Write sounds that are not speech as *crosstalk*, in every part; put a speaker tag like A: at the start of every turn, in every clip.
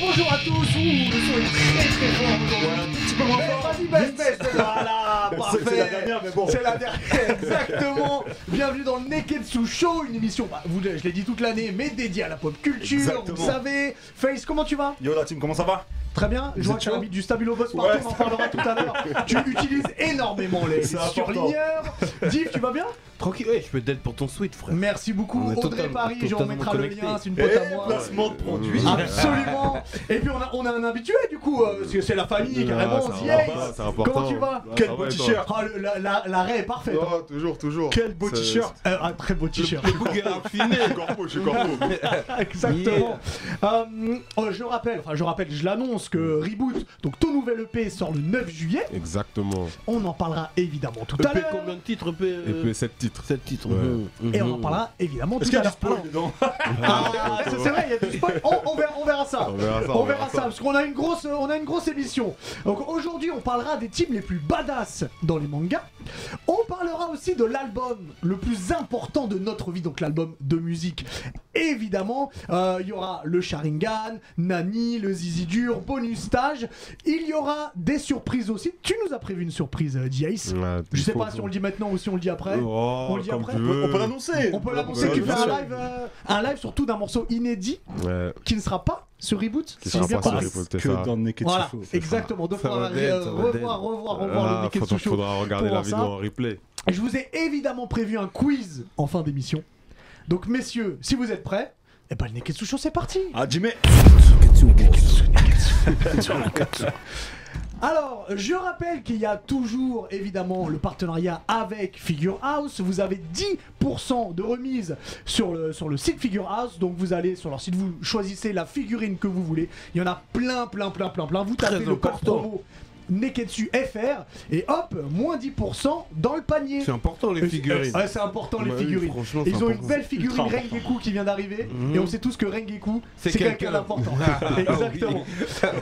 A: Bonjour à tous, Ouh, le son est très très fort aujourd'hui.
B: Tu peux m'en
A: Mais
B: faire
A: Vas-y, baisse, baisse, baisse. Voilà, parfait.
B: C'est la dernière, mais bon.
A: C'est la dernière, exactement. Bienvenue dans le Neketsu Show, une émission, bah, vous, je l'ai dit toute l'année, mais dédiée à la pop culture. Vous
B: Exactement.
A: savez, Face, comment tu vas
B: Yo la team, comment ça va
A: Très bien. Je
B: Vous
A: vois
B: êtes
A: que tu as
B: chaud
A: mis du Stabilo Boss partout,
B: Ouais,
A: on en parlera tout à l'heure. Tu utilises énormément les
B: C'est important.
A: surligneurs. Div, tu vas bien
C: Tranquille, ouais, je peux dead pour ton suite, frère.
A: Merci beaucoup.
C: On est
A: Audrey
C: totalement-
A: Paris, je
C: totalement
A: remettra
C: connectés.
A: le lien, c'est une pote
B: Eh,
A: à moi.
B: placement de produit
A: Absolument. Et puis on a, on a un habitué du coup, euh, parce que c'est la famille carrément.
D: ça
A: on s'y
D: va,
A: est.
D: ça va, c'est
A: Comment
D: important.
A: tu vas
B: Quel
D: Ah
B: beau
D: ouais,
B: t-shirt
A: Ah, le- la, la, l'arrêt est parfaite. hein.
D: Oh, toujours, toujours.
B: Quel beau
D: Ça-
B: t-shirt
A: Euh, un très beau t-shirt. *laughs*
B: Raffiné Corpo, je suis corpo
A: Exactement. Euh, oh, je rappelle, enfin je rappelle, je l'annonce que Reboot, donc ton nouvel EP sort le 9 juillet.
D: Exactement.
A: On en parlera évidemment
E: E
A: tout à
C: EP
A: l'heure.
C: combien de titres euh, EP
D: Et puis 7 titres.
C: 7 titres.
D: Ouais.
C: Mhm, mhm.
A: Et on en parlera évidemment tout
B: Est-ce qu'il y
A: à
B: a du
A: l'heure.
B: spoil dedans
A: Ah, ça, c'est vrai, il y a du spoil. On, on verra, on verra ça.
D: On verra ça,
A: On verra ça, parce qu'on a une grosse, on a une grosse émission. Donc aujourd'hui, on parlera des teams les plus badass dans les mangas. On parlera aussi de l'album le plus important de notre vie, donc l'album de musique. Évidemment, euh, il y aura le Sharingan, Nani, le Zizi Dur, bonus stage. Il y aura des surprises aussi. Tu nous as prévu une surprise, euh, Diace.
D: Ouais,
A: Je sais
D: faut-
A: pas si on le dit maintenant ou si on le dit après.
D: Oh,
A: On le dit
D: comme
A: après
D: tu
B: On
D: veux.
B: peut- on peut l'annoncer
A: On peut l'annoncer,
B: Ouais,
A: tu fais
B: Bah, bien
A: un
B: sûr.
A: live, euh, un live surtout d'un morceau inédit
D: Ouais,
A: qui ne sera pas sur Reboot.
D: qui sera
A: S'il
D: pas
A: dépasse.
D: sur les potes,
B: Ah, Que
D: ça.
B: dans Neketsu
A: Voilà,
B: Show, c'est ça.
A: exactement. Donc,
C: Ça
A: on
C: va
A: va
C: dead,
A: euh,
C: ça va dead.
A: revoir, revoir, revoir le
D: Ah,
A: Neketsu
D: faudra,
A: Show.
D: faudra regarder
A: pour voir
D: la vidéo
A: ça.
D: en replay.
A: Je vous ai évidemment prévu un quiz en fin d'émission. Donc, messieurs, si vous êtes prêts, eh ben, le Neketsu Show, c'est parti.
B: Ah Jimmy
A: Alors, je rappelle qu'il y a toujours évidemment le partenariat avec Figure House. Vous avez 10% de remise sur le, sur le site Figure House. Donc, vous allez sur leur site, vous choisissez la figurine que vous voulez. Il y en a plein, plein, plein, plein, plein. Vous tapez le code
C: important.
A: promo Neketsu FR et hop, moins 10% dans le panier.
C: C'est important les
A: Euh,
C: figurines.
A: euh, ouais, c'est important les
C: Bah oui,
A: figurines.
C: franchement, c'est
A: Ils ont une
C: important.
A: belle
B: Ultra
A: figurine
B: important.
A: Rengeku qui vient d'arriver
C: Mhm.
A: et on sait tous que Rengeku c'est
C: C'est
A: quelqu'un
C: quelqu'un. *laughs* Ah
A: d'important. Exactement.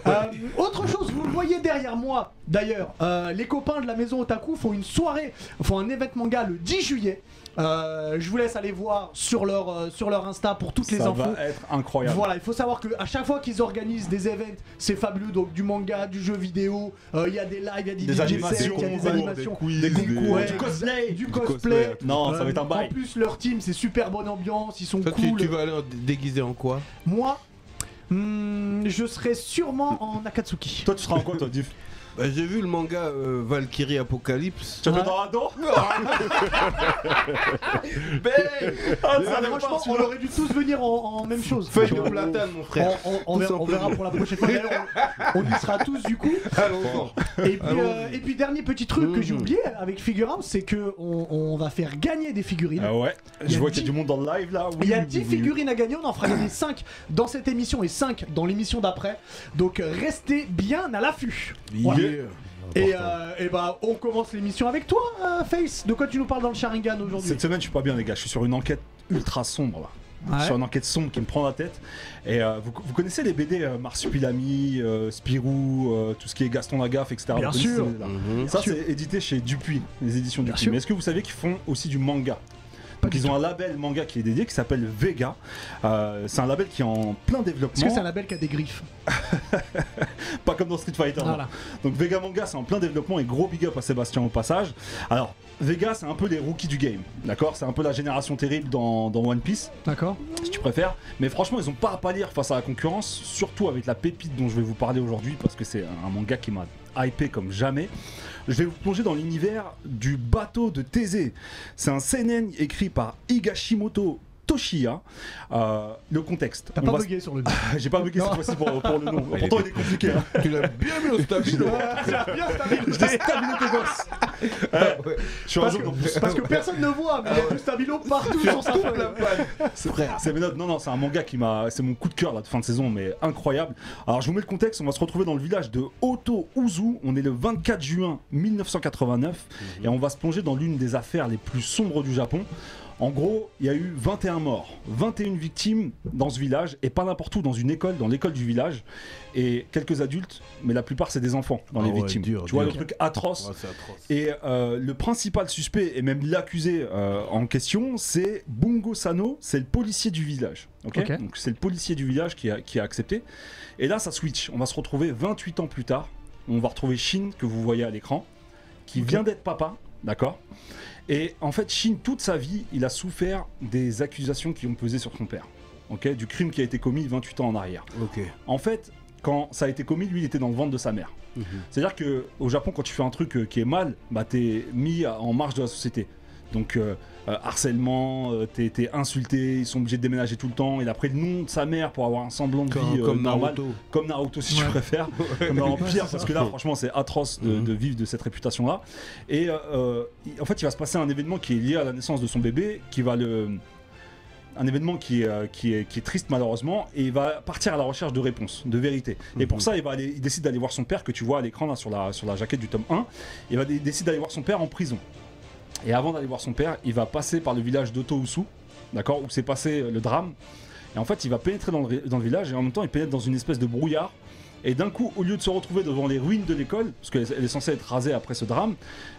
A: Euh, autre chose, vous le voyez derrière moi d'ailleurs, euh, les copains de la maison Otaku font une soirée, font un événement manga le 10 juillet. Euh, je vous laisse aller voir sur leur, euh, sur leur Insta pour toutes les
B: Ça
A: infos.
B: va être incroyable
A: Voilà, il faut savoir que à chaque fois qu'ils organisent des events, c'est fabuleux. Donc du manga, du jeu vidéo, euh, il y a des lives, il y a des,
B: Des
A: DJ sets,
B: animations,
A: il y a des
B: des
A: animations,
D: quiz,
B: Des concours,
A: Ouais,
B: du cosplay
A: du cosplay.
D: cosplay.
B: Non, ça
A: Euh,
B: va être un
A: En
B: bail
A: plus, leur team, c'est super bonne ambiance, ils sont
C: Toi, tu,
A: cool.
C: tu vas aller en dé- déguisé en quoi
A: Moi, hmm, je serai sûrement en Akatsuki.
B: Toi tu seras en quoi toi Diff
C: bah, J'ai vu le manga euh, Valkyrie Apocalypse.
B: Tu vas
A: Ouais.
B: mettre dans la dent *laughs* Ah, ça
A: Ah,
B: va
A: franchement,
B: pas,
A: on
B: celui-là.
A: aurait dû tous venir en, en même chose.
C: Feuille de platane, mon
A: On,
C: frère.
A: on- on
C: Tout
A: verra, on verra
C: simplement.
A: pour la prochaine fois. D'ailleurs, on, on y sera tous du coup.
C: Allons-en.
A: Et puis, euh,
C: Allons-y.
A: et puis, dernier petit truc que
C: Mhm.
B: Mmh.
A: j'ai oublié avec Figure House, c'est que on, on va faire gagner des figurines.
B: Ah ouais,
A: Il y a
B: je vois qu'il y
A: dix-
B: a du monde dans le live là. Oui,
A: Il y a
B: oui,
A: 10
B: oui, oui.
A: figurines à gagner, on en fera gagner 5 dans cette émission et 5 dans l'émission d'après. Donc euh, restez bien à l'affût. Voilà.
C: Yeah.
A: Et, euh, et bah on commence l'émission avec toi, euh, Face. De quoi tu nous parles dans le Sharingan aujourd'hui
B: Cette semaine, je suis pas bien, les gars. Je suis sur une enquête ultra sombre là.
A: Ouais.
B: Sur une enquête sombre qui me prend la tête. Et euh, vous, vous connaissez les BD euh, Marsupilami, euh, Spirou, euh, tout ce qui est Gaston Lagaffe, etc.
A: Bien
B: Vous connaissez
A: sûr.
B: ces BD-là.
C: Mhm.
B: Ça,
A: sûr.
B: c'est édité chez Dupuis, les éditions
A: Bien
B: Dupuis.
A: sûr.
B: Mais est-ce que vous savez qu'ils font aussi du manga donc ils ont un label manga qui est dédié qui s'appelle Vega. Euh, c'est un label qui est en plein
A: Est-ce
B: développement.
A: que c'est un label qui a des griffes
B: Pas comme dans Street Fighter. non.
A: Voilà.
B: Donc Vega Manga, c'est en plein développement et gros big up à Sébastien au passage. Alors, Vega, c'est un peu les rookies du game, d'accord C'est un peu la génération terrible dans, dans One Piece,
A: D'accord.
B: si tu préfères. Mais franchement, ils ont pas à pâlir face à la concurrence, surtout avec la pépite dont je vais vous parler aujourd'hui, parce que c'est un manga qui m'a hypé comme jamais. Je vais vous plonger dans l'univers du bateau de Thésée. C'est un seinen écrit par Higashimoto Toshiya. Euh, le contexte.
A: T'as
B: On
A: pas
B: va-
A: bugué sur le
B: *laughs* J'ai pas bugué cette
A: Non.
B: fois-ci pour, pour le nom.
D: Il
B: Pourtant, il est compliqué. hein.
C: Tu l'as bien mis au
A: *laughs*
C: stabilo.
B: Je t'ai stabilisé tes gosses. Ouais. Je suis un
A: parce
B: jour dans le bus.
A: que, parce que personne ne voit, mais il y a du stabilo partout sur sa feuille.
B: C'est c'est mes notes. Non, non, c'est un manga qui m'a. C'est mon coup de cœur là de fin de saison, mais incroyable. Alors, je vous mets le contexte. On va se retrouver dans le village de Oto Uzu. On est le 24
D: Mhm.
B: juin 1989 et on va se plonger dans l'une des affaires les plus sombres du Japon. En gros, il y a eu 21 morts, 21 victimes dans ce village, et pas n'importe où, dans une école, dans l'école du village, et quelques adultes, mais la plupart c'est des enfants dans
D: Ah
B: les
D: ouais,
B: victimes.
D: dur,
B: tu vois
D: dur.
B: le truc atroce.
D: c'est atroce.
B: Et euh, le principal suspect, et même l'accusé euh, en question, c'est Bungo Sano, c'est le policier du village. ok
A: Ok.
B: Donc c'est le policier du village qui a, qui a accepté. Et là, ça switch. On va se retrouver 28 ans plus tard. On va retrouver Shin, que vous voyez à l'écran, qui
A: Ok.
B: vient d'être papa, d'accord Et en fait, Shin, toute sa vie, il a souffert des accusations qui ont pesé sur son père. ok du crime qui a été commis 28 ans en arrière.
C: Ok.
B: En fait, quand ça a été commis, lui, il était dans le ventre de sa mère.
C: Mhm.
B: C'est-à-dire que au Japon, quand tu fais un truc euh, qui est mal, bah t'es mis à- en marge de la société. Donc euh, euh, harcèlement, euh, t'es t'es insulté, ils sont obligés de déménager tout le temps. Il a pris le nom de sa mère pour avoir un semblant de
C: Comme,
B: vie euh,
C: comme
B: normale,
C: Naruto.
B: comme Naruto si
A: *laughs*
B: tu
A: Ouais.
B: préfères, comme en pire parce que là franchement c'est atroce de, de vivre de cette réputation là. Et euh, euh, il- en fait il va se passer un événement qui est lié à la naissance de son bébé, qui va le un événement qui est, euh, qui, est, qui est triste malheureusement et il va partir à la recherche de réponses, de vérité. Et pour ça, il, va aller, il décide d'aller voir son père que tu vois à l'écran là sur la, sur la jaquette du tome 1. Il va dé- décide d'aller voir son père en prison. Et avant d'aller voir son père, il va passer par le village d'Oto-Usu, d'accord, où s'est passé euh, le drame. Et en fait, il va pénétrer dans le, ri- dans le village et en même temps, il pénètre dans une espèce de brouillard. Et d'un coup, au lieu de se retrouver devant les ruines de l'école, parce qu'elle elle est censée être rasée après ce drame,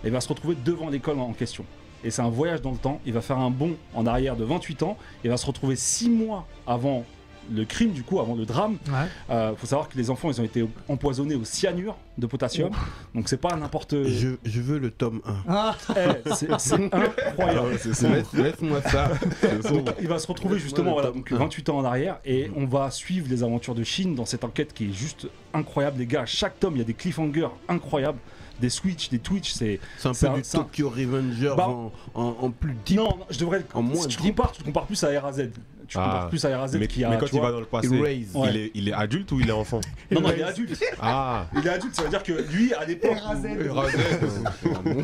B: il va se retrouver devant l'école en en question. Et c'est un voyage dans le temps. Il va faire un bond en arrière de 28 ans. Il va se retrouver 6 mois avant le crime, du coup, avant le drame.
A: Ouais.
B: Euh, faut savoir que les enfants, ils ont été empoisonnés au cyanure de potassium. Donc c'est pas n'importe.
C: Je, je veux le tome 1.
A: Ah,
B: Eh, c'est c'est
D: Ah
B: incroyable.
D: ouais, c'est sombre.
C: Laisse- Laisse-moi *laughs* ça.
D: C'est
B: Donc,
D: sombre.
B: il va se retrouver
D: Laisse-moi
B: justement
D: le
B: voilà,
D: top
B: donc
D: un. Mhm.
B: 28 ans en arrière et on va suivre les aventures de Chine dans cette enquête qui est juste incroyable les gars. À chaque tome, il y a des cliffhangers incroyables, des switch, des twitch, c'est
C: C'est un
B: C'est
C: peu
B: un-
C: du
B: c'est un-
C: Tokyo Revenger
B: Bah-
C: en, en, en plus deep.
B: non, non, je devrais
C: En moins
B: si tu
C: dix.
B: compares, tu te compares plus à RAZ. Tu
D: Ah.
B: compares plus à RAZ
D: Mais,
B: qui a
D: mais quand
B: tu
D: il
B: vois-
D: va dans le passé,
C: Erase.
B: Ouais.
D: il, est, il est adulte ou il est enfant
B: Non non, il est adulte.
D: Ah
B: Il est adulte, ça veut dire que lui à l'époque où-
A: RAZ.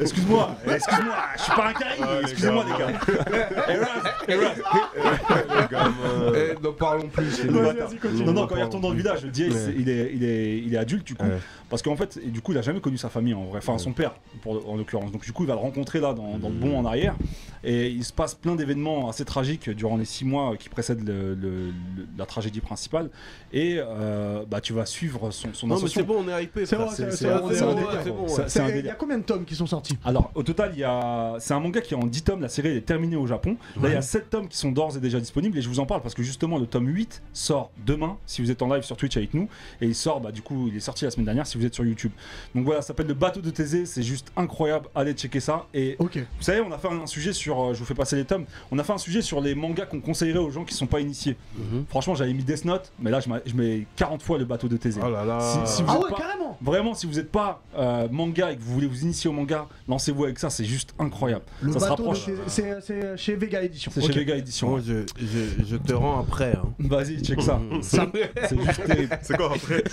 B: Excuse-moi, excuse-moi, je suis pas un carré,
D: Ah, les
B: excusez-moi les gars.
D: *laughs*
B: Et Raz, et Raz.
C: Eh, n'en parlons plus.
B: Ouais,
C: Vas-y,
B: vas-y,
C: vas-y,
B: continue.
C: continue.
B: Non, non, quand il retourne dans le village, le DA,
D: Ouais.
B: c'est- il, est, il, est, il est adulte du coup.
D: Ouais.
B: Parce qu'en fait, et du coup, il a jamais connu sa famille en vrai, enfin
D: Ouais.
B: son père pour, en l'occurrence. Donc du coup, il va le rencontrer là dans, dans le
D: Mmh.
B: bon en arrière. Et il se passe plein d'événements assez tragiques durant les six mois qui précèdent le- le- le- la tragédie principale. Et euh, bah, tu vas suivre son, son
C: Non, mais
B: ascension.
C: c'est bon, on est hypé.
A: C'est
C: frère,
A: bon,
C: c'est-
A: c'est-
C: c'est
A: c'est
C: un
A: bon,
C: délire,
A: c'est un
C: ouais,
A: délire.
C: c'est bon,
B: Ça-
C: ouais.
B: c'est un
A: il y
B: délire.
A: a combien de tomes qui sont sortis
B: Alors, au total, il y a... c'est un manga qui est en 10 tomes, la série elle est terminée au Japon. Là, il y a 7 tomes qui sont d'ores et déjà disponibles et je vous en parle parce que justement, le tome 8 sort demain si vous êtes en live sur Twitch avec nous et il sort, bah, du coup, il est sorti la semaine dernière si vous êtes sur YouTube. Donc voilà, ça s'appelle Le bateau de Thésée, c'est juste incroyable, allez checker ça. Et
A: Ok.
B: vous savez, on a fait un sujet sur, euh, je vous fais passer les tomes, on a fait un sujet sur les mangas qu'on conseillerait aux gens qui sont pas initiés.
C: Mhm.
B: Franchement, j'avais mis Death Note, mais là, je m'a- je mets 40 fois le bateau de Thésée.
D: Oh là là
B: Si- si vous-
A: Ah
B: êtes
A: ouais,
B: pas-
A: carrément
B: Vraiment, si vous n'êtes pas euh, manga et que vous voulez vous initier au manga, lancez-vous avec ça, c'est juste incroyable.
A: Le
B: ça se
A: bateau de
B: rapproche.
A: Thésée- c'est- C'est chez Vega Edition.
B: C'est
A: Ok.
B: chez Vega Edition.
C: Bon, je, je, je te rends après. hein.
B: Vas-y, check ça.
A: Ça-
B: C'est juste terrible.
D: C'est quoi après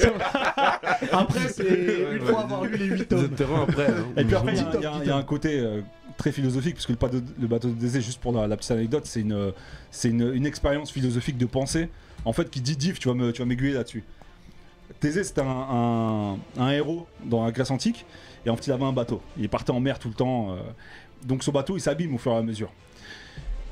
A: Après,
B: *laughs*
A: c'est une fois avoir lu les 8
C: Je
A: tomes.
C: te rends après. hein.
B: Et puis après, il y a-
A: Dis-toi,
B: il y, a-
A: dis-toi.
B: il y a un côté euh, très philosophique, parce que le bateau, le bateau de Désir, juste pour la, la petite anecdote, c'est une, euh, c'est une, une expérience philosophique de pensée, en fait, qui dit Div, tu vas me- tu vas m'aiguiller là-dessus. Thésée, c'était un, un- un héros dans la Grèce antique, et en fait, il avait un bateau. Il partait en mer tout le temps, euh, donc ce bateau, il s'abîme au fur et à mesure.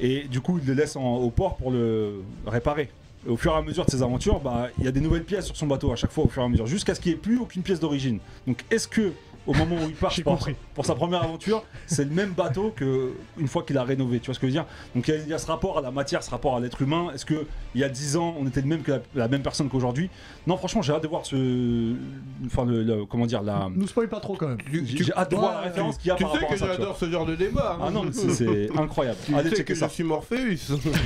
B: Et du coup, il le laisse en- au port pour le réparer. Et au fur et à mesure de ses aventures, bah, il y a des nouvelles pièces sur son bateau à chaque fois, au fur et à mesure, jusqu'à ce qu'il n'y ait plus aucune pièce d'origine. Donc, est-ce que au moment où il part
A: J'ai
B: pour-
A: compris.
B: pour sa première aventure, c'est le même bateau que une fois qu'il a rénové. Tu vois ce que je veux dire Donc il y a- il y, a ce rapport à la matière, ce rapport à l'être humain. Est-ce que il y a 10 ans, on était le même que la, la même personne qu'aujourd'hui Non, franchement, j'ai hâte de voir ce, enfin le, le- comment dire la.
A: Nous spoil pas trop quand même.
C: Tu- tu-
B: J'ai hâte de voir la
A: Ouais,
B: référence qu'il y a
C: Tu
B: par
C: sais
B: rapport
C: que
B: à ça. tu vois.
C: j'adore ce genre de débat. hein.
B: Ah non, mais c'est- c'est incroyable.
C: Tu
B: Allez
C: sais
B: checker
C: que
B: ça.
C: je suis Morpheus.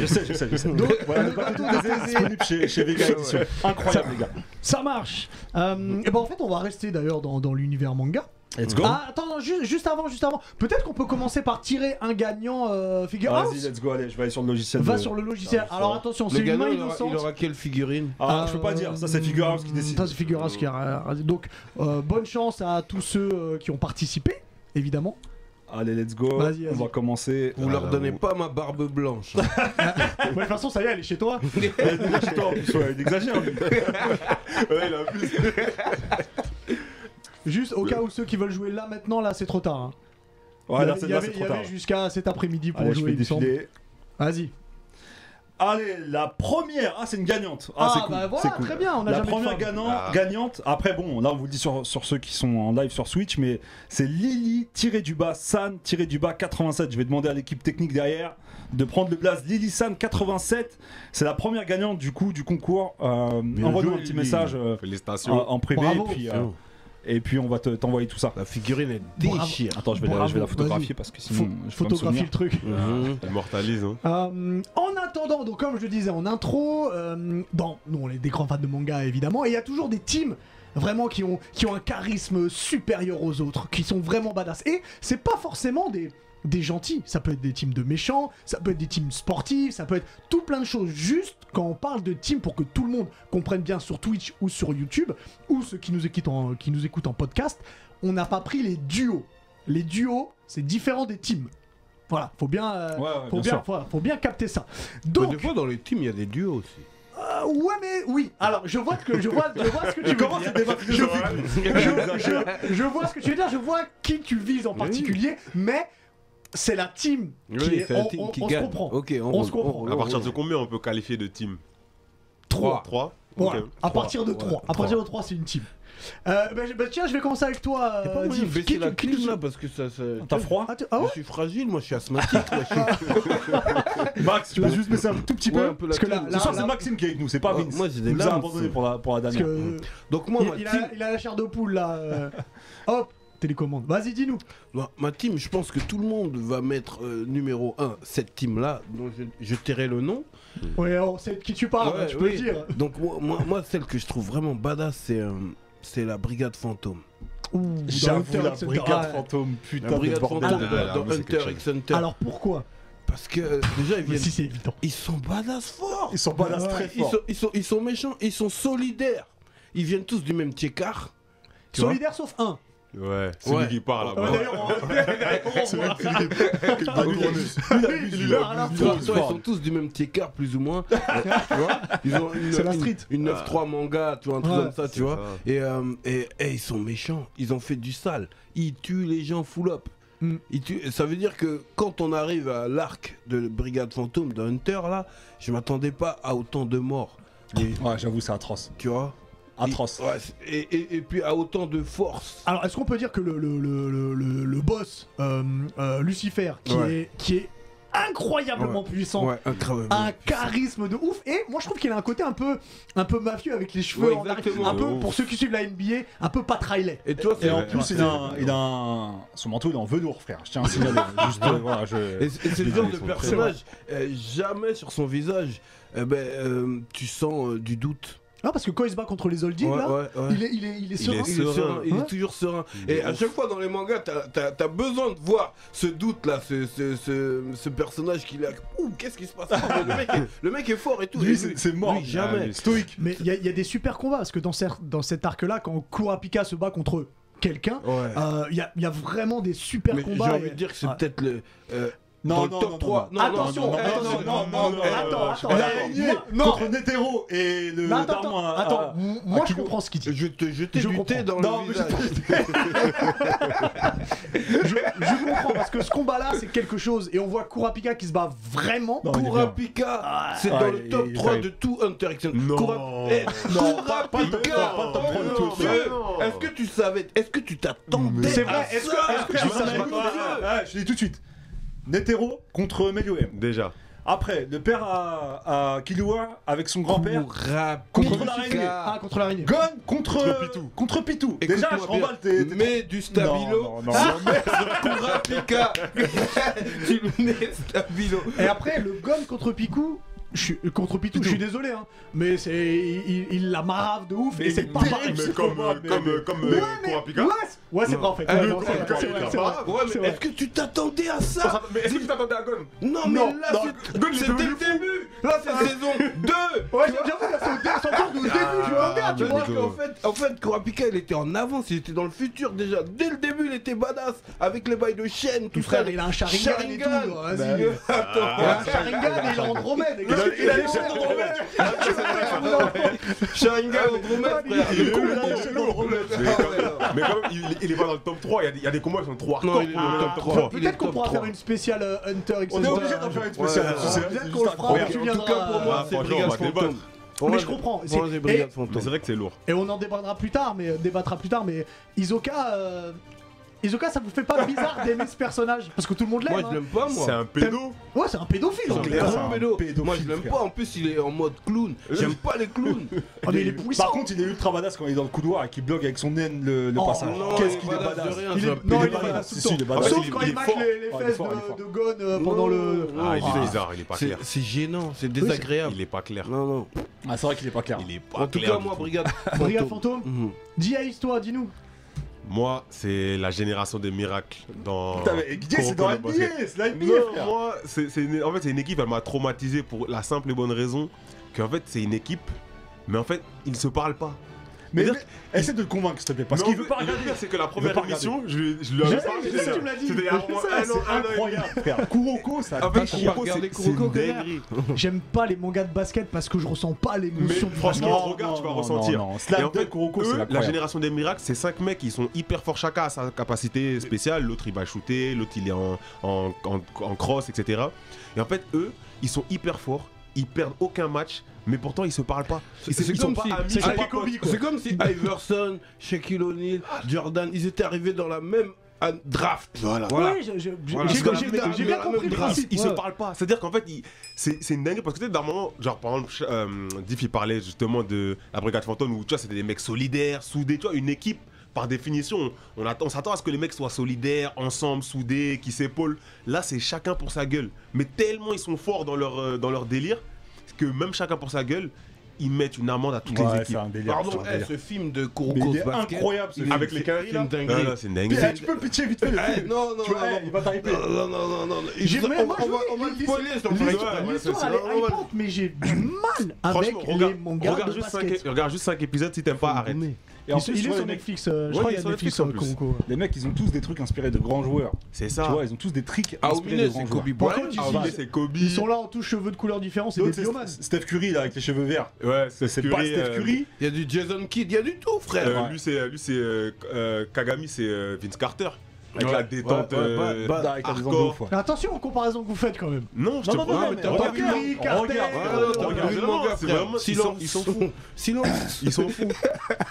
B: Je sais, je sais, je sais.
A: Donc,
B: Voilà,
A: le
B: le bateau
A: bateau
B: de Thésée, disponible chez, chez Vega Edition. Incroyable, les gars.
A: Ça marche. Euh, et ben en fait, on va rester d'ailleurs dans, dans l'univers manga.
B: Let's go.
A: Ah, attends, ju- juste avant, juste avant. Peut-être qu'on peut commencer par tirer un gagnant euh, figure. Ah,
B: Vas-y, let's go. Allez, je vais aller sur le logiciel.
A: va
B: de-
A: sur le logiciel. Alors attention, c'est
C: Le
A: une
C: gagnant,
A: main
C: il aura,
A: innocente.
C: il aura quelle figurine
B: Ah, je peux pas dire. Ça, c'est Figure House qui décide.
A: Euh, Ça, c'est Figure House qui a- Donc, euh, bonne chance à tous ceux euh, qui ont participé, évidemment.
B: Allez, let's go.
A: Vas-y, vas-y.
B: On va commencer.
C: Vous
D: Ah,
C: leur
D: là,
C: donnez
D: vous-
C: pas ma barbe blanche.
A: *laughs*
E: hein.
A: Ouais, de toute façon, ça y est, elle est chez toi.
B: Elle est chez toi, en plus, ouais, il exagère. lui.
D: Ouais, il a plus.
A: Juste au cas où ceux qui veulent jouer là maintenant, là, c'est trop tard. hein.
B: Ouais,
A: Il y
B: là,
A: avait-
B: c'est
A: il y
B: là,
A: avait,
B: c'est
A: il y
B: trop tard.
A: avait jusqu'à cet après-midi pour
B: Allez, je
A: jouer,
B: fais
A: il me semble.
B: défiler.
A: Vas-y.
B: Allez, la première. Ah, c'est une gagnante. Ah,
A: Ah,
B: c'est cool.
A: bah voilà,
B: c'est cool.
A: très bien, on a
B: La
A: jamais de
B: première
A: femme.
B: gagnant-
D: Ah.
B: gagnante, après bon, là on vous le dit sur, sur ceux qui sont en live sur Switch, mais c'est Lily tiré du bas, San tiré du bas 87. Je vais demander à l'équipe technique derrière de prendre le blaze. Lily San 87, c'est la première gagnante du coup du concours. Euh, Envoie-nous un petit message euh, en,
D: Félicitations.
B: en privé
A: Bravo.
B: et puis, euh, et puis on va te- t'envoyer tout ça.
E: La figurine est
A: Bravo.
E: déchire.
B: Attends, je vais, la,
A: Bravo,
B: je vais la
A: vas-y.
B: photographier parce que sinon
A: Faut-
B: je vais pas me
A: photographie le
B: souvenir.
A: truc.
E: Mhm.
D: Immortalise, hein.
A: Euh, en attendant, donc comme je le disais en intro, euh, dans, nous on est des grands fans de manga évidemment, et il y a toujours des teams vraiment qui ont, qui ont un charisme supérieur aux autres, qui sont vraiment badass. Et c'est pas forcément des, des gentils, ça peut être des teams de méchants, ça peut être des teams sportifs, ça peut être tout plein de choses. Juste quand on parle de team pour que tout le monde comprenne bien sur Twitch ou sur YouTube, ou ceux qui nous écoutent en, qui nous écoutent en podcast, on n'a pas pris les duos. Les duos, c'est différent des teams. Voilà, faut bien, euh,
B: Ouais, ouais,
A: faut
B: bien
A: bien,
B: sûr.
A: voilà, faut bien capter ça.
E: Mais
A: Donc,
E: des fois, dans les teams, il y a des duos aussi.
A: euh, ouais, mais oui. Alors, je vois que je vois, je vois ce que tu veux
B: Comment
A: dire.
B: c'est débat
A: Je,
B: philosophique
A: je- je vois ce que tu veux dire. Je vois qui tu vises en particulier, mais c'est la team qui
E: Oui,
A: est-
E: c'est la
A: on,
E: team
A: on-
E: qui
A: on se
E: gagne.
A: comprend.
E: Ok, on
A: on se
E: roule, on
A: comprend.
E: roule.
D: À partir de combien on peut qualifier de team
A: Trois.
D: 3
A: Voilà. À
E: Trois.
A: partir de
E: Ouais,
A: 3. À
E: trois.
A: partir de 3, c'est une team. Euh, bah, je- bah, tiens, je vais commencer avec toi.
E: T'as
A: euh,
E: pas moyen de
A: Div. Qui
E: baisser
A: tu-
E: la
A: qui tu-
E: clim là parce que ça. ça...
B: T'as froid
A: Ah, tu- ah ouais
E: je suis fragile, moi je suis asthmatique. moi, je
B: *laughs*
E: suis-
B: Max, tu vas juste baisser un tout petit
E: Ouais,
B: peu.
E: un peu la
A: Parce que
E: clim.
A: là-
B: Ce
A: là-
B: soir, c'est Maxime qui est avec nous, c'est pas
E: Ouais,
B: Vince.
E: moi, j'ai des
B: Il nous a
E: blagues.
B: abandonné pour la, pour la
A: Parce
B: dernière.
A: que euh,
E: Donc moi, ma
A: il, il
E: team-
A: a, il a la chair de poule là.
E: *laughs*
A: euh. Hop, télécommande. Vas-y, dis-nous.
E: Ma, ma team, je pense que tout le monde va mettre euh, numéro 1 cette team-là, dont je, je tairai le nom.
A: Ouais, on sait de qui tu parles.
E: Ouais,
A: Ah, tu peux
E: oui.
A: le dire.
E: Donc moi, moi, moi, celle que je trouve vraiment badass, c'est euh, c'est la Brigade Fantôme.
A: Ouh,
B: J'avoue,
A: dans
B: la
A: Hunter,
B: brigade
A: etc.
B: fantôme,
E: La
B: putain de
E: Brigade Fantôme
B: bordel.
A: Alors-
E: dans-
D: Ah, là,
E: dans
D: mais c'est
E: Hunter
D: quelque
E: x Hunter.
A: Ah, Alors pourquoi
E: Parce que euh, déjà, ils
A: Mais
E: viennent...
A: si c'est évident.
E: Ils sont badass forts
B: Ils sont badass
A: Ouais,
B: très
E: ils
B: forts.
E: sont, ils, sont, ils sont méchants, ils sont solidaires. Ils viennent tous du même tiercar. Tu vois
A: Solidaire sauf un.
D: Ouais, celui
E: Ouais.
D: qui parle
A: Ouais,
D: là-bas.
A: D'ailleurs, on-
D: Celui qui qui parle
B: lui,
D: tourneuse.
A: il lui a la
E: Ils
A: fois.
E: sont- ils sont tous du même tiercar, plus ou moins. tu vois Ils ont une,
A: C'est la
E: une-
A: street.
E: une 9-3 manga, tu vois, un truc
A: Ouais.
E: comme ça,
D: Ah. C'est
E: tu vois.
D: ça.
E: Et, euh, et- et ils sont méchants, ils ont fait du sale. Ils tuent les gens full up.
A: Mm.
E: Ils tuent- Ça veut dire que quand on arrive à l'arc de Brigade Fantôme, de Hunter, là, je m'attendais pas à autant de morts. Et-
B: Ouais, j'avoue, c'est atroce.
E: tu vois
B: Atroce.
E: Et, ouais, c'est- et, et- et puis à autant de force.
A: Alors, est-ce qu'on peut dire que le, le, le, le- le- le boss, euh, euh, Lucifer, qui,
E: Ouais.
A: est, qui est incroyablement puissant,
E: Ouais, incroyable.
A: un charisme de ouf, et moi je trouve qu'il a un côté un peu, un peu mafieux avec les cheveux,
E: Ouais,
A: en arrière.
E: exactement.
A: un
D: De
A: peu,
D: ouf.
A: pour ceux qui suivent la NBA, un peu Pat Riley.
E: Et toi,
B: Et
E: c'est
B: en
D: Ouais,
B: plus,
D: ouais,
B: il a,
D: c'est-
B: un, il a un- Son manteau, il est en velours, frère. Je tiens à signaler. *laughs* Juste, euh, voilà,
E: Et, et
B: je.
E: c'est le
D: les
E: genre
D: gens,
E: de
D: ils sont
E: personnage, euh, jamais sur son visage, eh ben, euh, tu sens euh, du doute.
A: Ah, parce que quand il se bat contre les Holdings, là,
E: ouais, ouais.
A: Il, est, il, est, il est serein.
E: Il est serein, il
A: Ouais.
E: est toujours serein.
D: Il est
E: Et à
D: ouf.
E: chaque fois dans les mangas, t'as as, besoin de voir ce doute là, ce, ce, ce, ce personnage qui a. Ouh, qu'est-ce qui se passe là le, mec est, le mec est fort et tout. Et
B: Lui, c'est c'est mort.
E: lui, jamais.
B: Ah, lui, Stoïque.
A: Mais il y, a- il y a des super combats, parce que dans, cer- dans cet arc-là, quand Kurapika se bat contre quelqu'un,
E: Ouais.
A: euh, il y, a, il y a vraiment des super
E: Mais j'ai
A: combats.
E: envie
A: et-
E: de dire que c'est
A: Ouais.
E: peut-être le. euh,
B: Non,
E: dans le
B: non,
E: top
B: non, non,
E: 3.
B: non.
E: Non,
A: Attention,
B: eh,
E: non, non,
A: attention,
E: non, non,
A: non, non,
E: euh,
A: attends,
E: je
A: attends,
E: suis pas
B: La
E: d'accord.
B: araignée
A: non.
B: eh, contre Netero et le.
A: Non, attends,
B: Darman
A: attends,
B: à-
A: attends, m- moi je
B: Akiko.
A: comprends ce qu'il dit.
E: Je te jetais
A: Je
E: du
A: comprends.
E: thé dans
B: Non,
E: le
B: mais
E: visage.
A: Je comprends parce que ce combat-là c'est quelque chose et on voit Kurapika qui se bat vraiment.
B: Non, Oh, il est bien.
E: Kurapika, c'est
B: Ah,
E: dans
B: il
E: le
B: est-
E: top
B: il est
E: 3
B: terrible.
E: de tout Hunter x Hunter.
D: Non.
E: Kura- eh,
B: Non, pas- pas top
E: Kurapika,
B: 3, pas top 3 du tout.
E: Dieu,
D: Mais non.
E: Est-ce que tu savais Est-ce que tu t'attendais
B: Mais-
A: C'est
E: à
A: vrai, est-ce que-
E: ça
A: est-ce que
B: Ah,
A: tu
B: non,
A: savais
B: mais- ah, Je dis tout de suite. Netero contre Melioem.
D: Déjà.
B: Après, le père à, à Killua avec son grand-père.
A: Contre
B: Contre
A: l'araignée.
B: l'araignée.
A: Ah, contre l'araignée.
B: Gun contre,
D: Contre Pitou.
B: Contre Pitou.
E: Écoute-moi
B: Déjà, je
E: bien.
B: remballe tes. tes-
E: Mets du stabilo
B: Non, non,
E: *laughs*
B: non.
E: sur- sur Kurapika. *laughs* tu le mets stabilo.
A: Et après le gun contre Piku. Je suis, euh, contre Pitou, je suis désolé, hein, mais c'est il, il la marave de ouf et c'est pas pareil.
B: terrible, mais
D: Mais
B: comme,
D: comme
B: euh, comme,
D: comme
B: euh,
D: comme
A: Ouais, mais-
D: Kurapika.
A: ouais, c'est- ouais, c'est
E: Non.
A: vrai en fait.
E: Ah,
A: Ouais,
E: le
A: non, c'est vrai,
D: Kurapika,
A: c'est vrai,
D: il
A: c'est
D: est
A: vrai.
D: pas
E: Ouais,
A: C'est
E: mais
A: vrai.
E: est-ce que tu t'attendais à ça
D: Mais est-ce que tu t'attendais à Gon
E: Non, mais
A: Non,
E: là,
A: non.
E: c'est-
D: Gun, il est
E: c'est dès
D: devenu
E: le début. Là, c'est saison 2.
A: Ouais, j'ai- j'avoue, là, c'est au- c'est encore au début du manga, tu
E: Tu
A: vois.
E: vois
D: Nico.
E: qu'en fait, en fait, Kurapika il était en avance, il était dans le futur déjà. Dès le début, il était badass avec les bails de chaîne, tout
A: Ton frère,
E: ça.
A: il a un Sharingan, et tout. hein, Bah Vas-y.
E: Vas-y,
A: il a
E: *laughs* attends.
A: un Ah, Sharingan et il est Andromède.
E: Ah, Il a- il a les chaînes
A: Andromède.
E: Sharingan, Andromède, frère.
B: il est
E: Le coup,
B: complètement
E: le coup,
A: hein,
B: chelou,
E: le coup. Ah ouais, non.
D: Mais quand même, il, il est pas dans le top 3. Il y a des- il y, a des combats qui sont trop hardcore
C: Non, il est
D: pour le
C: dans le
D: top
C: top
D: 3.
C: Il est
A: Peut-être qu'on
C: top
A: pourra
C: 3.
A: faire une spéciale euh, Hunter x
D: On est
A: Hunter.
D: obligé d'en faire une spéciale.
C: Ouais.
D: tu sais,
A: Bien
D: c'est
A: qu'on le
D: juste
A: fera,
D: incroyable.
A: tu
C: en
A: viendras.
C: tout cas, pour
D: Ah,
C: moi, c'est
D: franchement,
C: Brigade
D: on va débattre.
C: Fantôme.
A: Mais je comprends. c'est-
C: Pour moi, c'est Brigade
A: et-
D: Mais
C: Fantôme.
D: c'est vrai que c'est lourd.
A: Et on en débattra plus tard, mais euh, débattra plus tard, mais Isoka, euh, Isoka, ça vous fait pas bizarre d'aimer ce personnage Parce que tout le monde
C: Moi,
A: l'aime.
C: je l'aime pas, moi.
D: C'est un pédo.
A: hein. Ouais, c'est un pédophile.
C: C'est
A: hein.
C: clair,
A: Ah,
C: c'est un
B: pédophile,
C: Moi, je l'aime
B: frère.
C: pas. En plus, il est en mode clown. J'aime pas les clowns.
A: Ah, mais il est puissant.
B: Par contre, il est ultra badass quand il est dans le couloir et qu'il bloque avec son naine le, le
A: Oh,
B: passage.
C: non,
B: Qu'est-ce
C: il
B: qu'il
C: est
B: est
C: badass de
B: badass
C: rien, ça.
B: Il est-
C: Il
B: il est
C: est
B: badass.
A: badass
B: Si,
A: tout
B: si,
A: le
B: il est
A: temps.
B: badass.
A: Sauf
D: Il est-
A: quand
D: il
A: il,
D: est
A: mâche
D: fort.
A: les, les
B: Ouais, il est
A: fesses
B: fort, il est fort.
A: de, de Gon euh, pendant le.
C: Non,
D: Ah, il
A: Ah.
D: est bizarre, il est pas
C: C'est
D: clair.
C: c'est gênant, c'est
A: c'est-
C: désagréable.
D: Il est pas clair.
C: Non, non.
B: Ah, c'est vrai qu'il est pas clair.
D: Il est pas
C: En tout
D: clair.
C: cas,
D: du
C: moi,
D: tout.
C: Brigade
A: Brigade
C: Fantôme.
A: fantôme
C: Mhm.
A: Dis Aïs, toi, dis-nous.
D: Moi, c'est la génération des miracles dans.
B: Putain, mais Guidé, c'est
D: qu'on
B: dans
D: connaît
B: la
D: pas.
B: NBA, c'est la NBA,
D: Non,
B: frère.
D: moi, c'est c'est une- en fait, c'est une équipe, elle m'a traumatisé pour la simple et bonne raison qu'en fait, c'est une équipe, mais en fait, ils se parlent pas.
B: Mais
D: C'est-à-dire
B: mais- essaie de le convaincre, s'il te plaît, parce
D: Mais
B: qu'il
D: en
B: veut
D: fait,
B: pas
D: le
B: regarder.
D: pire, c'est que la
B: veut
D: première
B: pas
D: émission, je, lui- je lui avais
A: Je sais,
D: parlé.
A: je sais, tu me l'as dit.
D: C'était il y a au moins
B: Ça,
D: un an,
B: c'est
D: un an et demi.
B: incroyable, frère. Kuroko, ça
D: Avec
B: tâche-
D: Kuroko,
C: Regardez
D: c'est c'est
C: Kuroko,
D: une
C: connard.
D: dinguerie.
A: J'aime pas les mangas de basket parce que je ressens pas
D: Mais
A: l'émotion. du
D: franchement,
A: basket.
B: Non,
D: regarde, tu vas
B: non,
D: ressentir.
B: non, non. Slam
D: Et en
B: Dunk,
D: fait,
B: Kuroko, c'est
D: eux, la
B: incroyable.
D: génération des miracles, c'est cinq mecs, ils sont hyper forts, chacun à sa capacité spéciale. L'autre, il va shooter, l'autre, il est en, en, en- en cross, etc. Et en fait, eux, ils sont hyper forts, ils perdent aucun match, mais pourtant, ils se parlent pas. Ils,
C: C'est
D: ils sont
C: comme
D: pas
C: si-
D: amis, Ah,
C: c'est
D: ils sont
C: comme-
D: pas potes.
C: C'est comme si Iverson, Shaquille O'Neal, Jordan, ils étaient arrivés dans la même euh, draft. Voilà.
A: Ouais, je- je- j'ai-
C: Voilà.
A: j'ai
C: Parce que
A: j'ai-
C: la-
A: j'ai
C: la-
A: bien
C: la-
A: compris le
D: Mais
C: grave.
A: principe.
D: Ils, ils
A: ouais.
D: se parlent pas. C'est-à-dire qu'en fait, ils- c'est c'est une dinguerie parce que peut-être d'un moment, genre par exemple, ch- euh, Diff il parlait justement de la brigade fantôme où tu vois, c'était des mecs solidaires, soudés, tu vois, une équipe. Par définition, on, attend- on s'attend à ce que les mecs soient solidaires, ensemble, soudés, qui s'épaulent. Là, c'est chacun pour sa gueule. Mais tellement ils sont forts dans leur, euh, dans leur délire que même chacun pour sa gueule, ils mettent une amende à toutes
B: Ouais,
D: les équipes.
B: c'est un délire.
C: Pardon,
B: c'est un
C: eh,
B: délire.
C: ce film de
B: Mais
C: Kuroko
B: il est
C: de basket.
B: incroyable, ce
C: il
B: film.
C: est-
D: Avec les
C: c'est-
D: quinries,
C: C'est une
D: là
C: dinguerie.
D: Ah, c'est une dinguerie.
B: Eh, Tu peux pitcher vite fait le
C: Eh,
B: film.
C: Non, non,
B: Tu vois,
C: non,
B: eh, il va t'arriver.
C: non, non, non, non, non, non.
A: J'ai- mais
C: On
A: moi,
C: va-
A: je
C: on va-
A: vous
C: on
A: dis,
C: va le
A: l'histoire-
C: spoiler, sur le
A: L'histoire,
C: ouais,
A: l'histoire,
C: c'est-
A: elle
C: c'est-
A: est hypante, mais j'ai du mal avec
D: Franchement,
A: les
D: regarde,
A: mangas
D: regarde
A: de
D: juste
A: basket.
D: 5, regarde juste 5 épisodes, si t'aimes pas, arrête.
B: Et en
A: Il, se-
B: plus,
A: il
B: tu
A: est
B: vois,
A: sur
B: les mecs-
A: Netflix, euh, je
D: Ouais,
A: crois
D: il est
A: qu'il y a
D: sur
A: Netflix,
D: Netflix, en
A: euh,
D: plus.
A: Kuroko, ouais.
B: Les mecs, ils ont tous des trucs inspirés de grands joueurs.
D: C'est
B: Tu
D: ça.
B: vois, ils ont tous des tricks
E: Ah,
B: inspirés de
C: Aomine,
B: grands
C: c'est
B: joueurs.
C: Kobe
A: Par
C: Bryant.
A: contre, tu
D: Ah,
A: dis-
D: ouais, c'est Kobe.
A: ils sont là en tous cheveux de couleurs différentes, c'est des
B: L'autre, c'est
A: biomasses.
B: St- Steph Curry là avec les cheveux verts.
D: Ouais,
B: C'est c'est pas
D: euh,
B: Steph Curry.
C: Il y a du Jason Kidd, il y a du tout, frère.
D: Euh,
B: Ouais.
D: Lui, c'est, lui, c'est euh, euh, Kagami, c'est euh, Vince Carter. Avec
B: Ouais.
D: la détente.
B: Ouais, ouais,
D: euh,
B: bah, bah, avec la détente de
D: hardcore.
B: ouf, ouais.
A: Mais attention aux comparaisons que vous faites quand même.
D: Non, je te
B: Non, non,
D: promets.
B: non,
C: mais
B: mais
C: t'as
B: regarde,
C: pas
A: compris,
B: regarde,
A: Cartel.
B: regarde, regarde.
D: non, regarde, vraiment, c'est vraiment- ils sont-
C: silence.
D: ils sont fous.
C: Silence.
D: Ils sont fous.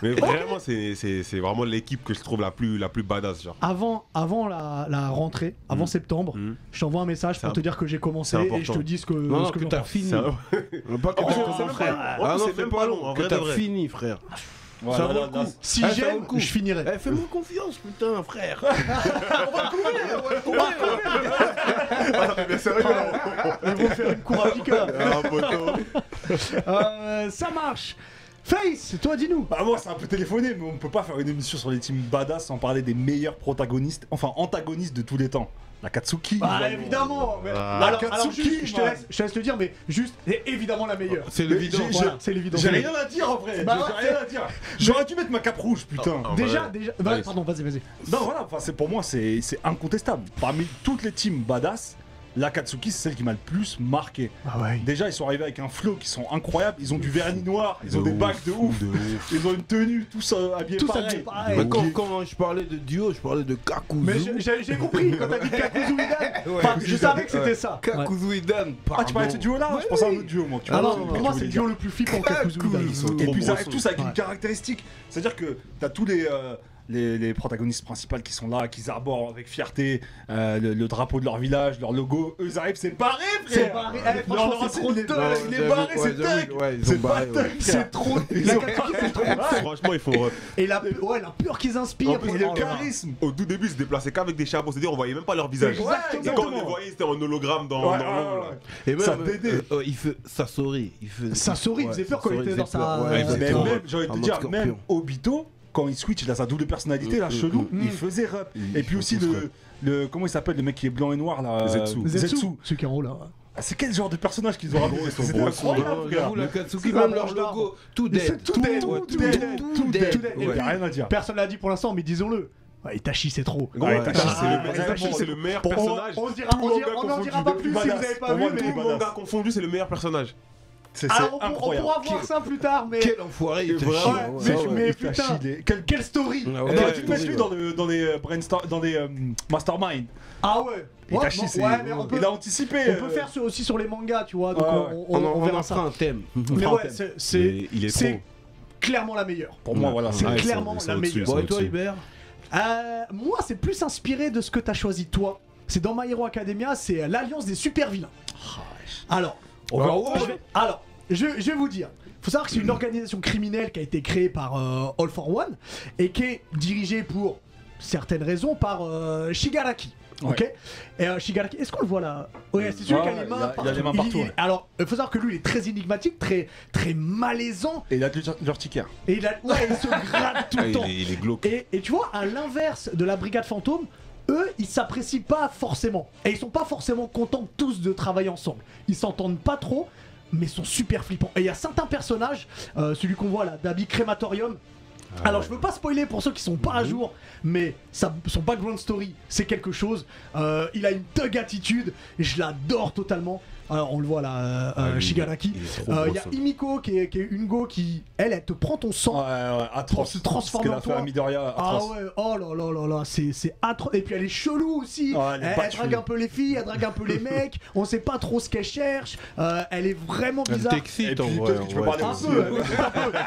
D: Mais vraiment, c'est, c'est, c'est vraiment l'équipe que je trouve la plus, la plus badass. Genre.
A: Avant, avant la, la rentrée, avant
D: Mm.
A: septembre,
D: Mm.
A: je t'envoie un message pour
D: C'est
A: te dire que j'ai commencé et
D: c'est
A: je te
D: important.
A: dis ce que,
C: Non,
A: ce
C: non,
A: que
C: que
A: j'en
C: t'as
A: pense.
B: Mm.
C: fini.
B: *laughs*
D: C'est un-
C: Pas que
D: Oh,
C: t'as
D: c'est
C: commencé,
D: même
C: frère.
D: pas long.
C: Ah non,
D: C'est
C: c'est
D: même
C: pas
D: pas
C: long.
D: long, en
C: Que
D: vrai,
C: t'as
D: de vrai.
C: fini, frère.
B: Ouais,
C: Ça
B: là,
C: vaut
B: là,
C: le
B: là,
C: coup.
A: Si
C: Ah, ça vaut
A: j'aime,
C: le coup.
A: je finirai.
C: Eh, fais-moi confiance, putain, frère.
A: Ah,
D: Mais sérieux, là,
A: Ils vont faire une cour à Pika.
D: *laughs* ah, poteau.
A: Euh, ça marche. Face, toi dis-nous.
B: Bah moi c'est un peu téléphoné mais on peut pas faire une émission sur les teams badass sans parler des meilleurs protagonistes, enfin antagonistes de tous les temps. La Katsuki.
A: Bah
B: ouais.
A: évidemment. mais-
D: Ah,
A: alors,
B: Katsuki,
A: alors, juste, je, te
B: man.
A: laisse, je te laisse le dire, mais juste, c'est évidemment la meilleure.
C: C'est le
A: Évident,
C: vidéo.
A: voilà, C'est l'évident.
B: J'ai rien à dire en vrai.
A: Bah,
B: J'ai
A: ouais,
B: rien à dire. J'aurais dû mettre ma cape rouge putain.
D: Ah, ah,
A: Déjà,
D: Ouais.
A: déjà. bah,
D: Ouais.
A: pardon, vas-y, vas-y.
B: Non voilà, enfin c'est pour moi c'est c'est incontestable. Parmi toutes les teams badass, la Katsuki c'est celle qui m'a le plus marqué.
A: Ah ouais.
B: Déjà ils sont arrivés avec un flow qui sont incroyables, ils ont du vernis noir, ils ont des bagues de ouf, ils ont une tenue tous euh, habillés
A: Tout ça Ah,
B: pareil.
A: me pareil.
C: Mais quand, quand je parlais de duo, je parlais de Kakuzu.
A: Mais je- j'ai j'ai compris quand t'as dit Kakuzuidan. Enfin, je savais que c'était ça.
C: Kakuzu et Dan, pardon.
B: Ah tu parlais de ce duo là, je pensais à un autre duo moi. Tu
A: Ah
B: vois,
A: non, pour moi, c'est le
B: je voulais dire.
A: duo le plus flippant Kakuzuidan.
C: Kakuzu.
D: sont
B: Et
D: trop
B: puis ils
D: gros,
B: arrivent
D: sont-
B: tous avec
A: Ouais.
B: une caractéristique. C'est-à-dire que t'as tous les, euh, les, les protagonistes principaux qui sont là, qui arborent avec fierté euh, le, le drapeau de leur village, leur logo. Eux ils arrivent, c'est barré, frère
A: C'est barré. Eh,
B: Leur
A: franchement,
B: leur-
A: c'est trop
B: les-
A: dingue.
C: Ouais,
B: Il est
C: j'avoue,
B: barré,
C: ouais,
B: c'est
C: j'avoue,
B: dingue
C: ouais, ils ont
B: C'est pas
C: barré, ouais.
B: dingue,
A: C'est
B: frère.
A: trop.
B: Ils
A: La
B: ont-
A: Kakuzu, c'est trop.
D: *laughs* Franchement, euh, ils font.
A: Et la, ouais, la peur qu'ils
D: En
A: inspirent.
D: plus,
A: pour-
B: le
A: Oh là là.
B: charisme
D: Au tout début, ils se déplaçaient qu'avec des chapeaux, c'est-à-dire on voyait même pas leur visage.
A: Exactement.
D: Et quand on les voyait, c'était en hologramme dans.
B: Ouais,
D: dans-
B: ouais, ouais.
C: Et même,
B: Ça dédait.
C: euh, euh, il fait Sasori. Il fait,
A: Sasori, il faisait peur quand il était dans sa-
C: Ouais,
A: Ouais,
C: il
B: Mais
C: faisait peur.
B: même, j'ai envie de
C: En
B: te
C: mode
B: dire,
C: scorpion.
B: même Obito, quand il switch, il a sa double personnalité, là,
C: Mm,
B: chelou,
A: mm, mm.
B: il faisait rap.
D: Il-
B: Et puis
D: il
B: aussi
D: faut se
B: le, le. Comment il s'appelle, le mec qui est blanc et noir, là
D: Zetsu.
B: euh,
A: Zetsu,
B: Zetsu.
A: ce carreau là.
B: Ah, C'est quel genre de personnage qu'ils ont ramené
D: ils sont
B: C'est
D: beaux, ils sont
B: incroyable,
C: Ouais,
B: frère.
C: J'avoue, la Katsuki,
A: Ah,
C: même leur
A: bravo.
C: logo, tout
A: Mais c'est
C: dead.
A: tout
C: Tout
A: dead,
C: dead,
A: ouais, tout
C: tout
A: dead,
C: dead,
A: tout
C: tout dead.
A: dead.
B: Il y a rien à dire.
A: Personne l'a dit pour l'instant, mais disons-le. Ouais, Itachi, c'est trop.
D: Ouais,
B: Ouais,
D: Itachi, c'est
A: ah,
D: le- Itachi,
A: exactement.
D: c'est le meilleur
A: On,
D: personnage.
A: on dira, on, dira- on en dira pas plus si vous
B: badass.
A: avez pas
B: Pour
A: vu,
B: moi,
A: mais
B: tout
D: Tout
B: badass.
D: manga confondu, c'est le meilleur personnage. C'est
A: Alors Ah, on,
D: c'est
A: pour- on
D: incroyable.
A: pourra voir ça plus tard, mais.
E: Quel enfoiré il
D: Et
E: te
D: voilà,
E: chie.
A: Ouais,
E: Ouais,
A: mais,
C: Ah
E: ouais.
A: mais
B: il t'a
A: putain,
B: chillé.
A: quelle, quelle story
E: Ah
B: On
E: ouais,
B: aurait dû le
E: ouais,
B: mettre lui
E: ouais.
B: dans, le- dans les euh, brainstorm, dans les euh, mastermind.
A: Ah ouais
B: Il
A: Ouais,
B: t'a
A: bon,
B: chié, c'est-
A: ouais, mais on peut,
B: il a anticipé.
A: on peut
B: euh,
A: faire ce- aussi sur les mangas, tu vois, donc
B: Ouais,
A: on, on-
E: On en-
A: on
E: on
A: verra
E: en fera
A: ça.
E: un thème.
A: Mais
B: fera un
A: ouais,
B: thème.
A: c'est-
D: Mais
A: c'est
D: Il est
A: c'est
D: trop.
A: clairement la meilleure.
B: Pour moi, voilà.
D: Ouais,
B: c'est-
D: ouais,
A: clairement
D: c'est
A: la
D: au-dessus,
A: meilleure.
D: c'est
E: Bon, et toi,
D: au-dessus.
E: Hubert
A: Euh, moi, c'est plus inspiré de ce que t'as choisi toi. C'est dans My Hero Academia, c'est euh, l'alliance des super vilains. Alors,
E: Overwatch
A: je vais- alors, je, je vais vous dire. Faut savoir que c'est une organisation criminelle qui a été créée par euh, All for One et qui est dirigée pour certaines raisons par euh, Shigaraki. Ok. Et euh, Shigaraki, est-ce qu'on le voit là Ouais, c'est celui
B: Ouais,
A: qui a les
B: ouais,
A: mains
B: il a-
A: partout.
B: il a les mains
A: Il-
B: partout,
A: il-
B: ouais.
A: alors, euh, faut savoir que lui, il est très énigmatique, très très malaisant
B: Et il a de l'ur- l'urticaire.
A: et il, a, ouais, il se gratte tout
D: Ah,
A: le
D: il
A: temps.
D: est- Il est glauque.
A: Et, et tu vois, à l'inverse de la brigade fantôme, eux, ils s'apprécient pas forcément. Et ils sont pas forcément contents tous de travailler ensemble. Ils s'entendent pas trop, mais sont super flippants. Et il y a certains personnages, euh, celui qu'on voit là, d'habit crématorium.
D: Ah
A: Alors je peux pas spoiler pour ceux qui sont pas à
D: Mhm.
A: jour, mais sa- son background story c'est quelque chose. Euh, il a une thug attitude, je l'adore totalement. Alors on le voit là, euh, euh,
D: il est-
A: Shigaraki.
D: Ah il est
A: Euh,
D: trop
A: Il
D: gros,
A: y a
D: ça.
A: Imiko qui est, qui est une go qui, elle, elle te prend ton sang.
B: Ouais, ouais, atroce.
A: se transforme
B: Ce qu'elle
A: en
B: a fait
A: toi.
B: à Midoriya,
A: Ah
B: atroce.
A: ouais, oh là là là là, c'est c'est atro... Et puis elle est chelou aussi.
B: Ah, elle est
A: elle, elle
B: battue.
A: drague un peu les filles, elle drague un peu
B: *laughs*
A: les mecs. On sait pas trop ce qu'elle cherche. Euh, elle est vraiment
E: Elle
A: bizarre.
B: Et
E: t'excite
B: puis,
E: en vrai.
B: peut-être que tu peux
E: ouais.
B: parler
A: Un
B: aussi.
A: peu. ouais. *laughs*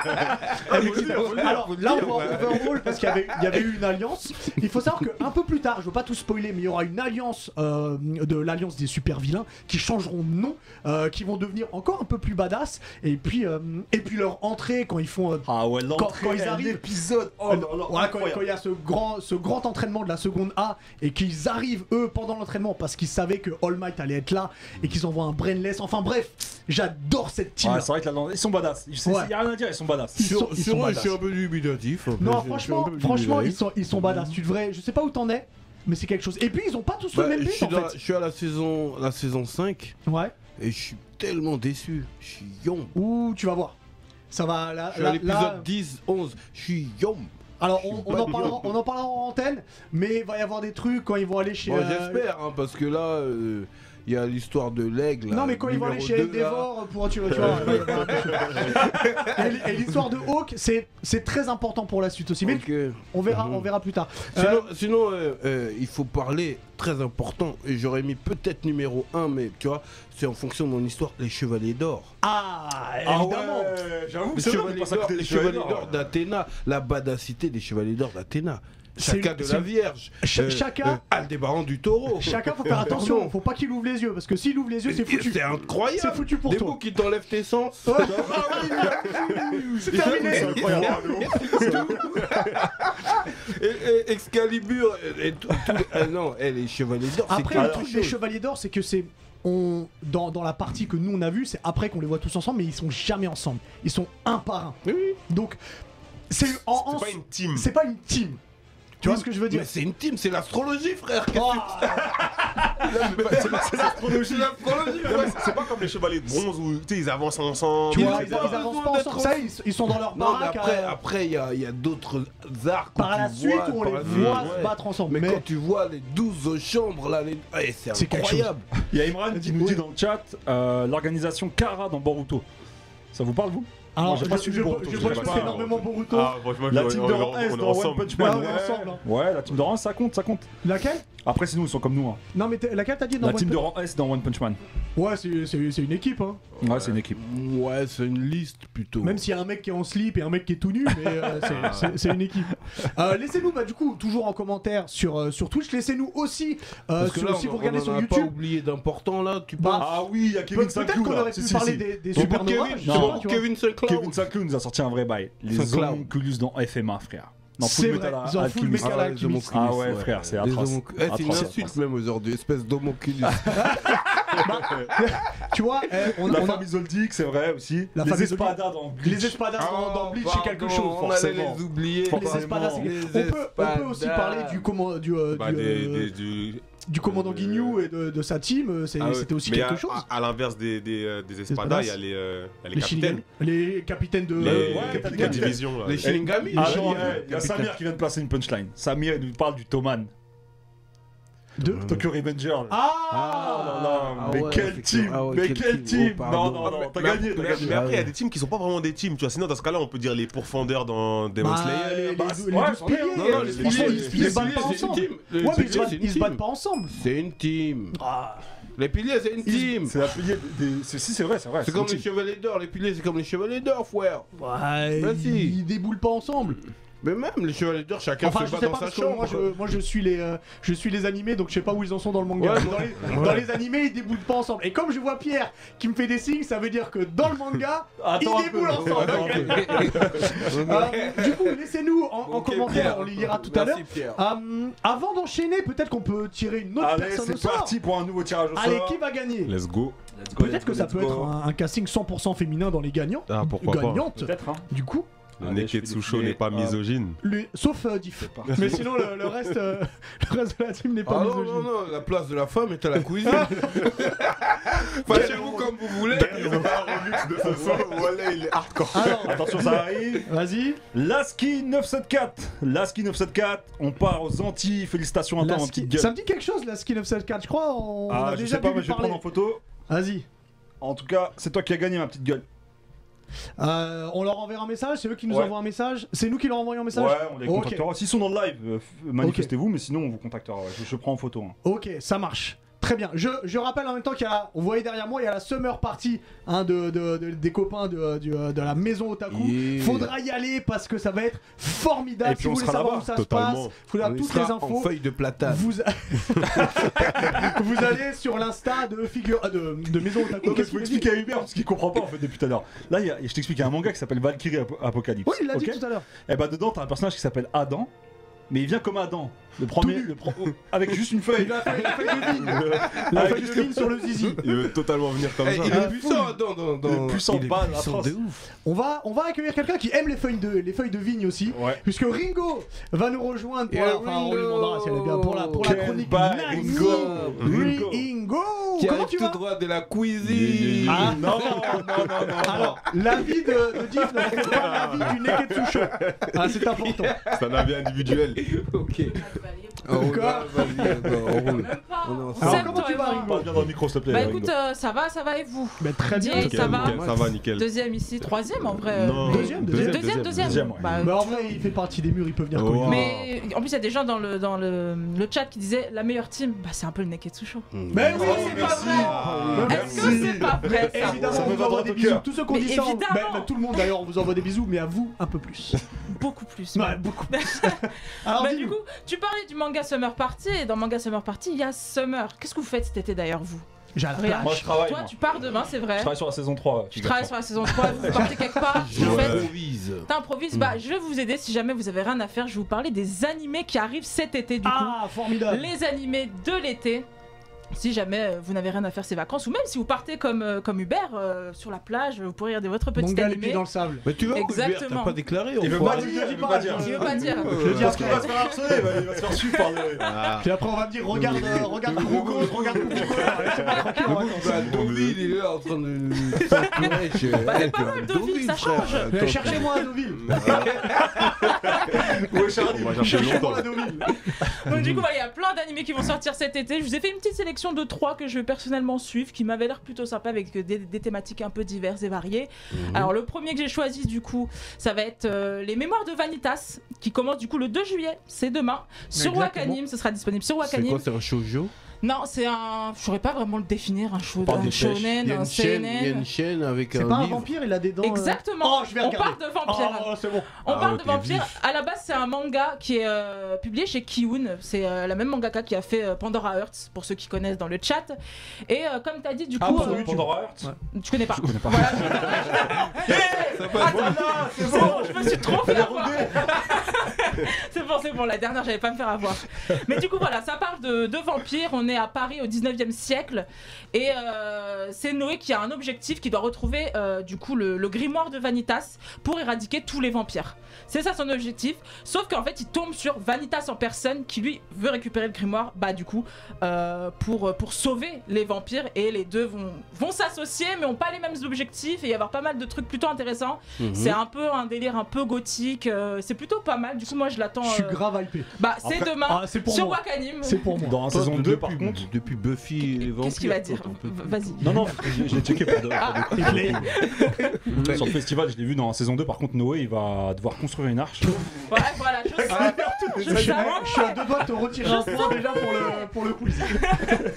A: Elle est bizarre. Alors là, on voit Overhaul parce qu'il y avait, il y avait eu une alliance. Il faut savoir que un peu plus tard, je veux pas tout spoiler, mais il y aura une alliance euh, de l'alliance des super vilains qui changeront de nom, euh, qui vont devenir encore un peu plus badass. Et puis euh, et puis leur entrée quand ils font euh,
B: Ah ouais, l'entrée,
A: quand ils arrivent-
B: l'épisode. Oh là là,
A: Ouais, quand,
B: incroyable.
A: quand il y a ce grand, ce grand entraînement de la seconde A et qu'ils arrivent eux pendant l'entraînement parce qu'ils savaient que All Might allait être là et qu'ils envoient un brainless. Enfin bref, j'adore cette team.
B: Ah, c'est vrai que là, ils sont badass. Il
A: Ouais.
B: y a rien à dire, ils sont badass.
A: Ils sont-
E: Sur,
A: ils
E: sur
A: sont
E: eux, je
A: badass.
E: suis un peu dubitatif. en
A: non,
E: fait, je suis un
A: franchement,
E: peu
A: franchement, ils
E: dubitatif.
A: sont, ils sont badass. Tu devrais, je sais pas où t'en es, mais c'est quelque chose. Et puis ils ont pas tous
E: Bah,
A: le même
E: je,
A: but
E: suis
A: en
E: dans-
A: fait.
E: je suis à la saison, la saison 5
A: Ouais.
E: et je suis tellement déçu. Je suis yom.
A: Ouh, tu vas voir. Ça va là.
E: Je suis
A: là-
E: à l'épisode
A: là-
E: 10, 11. Je suis yom.
A: alors
E: je
A: on,
E: suis
A: on
E: pas
A: en
E: bien.
A: parlera, on en parlera en antenne, mais il va y avoir des trucs quand ils vont aller chez.
E: Bon,
A: euh,
E: J'espère, hein, parce que là, euh, il y a l'histoire de l'aigle.
A: Non
E: là,
A: mais quand ils vont aller
E: numéro
A: chez
E: deux, là.
A: Endeavor pour tu, vois, tu
E: *laughs*
A: vois. il va y avoir des choses. Et, et l'histoire de Hawk, c'est c'est très important pour la suite aussi. Mais
E: Ok.
A: on verra,
E: Mhm.
A: on verra plus tard. Euh,
E: Sinon, sinon, euh, euh, il faut parler très important. Et j'aurais mis peut-être numéro 1, mais tu vois, c'est en fonction de mon histoire, les chevaliers d'or.
A: ah,
B: Ah
A: évidemment.
B: ouais, j'avoue,
E: Les
B: c'est vrai qu'on
E: chevaliers
B: passe à
E: d'or,
B: côté hein.
E: les
B: des
E: chevaliers
B: Chevaliers
E: d'or d'Athéna, la badacité des chevaliers d'or d'Athéna.
A: C'est-
E: Chacun de
A: c'est-
E: la Vierge.
A: Ch- chacun-
E: Aldébaran du taureau. *laughs*
A: Chacun faut faire
E: Non.
A: attention, faut pas qu'il ouvre les yeux parce que s'il ouvre les yeux, c'est foutu.
E: C'est incroyable.
A: C'est foutu pour
E: Des
A: toi.
E: mots qui t'enlèvent
A: *laughs*
E: tes sens.
A: Ouais.
E: Ah oui, *laughs*
A: C'est terminé.
E: et- et Excalibur. et- et tout- tout- ah non, eh, les chevaliers d'or. c'est
A: Après
E: tout
A: le
E: autre
A: truc des
E: chose.
A: chevaliers d'or, c'est que c'est on dans, dans la partie que nous on a vue, c'est après qu'on les voit tous ensemble, mais ils sont jamais ensemble. Ils sont un par un.
E: Oui, oui.
A: Donc c'est en- en-
D: C'est pas une team.
A: c'est pas une team. Tu vois ce que je veux dire
E: Mais c'est une team, c'est l'astrologie, frère. Qu'est-ce
A: Oh,
D: C'est
E: que c'est l'astrologie, frère
D: c'est pas comme les chevaliers de bronze où tu sais, ils avancent ensemble.
A: Tu
E: Ils
A: vois,
E: ont
A: ils,
E: pas
A: ils
E: besoin
A: avancent pas
E: d'être
A: ensemble. Ça, ils, ils sont dans leur
E: Non, mais
A: baraque.
E: après,
A: euh,
E: après, il y a, il y a d'autres arcs. où
A: par la
E: tu
A: suite,
E: vois-
A: où on
E: par
A: les
E: la
A: voit
E: suite,
A: se
E: ouais.
A: battre ensemble.
E: Mais,
A: Mais,
E: quand tu vois les 12 chambres là, les... Eh, c'est
A: C'est quelque
E: incroyable.
B: Il y a Imran qui nous dit dans le chat euh, l'organisation Kara dans Boruto. Ça vous parle, vous
A: alors,
B: moi,
A: je,
B: j'ai pas
A: je,
B: suivi
A: je,
B: Boruto,
A: je
B: je
A: vois
B: sais
A: je
B: pas.
A: pense énormément Boruto.
D: Ah, franchement,
B: La
D: on-
B: team
D: on-
B: d'Oran
D: on
B: S
D: est
B: dans One
D: ensemble. Bah,
B: Punch Man.
A: Ouais, on est ensemble, hein.
B: Ouais, la team d'Oran ça compte, ça compte.
A: Laquelle
B: Après, sinon, ils sont comme nous. hein.
A: Non, mais t'es- laquelle t'as dit dans
B: La
A: One
B: team
A: Punch-
B: d'Oran S dans One Punch Man.
A: Ouais, c'est- c'est c'est une équipe. Hein.
B: Ouais, c'est une équipe.
E: Ouais, c'est une liste plutôt.
A: Même s'il y a un mec qui est en slip et un mec qui est tout nu, mais euh, c'est- c'est- c'est une équipe. Euh, laissez-nous, bah, du coup, toujours en commentaire sur, euh, sur Twitch. Laissez-nous aussi, euh,
E: Parce que
A: sur-
E: là,
A: si
E: on-
A: vous
E: on
A: regardez
E: en
A: sur
E: a pas
A: YouTube.
E: oublié d'important là, tu
A: Bah,
E: parles.
B: Ah oui, il y a Kevin
A: Peut-être
B: Sinclair.
A: qu'on aurait pu parler des, des supernovas.
E: Kevin,
A: je sais
B: non.
A: pas,
B: Pour
A: tu vois.
E: Kevin Sinclair.
B: Kevin Sinclair nous a sorti un vrai bail. Les
E: Sinclair.
B: Oculus dans FMA, frère. Dans Full
A: C'est vrai,
B: Metal
A: ils ont full
B: Alchemist.
A: metal
E: Ah ouais,
A: alchimiste.
E: ils ont
B: Ah ouais, frère, c'est
E: Les
B: atroce.
E: homocu- Eh, c'est une
B: Atroce.
E: insulte même aujourd'hui, espèce d'homoculus.
A: Ah, Tu vois, eh, on,
B: La
A: on a,
B: femme Isoldic, c'est vrai aussi.
A: La
B: les
A: femme Isoldic.
B: espadas dans Ah, Bleach.
A: les espadas dans- dans Bleach, c'est quelque chose.
E: On allait
B: forcément.
E: les oublier.
A: Les
B: Forcément.
A: espadas, c'est-
E: Les
A: on, peut, on peut aussi
E: espadas.
A: parler du, comment, du, euh,
D: Bah,
A: du,
D: des-
A: euh,
D: des- du-
A: du commandant
D: euh,
A: Guignou et de, de sa team, euh, c'est-
D: Ah ouais.
A: c'était aussi
D: Mais
A: quelque
D: à-
A: chose.
D: À, à l'inverse des, des, euh, des
A: espadas.
D: espadas, il y a les, euh, il y a les,
A: les
D: capitaines.
A: Shinigami, les capitaines de. euh,
D: Les,
B: ouais,
D: les
B: t'as
D: capitaines
B: des
D: de division. là.
E: Les Shinigami.
B: Ah
E: les
B: non,
E: Shinigami.
B: il y a Samir qui vient de placer une punchline. Samir, il nous parle du Toman.
A: De
B: Tokyo Revenger. là.
A: Ah,
B: non, non,
F: Ah
B: mais
F: ouais,
B: quel
F: effectivement.
B: team
F: Ah ouais,
B: Mais
F: quel
B: quel
F: team.
B: team
F: Oh,
B: Non,
F: pardon.
B: non, non, t'as
D: Mais-
B: gagné, t'as
D: mais-
B: gagné.
D: Mais après, il y a
F: Ouais.
D: des teams qui sont pas vraiment des teams, tu vois. Sinon, dans ce cas-là, on peut dire les pourfendeurs dans Demon
A: Bah,
D: Slayer.
A: les- les-
B: bah,
A: les
B: ouais,
A: douze
B: j'en ai,
A: piliers,
B: non,
C: Non, non,
A: les
C: les
A: franchement,
C: piliers,
A: ils- ils
C: les
A: se battent pas
C: piliers, c'est une
A: ensemble.
C: team. Les
A: Ouais, mais ils se
C: piliers,
A: battent-
C: c'est une
A: ils se
C: team.
A: battent pas ensemble.
C: C'est une team.
A: Ah,
C: Les piliers, c'est une team.
B: C'est la pilier des. des- c'est- Si, c'est vrai, c'est vrai.
C: C'est comme
B: une
C: les
B: team.
C: chevaliers d'or. Les piliers, c'est comme les chevaliers d'or, frère.
A: ouais,
C: Bah, si.
A: ils ils déboulent pas ensemble.
C: Mais même les chevaliers d'or, chacun
A: Enfin,
C: se
A: je
C: bat
A: sais
C: dans
A: pas
C: sa
A: parce que
C: chambre.
A: moi je, moi je suis les euh, je suis les animés donc je sais pas où ils en sont dans le manga.
C: Ouais,
A: dans, les, dans les animés ils déboulent pas ensemble. Et comme je vois Pierre qui me fait des signes, ça veut dire que dans le manga
B: Attends un
A: ils déboulent
B: peu.
A: ensemble.
B: Attends un peu.
A: Euh, du coup, laissez-nous en, en
C: Ok,
A: commentaire,
C: Pierre.
A: on les lira tout à l'heure.
C: Merci, Pierre.
A: Euh, avant d'enchaîner, peut-être qu'on peut tirer une autre
B: Allez,
A: personne au
B: c'est
A: sort.
B: parti pour un nouveau tirage au sort.
A: Allez, qui va gagner
D: Let's go.
A: Peut-être que ça peut être un, un casting 100% féminin dans les gagnants.
D: Ah, pourquoi pas.
A: gagnantes.
B: Peut-être, hein.
A: Du coup,
D: Le
B: Allez,
D: Neketsu
B: je suis
D: Show n'est pas
B: défilé.
D: misogyne.
A: les- sauf euh, Diff.
B: C'est parti.
A: Mais sinon, le, le reste, euh, *laughs* le reste de la team n'est pas
C: Ah non,
A: misogyne.
C: non, non, la place de la femme est à la cuisine.
A: Ah.
C: *laughs* Fâchez-vous comme vous voulez.
D: de ce voilà, il est hardcore.
A: Alors,
B: Attention, ça arrive.
A: vas-y.
B: Laski 974. Laski 974. On part aux Antilles. Félicitations à toi,
A: La
B: mon
A: ski-
B: petit gueule.
A: Ça me dit quelque chose, la skin of 4 je crois. On on
B: Ah,
A: a
B: je
A: déjà
B: sais pas,
A: dû
B: mais
A: lui
B: je vais
A: parler.
B: prendre en photo.
A: Vas-y.
B: En tout cas, c'est toi qui as gagné, ma petite gueule.
A: Euh, on leur enverra un message, c'est eux qui nous
B: Ouais.
A: envoient un message. C'est nous qui leur envoyons un
B: Ouais,
A: message
B: on les
A: Ok.
B: contactera. S'ils sont dans le live, euh, f- manifestez-vous, mais sinon, on vous contactera. ouais. Je, je prends en photo. hein.
A: Ok, ça marche. Très bien. Je, je rappelle en même temps qu'il y a, la- vous voyez derrière moi, il y a la summer party hein, de, de- de- des copains de, du- euh, de la maison Otaku.
C: Yeah.
A: Faudra y aller parce que ça va être formidable.
B: Et puis
A: si
B: on
A: vous voulez
B: sera
A: savoir
B: là-bas,
A: où ça
D: totalement.
A: se passe, faudra
C: On
A: toutes
C: sera
A: les
C: En
A: infos.
C: feuille de platane.
A: Vous, a- *laughs* vous allez sur l'insta de figure ah, de, de maison Otaku.
B: Ok,
A: Qu'est-ce
B: faut
A: que vous
B: expliquer à Hubert parce qu'il comprend pas en fait depuis tout à l'heure. Là, il y a- je t'explique, il y a un manga qui s'appelle Valkyrie Ap- Apocalypse.
A: Oui, il l'a
B: ok
A: dit tout à l'heure.
B: Et bah dedans, t'as un personnage qui s'appelle Adam, mais il vient comme Adam, le premier, le pro- avec juste une feuille.
A: Il a fait, il a fait de
B: *laughs*
A: vigne.
B: Avec
A: Il a fait
B: juste
A: de vigne sur le zizi.
D: *laughs* Il veut totalement venir comme
C: Eh,
D: ça.
C: il
A: Ah,
C: est puissant hein, dans, dans, dans...
B: puissant
C: il est
B: balle,
C: puissant
B: atroce.
C: de ouf.
A: On va, on va accueillir quelqu'un qui aime les feuilles de, les feuilles de vigne aussi.
B: Ouais.
A: Puisque Ringo va nous rejoindre pour
C: Yeah,
A: la, enfin, on lui
C: Ringo.
A: demandera si elle est bien pour la, pour la
B: Quel
A: chronique.
B: bail,
A: Nani.
B: Ringo.
A: Ringo,
C: Qui
A: comment
C: arrive
A: tu
C: tout
A: vas
C: droit de la cuisine.
A: Ah,
B: Non, non, non, non.
A: Alors, l'avis de, de Diff ne reflète pas l'avis du Neketsu Show. Ah, c'est important.
D: C'est un avis individuel.
C: Ok. Ah,
F: Même
C: On roule,
A: Quoi
C: Vas-y, attends, on roule.
F: pas.
C: Oh non,
F: On
C: ça
A: Alors,
F: s'aime,
A: comment
F: toi
A: tu
F: et
A: vas,
F: moi.
A: Ringo
B: Parle bien dans le micro, s'il te plaît.
F: Bah
B: Ringo.
F: écoute, euh, ça va, ça va et vous
A: Mais très bien.
F: Dis-
D: Nickel,
F: ça va
D: nickel, ça va, nickel.
F: Deuxième ici, troisième en vrai.
D: Non.
A: Deuxième,
F: Deuxième,
A: deuxième.
F: deuxième.
B: Deuxième, ouais.
F: Bah,
A: Bah, en vrai, il fait partie des murs, il peut venir quand il
D: Oh.
A: veut.
F: Mais en plus, il y a des gens dans le, dans le, le chat qui disaient la meilleure team, bah, c'est un peu le Neketsu Show.
A: Mais oui,
B: Oh,
F: c'est pas
B: merci.
F: vrai.
B: Ah,
F: Est-ce que c'est pas vrai
D: Ah,
F: ça
A: Évidemment,
B: Ça
A: on
B: me
A: vous
B: va droit
A: envoie des
B: au
A: bisous.
B: cœur.
A: Tous ceux qu'on
F: Mais
A: dit ça, on-
F: évidemment.
A: bah, bah, tout le monde d'ailleurs, on vous envoie des bisous, mais à vous, un peu
F: *laughs*
A: plus.
F: Beaucoup plus.
A: Ouais, beaucoup plus. Alors,
F: Bah,
A: dis-nous.
F: du coup, tu parlais du manga Summer Party et dans manga Summer Party, il y a Summer. Qu'est-ce que vous faites cet été d'ailleurs, vous
A: j'ai la
F: Rien.
B: Moi, je travaille.
F: Toi,
B: moi.
F: tu pars demain, c'est vrai.
B: Je travaille sur la saison 3.
F: Tu travailles sur la saison 3, vous partez quelque part,
C: Je
F: vous faites
C: improvise.
F: T'improvises, bah je vais vous aider si jamais vous avez rien à faire, je vais vous parler des animés qui arrivent cet été du
A: Ah,
F: coup.
A: formidable.
F: Les animés de l'été. Si jamais euh, vous n'avez rien à faire ces vacances, ou même si vous partez comme, euh, comme Hubert euh, sur la plage, vous pourrez regarder votre petit
A: Mon gars, les
F: animé.
A: pieds dans le sable.
C: Mais tu vois, Hubert,
F: Exactement.
C: t'as pas déclaré.
B: Il veut
C: enfoiré.
B: pas dire, il veut pas dire.
F: Je veux pas dire.
B: Je veux dire, parce qu'il va se faire harceler, il va- il va se faire suivre par le.
D: Ah.
A: Puis après, on va me dire regarde, euh, regarde Ringo, regarde Ringo.
C: Le mec, il va à Deauville, il est là en train de.
F: Bah, c'est pas mal, Deauville, ça change.
A: Mais Cherchez-moi à Deauville.
B: Ouais, Charlie.
D: On va chercher longtemps.
A: Cherchez-moi à Deauville.
F: Donc du coup, voilà, il y a plein d'animés qui vont sortir cet été. Je vous ai fait une petite sélection de trois que je vais personnellement suivre, qui m'avaient l'air plutôt sympa avec des, des thématiques un peu diverses et variées. Alors le premier que j'ai choisi du coup, ça va être euh, les Mémoires de Vanitas, qui commence du coup le 2 juillet, c'est demain, sur
A: Exactement.
F: Wakanim. Ce sera disponible sur
C: C'est
F: Wakanim.
C: quoi, c'est un shoujo
F: Non, c'est un, je saurais pas vraiment le définir, un show-
B: parle
F: un
B: des pêches.
C: Il y
F: shonen,
C: a
F: un
C: une chaîne, il y a
F: CNN.
C: une chaîne avec
A: C'est pas
C: un
A: un
C: livre.
A: vampire, il a des dents. euh,
F: Exactement.
A: Oh, je vais
F: On
A: regarder.
F: parle de vampire.
A: Oh, c'est bon.
F: On
D: Ah
F: parle
D: ouais,
F: de
D: t'es
F: Vampire.
D: vif.
F: À la base, c'est un manga qui est euh, publié chez Kiun. C'est euh, la même mangaka qui a fait euh, Pandora Hearts, pour ceux qui connaissent dans le chat. Et euh, comme t'as dit, du coup, euh,
B: Pandora Hearts.
F: tu connais pas. Voilà, je- Hey, attends, non, c'est bon, je me suis trop fait avoir. *laughs* c'est bon, c'est bon, la dernière, j'allais pas me faire avoir. Mais du coup, voilà, ça parle de, de vampires. On est à Paris au 19e siècle. Et euh, c'est Noé qui a un objectif qui doit retrouver, euh, du coup, le, le grimoire de Vanitas pour éradiquer tous les vampires. C'est ça son objectif. Sauf qu'en fait, il tombe sur Vanitas en personne qui, lui, veut récupérer le grimoire. Bah, du coup, euh, pour, pour sauver les vampires et les deux vont, vont s'associer mais ont pas les mêmes objectifs et y avoir pas mal de trucs plutôt intéressants. C'est un peu un délire un peu gothique, euh, c'est plutôt pas mal. Du coup moi je l'attends euh,
A: suis
F: euh,
A: grave hypé.
F: Bah, c'est
B: Après-
F: demain
A: Ah, c'est pour
F: sur
A: moi.
F: Wakanim.
A: C'est pour moi.
B: Dans la saison 2, par contre.
C: Depuis Buffy et les vampires.
F: Qu'est-ce qu'il va
C: toi,
F: dire
C: t'en peux plus.
F: Vas-y.
B: Non, non, j'ai j'ai checké pour de- pour de-
C: Ouais.
B: Sur le festival, je l'ai vu dans la saison 2. Par contre, Noé, il va devoir construire une arche.
F: Ouais, voilà, je sais.
A: Je
F: Je
A: suis,
F: sais.
A: à, je suis à deux doigts de te retirer un point déjà pour le, pour le
F: *laughs*
A: quiz.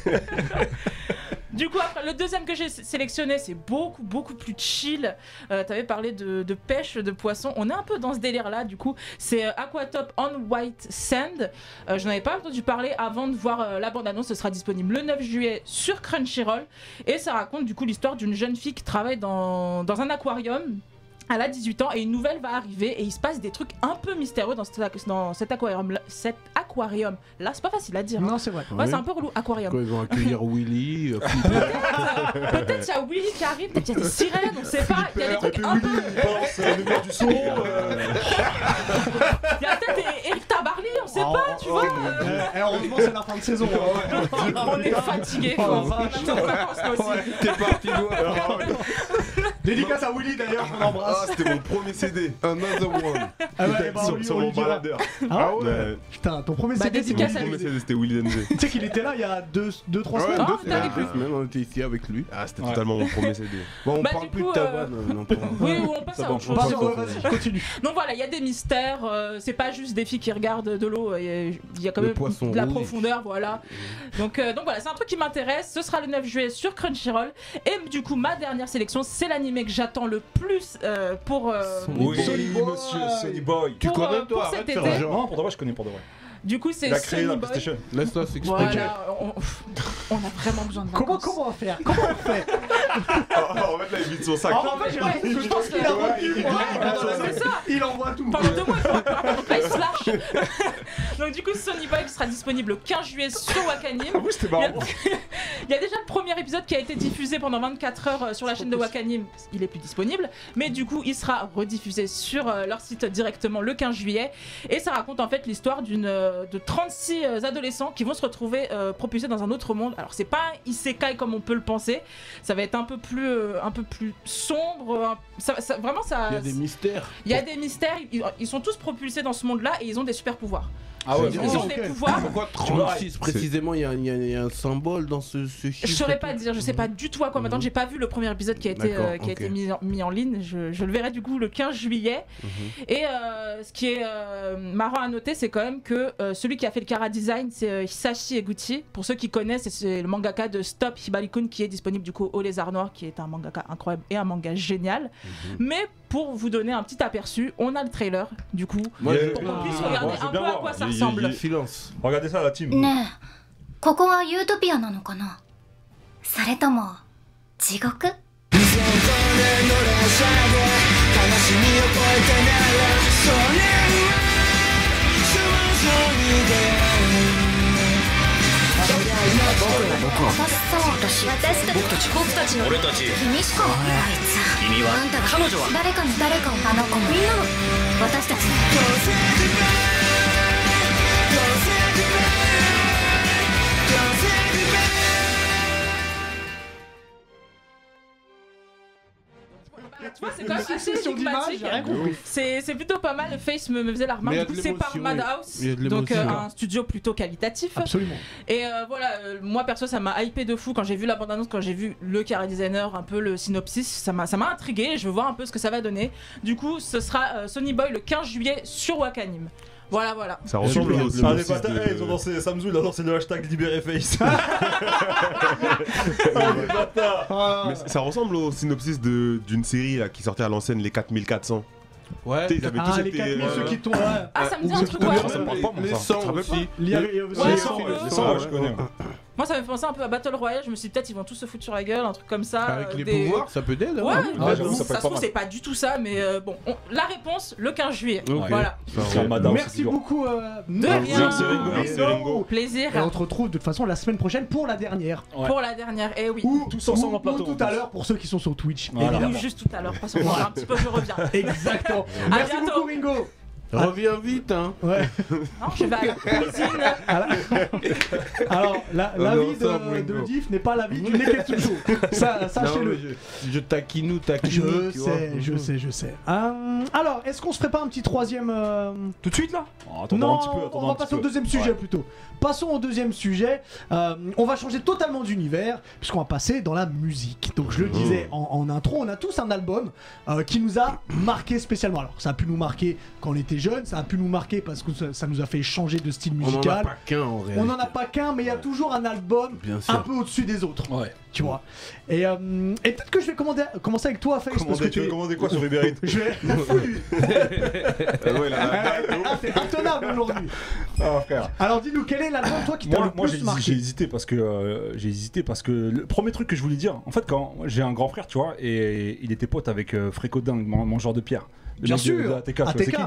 A: Eh,
F: Du coup, après, le deuxième que j'ai sé- sélectionné, c'est beaucoup, beaucoup plus chill. Euh, T'avais parlé de, de pêche, de poisson. On est un peu dans ce délire-là, du coup. C'est euh, Aquatop on White Sand. Euh, je n'avais pas entendu parler avant de voir euh, la bande-annonce. Ce sera disponible le 9 juillet sur Crunchyroll. Et ça raconte, du coup, l'histoire d'une jeune fille qui travaille dans, dans un aquarium. Elle a 18 ans et une nouvelle va arriver et il se passe des trucs un peu mystérieux dans, cet- dans cet aquarium là. Cet aquarium là, c'est pas facile à dire. hein.
A: Non, c'est vrai.
F: Ouais, c'est un peu relou, aquarium.
C: Quand ils vont accueillir Willy, euh,
F: Peut-être qu'il y a Willy qui arrive, peut-être qu'il y a des sirènes, on sait pas. Il y a des
B: Et
F: trucs
B: puis
F: un peu.
B: Willy, il pense euh, le mur du son. euh,
F: Il y a peut-être des- Eric Tabarly, on sait pas, tu vois. *laughs* euh,
A: Eh, heureusement, c'est la fin de saison. hein.
F: *laughs* On est fatigué, quoi.
A: Oh,
F: On a
A: vache.
F: trop de vacances, nous aussi.
C: t'es parti loin.
A: Dédicace à Willy d'ailleurs, qu'on
D: Ah,
A: embrasse.
D: c'était mon premier CD.
C: Another one.
A: Ah ouais, bah,
D: sur
A: Willy,
D: sur
A: on lui
D: mon
A: dira.
D: baladeur.
A: Ah ouais
D: Ouais.
A: Putain, ton premier
F: Bah,
A: CD, c'est
F: dédicace
D: Mon
F: à
D: premier
F: lui.
D: CD, c'était Willy NG.
A: Tu sais qu'il était là il y a 2-3
D: Ah ouais,
A: semaines.
F: Ah, t'avais
D: deux-
F: plus.
C: semaines, on était ici avec lui.
D: Ah, c'était
B: Ouais.
D: totalement mon premier CD.
C: Bon, on
F: Bah,
C: parle
F: du
C: plus
F: coup,
C: de ta
F: euh,
C: vanne. euh, non,
F: *laughs*
C: pardon.
F: Oui, ou on passe à
B: bon,
F: autre
B: je
F: chose.
A: Pas sûr, ouais, vas-y, continue.
F: Donc voilà, il y a des mystères. euh, c'est pas juste des filles qui regardent de l'eau. Il y a- il y a quand
C: Le
F: même
C: poisson
F: de la
C: rouge.
F: profondeur, voilà. Donc, euh, donc voilà, c'est un truc qui m'intéresse. Ce sera le 9 juillet sur Crunchyroll. Et du coup, ma dernière sélection, c'est l'animé que j'attends le plus euh, pour. euh,
B: Oui,
A: Sonny Boy.
B: monsieur Sonny Boy.
C: Tu
F: pour,
C: connais,
F: euh,
C: toi,
F: pour
C: arrête
F: cet
C: de faire
F: été.
C: genre.
B: Non, pour de vrai, je connais pour de vrai.
F: Du coup, c'est
B: Il a créé la
F: Sonny Boy.
B: PlayStation.
C: Laisse-toi s'expliquer.
F: Voilà, on, on a vraiment besoin de
A: *laughs*
F: vacances.
A: Comment, comment on va faire Comment on *laughs* fait
D: Ah, En fait, là, il vide son sac.
A: Ah, En fait, j'ai
F: Ouais,
A: l'impression que
F: je
A: je
F: pense
A: pense qu'il a
F: que-
A: retenu.
F: Ouais,
A: Ouais,
F: c'est ça.
A: Il envoie tout.
F: Pendant deux mois, il faut apprendre, donc là, il se lâche. *laughs* Donc du coup, Sony Boy qui sera disponible le 15 juillet sur Wakanim.
B: oui, c'était
F: Il y, a... *laughs* il y a déjà le premier épisode qui a été diffusé pendant 24 heures euh, sur la chaîne de Wakanim. Il est plus disponible, mais du coup, il sera rediffusé sur euh, leur site directement le 15 juillet. Et ça raconte en fait l'histoire d'une euh, de 36 euh, adolescents qui vont se retrouver euh, propulsés dans un autre monde. Alors c'est pas un isekai comme on peut le penser. Ça va être un peu plus euh, un peu plus sombre. euh, un- ça- ça- vraiment ça.
C: Il y a des mystères.
F: Il y a des mystères, ils, ils sont tous propulsés dans ce monde-là et ils ont des super pouvoirs.
B: Ah
C: ouais,
B: ouais,
F: Ils
C: bon.
F: ont
A: ok.
F: des
C: *laughs*
F: pouvoirs.
C: Pourquoi
B: vois,
C: 36 précisément Il y, a- il y a- il y a un symbole dans ce, ce chiffre.
F: Je saurais pas dire, je sais pas du tout à quoi m'attendre. J'ai pas vu le premier épisode qui a été,
C: D'accord,
F: euh, qui a
C: ok.
F: été mis, en, mis en ligne. Je, je le verrai du coup le 15 juillet.
C: Mhm.
F: Et euh, ce qui est euh, marrant à noter, c'est quand même que euh, celui qui a fait le Kara Design, c'est euh, Hisashi Eguchi. Pour ceux qui connaissent, c'est- c'est le mangaka de Stop Hibarikun qui est disponible du coup au Lézard Noir, qui est un mangaka incroyable et un manga génial. Mais pour vous donner un petit aperçu, on a le trailer du coup.
C: Moi,
B: Yeah.
C: je-
F: Pour
B: Ah,
F: qu'on puisse
B: bon,
F: regarder
B: je veux
F: un
B: bien
F: peu à
B: voir.
F: quoi ça
B: Il- il-
F: ressemble.
C: Silence.
B: Regardez ça, la team.
G: ねえここはユートピアなのかなそれとも地獄楽しそう私と僕たちの君しかあいつ君はあんたが彼女は誰かの誰かをあの子もみんなも私たちの
F: Tu vois, c'est quand même assez
A: Succession d'images,
F: énigmatique.
A: j'ai rien compris.
F: C'est c'est plutôt pas mal. Face me, me faisait la
C: Mais il y a
F: remarque. Du
C: de
F: coup, c'est par
C: l'émotion,
F: Madhouse,
C: oui. Il y a de
F: donc euh,
C: l'émotion.
F: un studio plutôt qualitatif.
A: Absolument.
F: Et euh, voilà, euh, moi perso, ça m'a hypé de fou quand j'ai vu la bande-annonce, quand j'ai vu le carré designer, un peu le synopsis, ça m'a ça m'a intrigué. et Je veux voir un peu ce que ça va donner. Du coup, ce sera euh, Sony Boy le 15 juillet sur Wakanim. Voilà, voilà.
D: Ça
B: Ensemble,
D: ressemble au
B: ah, les
D: synopsis
B: bâtards,
D: de-
B: eh, ils ont lancé Samsung, il a lancé le hashtag libéré face.
A: Ah,
D: Mais ça ressemble au synopsis de- d'une série là, qui sortait à l'ancienne, les 4400.
C: Ouais.
D: Tu sais, ils avaient
A: ah,
D: tous
A: les
D: été,
A: 4000,
D: euh,
A: ceux qui tombent. ouais.
F: Ah, ça me dit
C: ou-
F: un truc,
C: ou
F: ouais.
C: bien
D: Ça me parle pas, moi,
C: Les
D: ça.
C: sangs
D: Tu te rappelles
C: aussi.
A: Il y a- il y a-
F: Ouais,
A: les
F: c'est
A: cent-
F: un peu.
A: les
D: Les
A: cent-
D: cent, ouais, je connais.
F: Moi, ça m'a fait penser un peu à Battle Royale. Je me suis dit, peut-être ils vont tous se foutre sur la gueule, un truc comme ça.
C: Bah, Avec
F: euh,
C: les
F: des-
C: pouvoirs, ça peut t'aider.
F: Ouais,
C: hein.
F: bah,
B: Ah, j'avoue, ça peut
F: ça
B: être
F: se
B: pas
F: trouve,
B: mal.
F: c'est pas du tout ça, mais euh, bon, on- la réponse le 15 juillet.
C: Ok.
F: Voilà,
B: Sur Madame, Ah, c'est
A: Merci
B: dur.
A: beaucoup, euh,
F: rien. Merci,
B: Ringo.
A: Ringo.
B: Merci, Ringo.
F: plaisir
A: Et on te retrouve de toute façon la semaine prochaine pour la dernière.
B: Ouais.
F: pour la dernière. Eh oui,
A: Ou
B: tous ensemble en plateau,
A: ou
B: en
A: tout à
B: plus.
A: l'heure pour ceux qui sont sur Twitch.
B: Voilà.
F: *laughs* Ou juste tout à l'heure, parce qu'on va voir un petit peu, je reviens.
A: Exactement. Merci
F: bientôt.
A: beaucoup, Ringo.
C: Reviens vite, hein.
A: Ouais.
F: Non, je vais à la cuisine.
A: *laughs* Alors, alors, la-
C: On est
A: l'avis de,
C: ensemble,
A: de
C: Nico.
A: Diff n'est pas l'avis du Neketsucho. Ah, Ça,
C: Non,
A: sachez-le.
C: mais je, je taquinou, taquinou.
A: Je
C: tu vois. Mm-hmm. Mhm.
A: sais, je sais, je sais. Hum, alors, est-ce qu'on se ferait pas un petit troisième euh,
B: Tout de suite là
A: Non, on va passer au deuxième sujet plutôt. Passons au deuxième sujet. Euh, on va changer totalement d'univers puisqu'on va passer dans la musique. Donc je le
C: Oh.
A: disais en, en intro, on a tous un album euh, qui nous a marqué spécialement. Alors ça a pu nous marquer quand on était jeune, ça a pu nous marquer parce que ça, ça nous a fait changer de style
C: On en a
A: musical.
C: pas qu'un en réalité.
A: On n'en a pas qu'un, mais il y a toujours un album
C: Bien
A: un
C: sûr.
A: peu au-dessus des autres,
B: Ouais.
A: tu vois. Et, euh, et peut-être que je vais commander- commencer avec toi, Face, parce que tu es-
D: commander quoi sur Uber Eats
A: Je
D: *laughs*
A: vais la foulue.
D: Ouais, là,
A: Ah, c'est *laughs* intenable aujourd'hui.
D: Ah, frère.
A: Alors dis-nous, quel est l'album toi qui t'a le
B: Moi, moi, j'ai
A: plus
B: hési- j'ai
A: marqué
B: hésité parce que euh, j'ai hésité parce que le premier truc que je voulais dire, en fait, quand moi, j'ai un grand frère, tu vois, et il était pote avec euh, Fréco Dingue, mon, mon genre de pierre. Le
A: Bien
B: mec de-
A: sûr,
B: de ATK, tu vois,
A: ATK.
B: c'est qui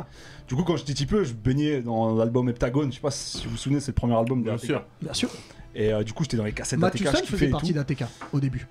B: Du coup, quand j'étais petit peu, je baignais dans l'album Heptagone. Je sais pas si vous vous souvenez, c'est le premier album de
C: Bien
B: ATK.
C: sûr.
A: Bien sûr.
B: Et euh, du coup, j'étais dans les cassettes
A: Mathieu
B: ATK.
A: Sun
B: Je kiffais
A: faisait
B: et
A: partie
B: tout.
A: d'ATK au début.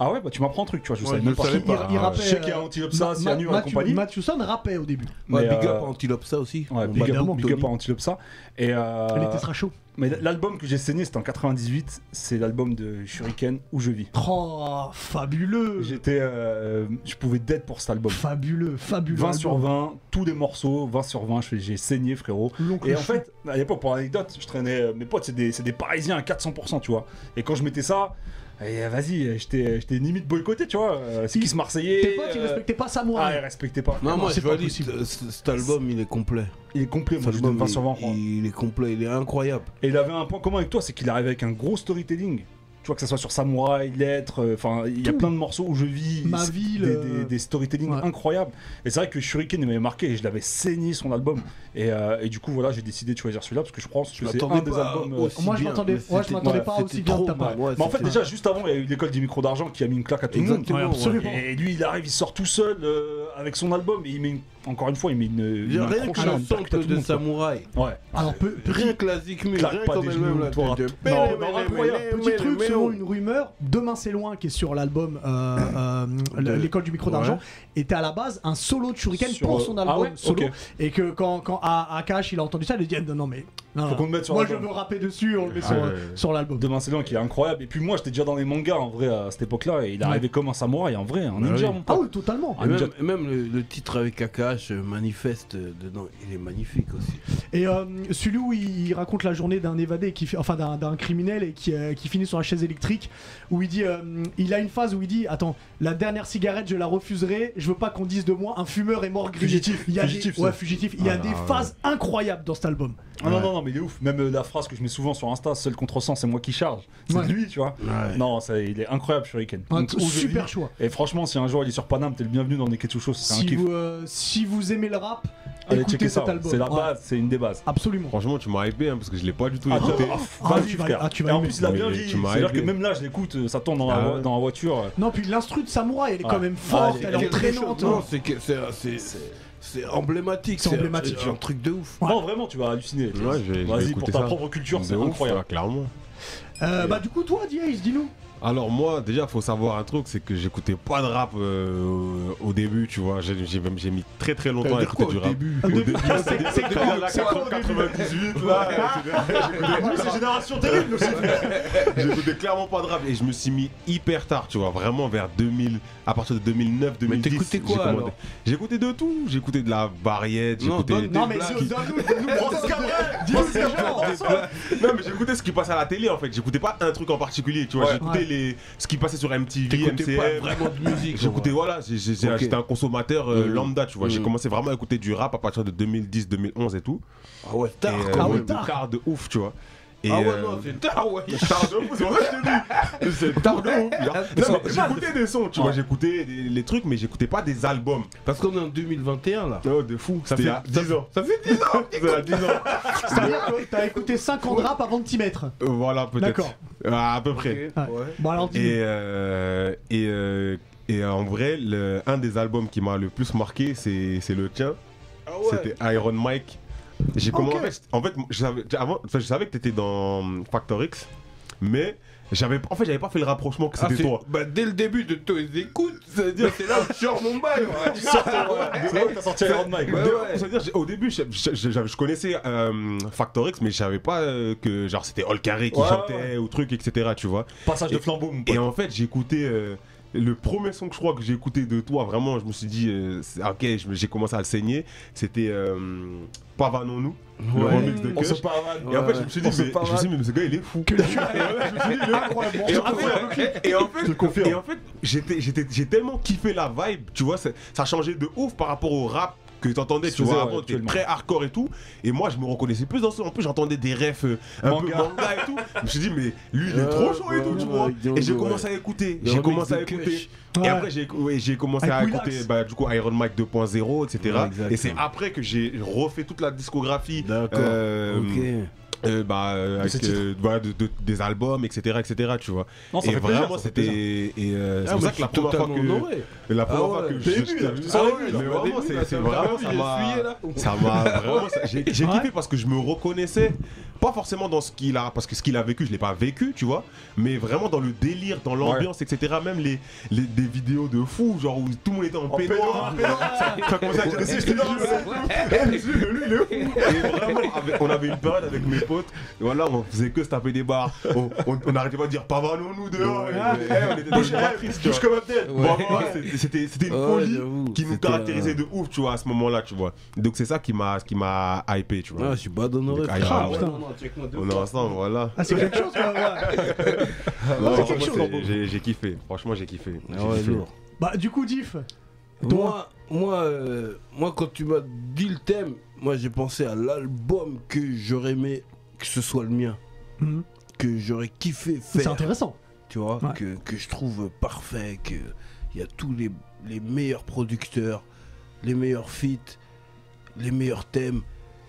B: Ah ouais, bah tu m'apprends un truc, tu vois. Je
C: Ouais,
B: savais
C: je
B: même
C: le
B: pas.
C: savais
B: ça.
C: pas.
A: il
C: hein.
A: rappelle-
B: Je sais qu'il y a Antilopsa,
A: Ma-
B: Cyanure
A: Ma-
B: et compagnie.
A: Mathieu Sun rappait au début.
C: Ouais,
B: Mais,
C: big
B: euh,
C: up Antilope, ça aussi.
B: Ouais,
C: On
B: big, up,
C: évidemment,
B: big up à
C: Tony.
B: Antilopsa. Et euh,
A: Elle était chaud.
B: mais l'album que j'ai saigné, c'était en 98. C'est l'album de Shuriken où je vis.
A: Oh, fabuleux.
B: J'étais, euh, je pouvais dead pour cet album.
A: Fabuleux, fabuleux.
B: 20 sur 20, tous les morceaux, 20 sur 20, je fais- j'ai saigné frérot.
A: L'oncle
B: Et en
A: Chou.
B: fait, à l'époque, pour l'anecdote, je traînais, euh, mes potes, c'est des, c'est des parisiens à 400%, tu vois. Et quand je mettais ça, eh, vas-y, j'étais j'étais limite boycotté, tu vois. euh, C'est qui se marseillais
A: Tes potes, ils
B: euh,
A: respectaient pas ça, moi.
B: Ah, ils respectaient pas.
C: Non, moi,
A: c'est
C: je
A: pas
C: valide.
A: possible.
C: euh, c- Cet album, il est complet.
B: Il est complet, moi,
C: Cet
B: je lui donne
C: album,
B: 20 sur 20.
C: il- Il est complet, il est incroyable.
B: Et il avait un point commun avec toi, c'est qu'il arrivait avec un gros storytelling. Tu vois, que ça soit sur Samouraï, Lettres, euh, enfin, il y a
A: Tout.
B: plein de morceaux où je vis.
A: Ma
B: c'est
A: ville,
B: Des,
A: euh,
B: des- des storytelling
A: ouais.
B: incroyables. Et c'est vrai que Shuriken m'avait marqué et je l'avais saigné son album. Et, euh, et du coup, voilà, j'ai décidé de choisir celui-là parce que je pense que c'est
C: m'attendais
B: un des
C: pas
B: albums. euh,
C: aussi
A: Moi, je
C: bien,
A: m'attendais-
C: mais
A: moi, je
C: c'était-
A: m'attendais pas
C: c'était
A: aussi bien
C: trop
A: que ta part.
C: mal, ouais,
B: Mais en fait,
C: c'était-
B: déjà, juste avant, il y a eu l'école des micros d'argent qui a mis une claque à tout le monde.
C: Exactement,
A: Ouais, absolument.
B: Et lui, il arrive, il sort tout seul euh, avec son album et il met une- encore une fois, il met une. une
C: Rien
B: accroche
C: que le
B: à une claque à
C: centre
B: tout le
C: de
B: monde, quoi.
C: samouraï.
B: Ouais.
A: Alors, peu- peu-
C: Rien que la Zikmul,
B: Claque
C: rien
B: pas
C: comme
B: des
C: elle-même
B: genoux,
C: la
B: toi.
C: tête de-
B: Non,
C: Mais-
B: non,
C: mais-
B: incroyable.
C: mais-
A: Petit
C: mais-
A: truc,
C: mais-
A: selon
C: mais-
A: une rumeur, Demain c'est loin, qui est sur l'album euh,
B: Mmh.
A: euh, L'école du micro d'argent,
C: Ouais.
A: était à la base un solo de Shuriken
B: Sur,
A: pour
B: euh,
A: son
B: ah
A: album
B: ouais
A: solo.
B: Ok.
A: Et que quand, quand A- Akash il a entendu ça, il a dit eh, Non, non, mais. non,
B: Faut
A: non,
B: qu'on le mette sur
A: Moi je
B: l'album. Ah
A: veux rapper dessus, on le met sur,
D: ouais,
A: euh,
D: ouais, ouais.
A: sur l'album.
B: Demain c'est loin qui est incroyable et puis moi j'étais déjà dans les mangas en vrai à cette époque là et il arrivait comme un samouraï en vrai un ninja
C: oui.
B: mon
A: Ah
B: pote.
A: oui, totalement.
B: Ah,
C: Et
B: déjà-
C: même, et même le, le titre avec Akash euh, manifeste euh, dedans, il est magnifique aussi.
A: Et euh, celui où il raconte la journée d'un évadé, qui, fait- enfin d'un d'un criminel et qui, euh, qui finit sur la chaise électrique, où il dit, euh, il a une phase où il dit, attends, la dernière cigarette je la refuserai, je veux pas qu'on dise de moi un fumeur est mort grillé.
B: Fugitif,
A: il y a
B: fugitif,
A: des,
B: ça.
A: ouais, fugitif. Il y a
C: Ah,
A: des
C: ouais.
A: phases incroyables dans cet album.
B: Ah non non non mais il est ouf même euh, la phrase que je mets souvent sur Insta seul contresens c'est moi qui charge c'est
A: Ouais.
B: lui tu vois non ça, il est incroyable Shuriken
A: Un
B: Donc,
A: t-
B: où je
A: super
B: vis-
A: choix.
B: et franchement si un jour il est sur Paname t'es le bienvenu dans Neketsu Show c'est un
A: Si
B: kiff
A: vous, euh, si vous aimez le rap,
B: allez
A: écoutez
B: checker
A: cet
B: ça
A: album.
B: c'est la
A: Ouais,
B: base c'est une des bases
A: Absolument.
D: Franchement, tu m'as hypé hein, parce que je l'ai pas du tout
B: Ah,
D: écouté.
A: ah,
B: vas-y,
A: tu vas-
B: frère.
A: ah, tu vas
B: et en
A: aimer.
B: plus il a bien
D: Mais
B: vieilli
D: tu m'as
B: c'est à dire que
D: hypé.
B: même là je l'écoute euh, ça tourne dans la,
D: Ah
B: vo-
D: ouais.
B: dans la voiture euh.
A: Non, puis l'instru de samouraï, elle est
B: Ouais.
A: quand même
B: Ah,
A: forte,
B: elle est-
A: elle est
B: elle est
A: entraînante. hein.
C: Non, c'est que c'est euh, c'est- c'est emblématique.
A: C'est
C: C'est
A: emblématique.
C: c'est un truc de ouf.
A: Ouais.
B: non vraiment tu vas halluciner
D: Ouais, je vais- je vais
B: vas-y pour
D: écouter
B: ta
D: ça.
B: propre culture
D: De
B: c'est
D: ouf,
B: incroyable
D: ça, clairement.
A: Euh, bah du coup, toi, Diaz, dis-nous.
D: Alors moi, déjà, faut savoir un truc, c'est que j'écoutais pas de rap euh, au au début, tu vois. J'ai j'ai même j'ai mis très très longtemps à
C: dire
D: écouter
C: quoi,
D: du
C: au
D: rap.
C: début
D: Au début,
A: C'est- c'est
D: depuis
A: quoi,
D: la
A: c'est quoi au début
D: 98 là.
B: Ah,
D: c'est
A: Ah,
D: génération terrible aussi. *laughs* J'écoutais clairement pas de rap et je me suis mis hyper tard, tu vois, vraiment vers 2000, à partir de 2009, 2010.
C: t'écoutais quoi,
D: j'ai commandé-
C: alors
D: J'écoutais de tout. J'écoutais de la variette.
C: Non,
D: J'écoutais.
C: donne-
D: *laughs*
A: Non, mais
C: blagues.
A: dis- donne-nous, donne-nous,
D: Francis Cabrel
A: dis-nous les gens.
D: non mais j'écoutais ce qui passait à la télé en fait, j'écoutais pas un truc en particulier, tu vois,
B: Ouais.
D: j'écoutais
A: Ouais.
D: les ce qui passait sur MTV,
C: T'écoutais pas
D: MCM.
C: vraiment de musique.
D: J'écoutais
E: euh,
C: en
D: voilà, j'ai- j'ai- j'ai-
C: Ok.
D: j'étais un consommateur euh,
C: Mm.
D: lambda, tu vois, j'ai
C: Mm.
D: commencé vraiment à écouter du rap à partir de 2010, 2011 et tout.
C: vrai. Ah ouais,
D: Et,
C: tard.
D: euh,
C: quand
A: Ah oui,
C: même.
A: tard.
D: tard de ouf, tu vois. Et,
C: Ah ouais,
D: euh,
C: non, c'est tard, ouais.
D: *laughs* Tard de ouf, c'est vrai, je te dis. C'est tard de ouf. genre. Non, mais J'écoutais des sons, tu vois, j'écoutais des- les trucs, mais j'écoutais pas des albums.
C: Parce qu'on est en 2021 là.
D: Oh, de fou, ça fait 10 ans.
C: Ça fait 10 ans.
D: Ça fait 10 ans.
A: C'est-à-dire que t'as écouté 5 ans de rap avant de t'y mettre.
D: Euh, Voilà, peut-être.
A: D'accord.
D: Ah, À peu près.
C: Ouais.
A: Bon, alors dis-nous.
D: Et, euh, et, euh, et euh, en vrai, le- un des albums qui m'a le plus marqué, c'est c'est le tien.
C: Ah ouais.
D: C'était Iron Mike. J'ai comment
A: Ok.
D: en fait, en fait, je savais, avant, enfin, je savais que t'étais dans hum, Factor X. mais j'avais, en fait, j'avais pas fait le rapprochement que
C: Ah,
D: c'était
C: c'est-
D: toi.
C: Bah, dès le début de tes écoutes, c'est-à-dire, c'est là où je sors mon bail. ouais.
E: *laughs*
B: Ah
E: Ah
B: T'as sorti Iron Mike.
C: Ouais,
D: De-
C: ouais.
D: c'est-à-dire, j'ai- au début, je, je- je- je- je connaissais euh, Factor X, mais je savais pas euh, que genre c'était Hall Carré qui
B: Ouais,
D: chantait
B: ouais.
D: ou truc, etc. Tu vois.
B: Passage de flambeau, mon pote.
D: Et en fait, j'ai écouté euh, le premier son que je crois que j'ai écouté de toi. Vraiment, je me suis dit, euh, c'est- ok, je me- j'ai commencé à le saigner. C'était euh, Pavanons-nous, le
C: Ouais.
D: remix de
B: On se
D: Kush.
B: pavane.
D: Et en fait, je me suis dit,
B: On se
D: mais, je me suis dit, mais ce gars, il est fou.
A: Incroyable.
D: Et en
E: ah,
D: fait- et en fait,
B: Ah Je le confirme.
D: et en fait, j'étais, j'étais, j'ai tellement kiffé la vibe, tu vois, c'est- ça changeait de ouf par rapport au rap que t'entendais,
B: Je
D: tu
B: faisais,
D: vois,
B: ouais,
D: avant, t'es
B: actuellement.
D: très hardcore et tout. Et moi, je me reconnaissais plus dans ça. En plus, j'entendais des refs euh, un
B: Manga.
D: peu manga et tout. Je me suis dit, mais lui, il est
E: Ouais,
D: trop chaud et
E: Euh, ouais,
D: tout, tu
E: ouais,
D: vois.
E: avec des
D: Et j'ai
E: remix,
D: commencé à écouter,
E: Des
D: j'ai
E: remix
D: commencé
E: de
D: à écouter.
E: Kush.
D: Et
A: Ouais.
D: après, j'ai ouais, j'ai commencé
A: Avec
D: à
A: Willax.
D: écouter, bah, du coup, Iron Mike 2.0, etc.
E: Ouais, exact.
D: et c'est après que j'ai refait toute la discographie.
E: D'accord.
D: euh,
E: Ok. Ah,
D: euh, bah, euh, avec,
B: ces titres.
D: euh, voilà, de- de- des albums, etc., etc., tu vois.
B: Non, ça
D: et
B: fait plaisir,
D: vraiment,
B: ça fait
D: c'était.
B: plaisir.
D: Et
E: Ah,
D: euh, c'est pour
E: mais
D: ça
E: je
D: que la
E: suis
D: première fois que.
E: totalement honoré.
D: La première
E: Ah
D: fois
E: ouais,
D: que
E: t'as
D: je.
E: vu,
D: je-
E: là,
D: je-
E: tu
D: ah
E: sens
D: oui,
E: vu,
D: mais
E: là,
D: vraiment,
E: au début,
D: c'est-
E: là,
D: c'est
E: t'as
D: vraiment.
E: vraiment
D: Ça
E: eu
D: m'a.
E: essuyé, là.
D: Ça m'a vraiment. ça- J'ai j'ai
A: Ouais.
D: kiffé parce que je me reconnaissais. Pas forcément dans ce qu'il a, parce que ce qu'il a vécu, je l'ai pas vécu, tu vois, mais vraiment dans le délire, dans l'ambiance, etc. Même les, les des vidéos de fou, genre où tout le monde était en, peignoir, ça- ça commençait à dire, C'est- c'est- et vraiment, avec- on avait une période avec mes potes, et voilà, on faisait que se taper des barres. On, on- on n'arrétait pas de dire pavanons-nous dehors. Et- et- et on était dans une matrice, tu vois. Bon,
E: Ouais.
D: ouais, c'était- C'était c'était une
E: Ouais,
D: folie
E: j'avoue,
D: qui nous
E: c'était, euh,
D: caractérisait de ouf, tu vois, à ce moment-là, tu vois. Donc c'est ça qui m'a qui m'a hypé, tu vois.
E: Ah, je suis pas d'honoré.
D: Donc,
E: frère.
D: Iron
A: Ah,
D: Man,
A: putain.
D: on est ensemble, voilà.
A: Ah, c'est quelque chose, quoi. ouais.
D: Non,
A: c'est
D: franchement,
A: quelque chose,
D: c'est-
A: en beau.
D: j'ai- J'ai kiffé, franchement, j'ai kiffé. J'ai
E: Ah ouais,
D: kiffé.
E: lourd.
A: Bah, du coup, Diff,
E: Moi, moi, euh, moi, quand tu m'as dit le thème, moi j'ai pensé à l'album que j'aurais aimé que ce soit le mien,
A: Mhm.
E: que j'aurais kiffé
A: c'est
E: faire,
A: intéressant.
E: tu vois,
A: Ouais.
E: que, que je trouve parfait, que il y a tous les, les meilleurs producteurs, les meilleurs feats, les meilleurs thèmes.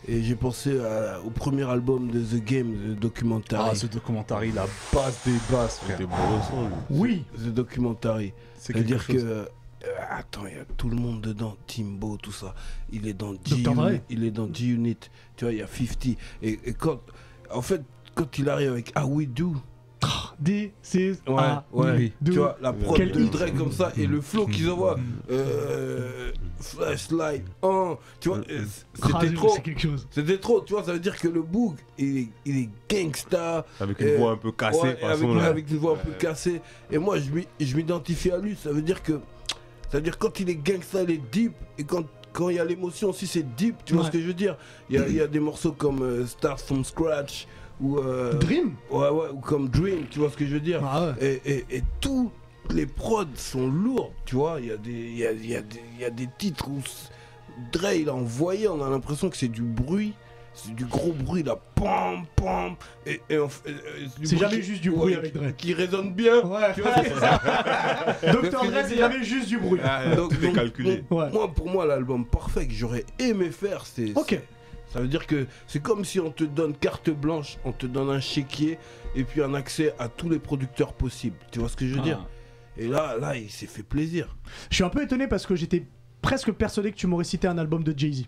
E: Et j'ai pensé à- au premier album de The Game, The Documentary.
B: Ah, ce documentary, la base des bases, frère.
D: C'était bon le son, lui.
A: Oui.
E: The Documentary.
B: C'est quelque
E: C'est-à-dire que.
B: chose.
E: euh, attends, il y a tout le monde dedans. Timbo, tout ça. Il est dans
A: Dr. Dre.
E: G-Unit. Il est dans G-Unit. Tu vois, il y a 50. Et, et quand. En fait, quand il arrive avec Ah We Do.
A: D, C,
E: Ouais,
A: A,
E: ouais.
A: D,
E: Tu
A: deux.
E: vois, la prod
A: Quel
E: de
A: hit.
E: Dre comme ça et le flow qu'ils envoient. Euh, flashlight 1. Tu vois, euh,
A: Craseux,
E: c'était trop.
A: Ah, C'est quelque chose.
E: C'était trop, tu vois, ça veut dire que le Boog, il est, il est gangsta,
D: Avec une
E: Euh,
D: voix un peu cassée,
E: Ouais,
D: de toute
E: et avec,
D: façon, là.
E: avec une voix un peu cassée. Et moi, je m'i- je m'identifie à lui. Ça veut dire que. Ça veut dire quand il est gangsta, il est deep. Et quand quand il y a l'émotion aussi, c'est deep. Tu vois
A: Ouais.
E: ce que je veux dire Il y a- il y, a des morceaux comme euh, Start from Scratch. Ou, euh,
A: Dream
E: ouais, ouais, ou comme Dream. Tu vois ce que je veux dire
A: Ah ouais.
E: et, et, et toutes les prods sont lourdes, tu vois. Il y, a des- il y a, il y a des- il y a des titres où s- Dre il a envoyé, on a l'impression que c'est du bruit, c'est du gros bruit là, pam pam. Et, et en f- et- et du
A: C'est
E: bruit
A: jamais
E: qui-
A: juste du bruit
E: ouais,
A: avec
E: qui-
A: Dre.
E: Qui résonne bien.
A: Ouais.
E: Tu vois, c'est *laughs* ça.
A: Docteur Dre, c'est jamais juste du bruit.
D: Ah,
E: Donc,
D: Tout est
E: donc,
D: calculé.
E: donc,
A: Ouais.
E: Moi, pour moi, l'album parfait que j'aurais aimé faire, c'est.
A: Ok.
E: Ça veut dire que c'est comme si on te donne carte blanche, on te donne un chéquier et puis un accès à tous les producteurs possibles. Tu vois ce que je veux
B: Ah.
E: dire Et là, là, il s'est fait plaisir.
A: Je suis un peu étonné parce que j'étais presque persuadé que tu m'aurais cité un album de Jay-Z.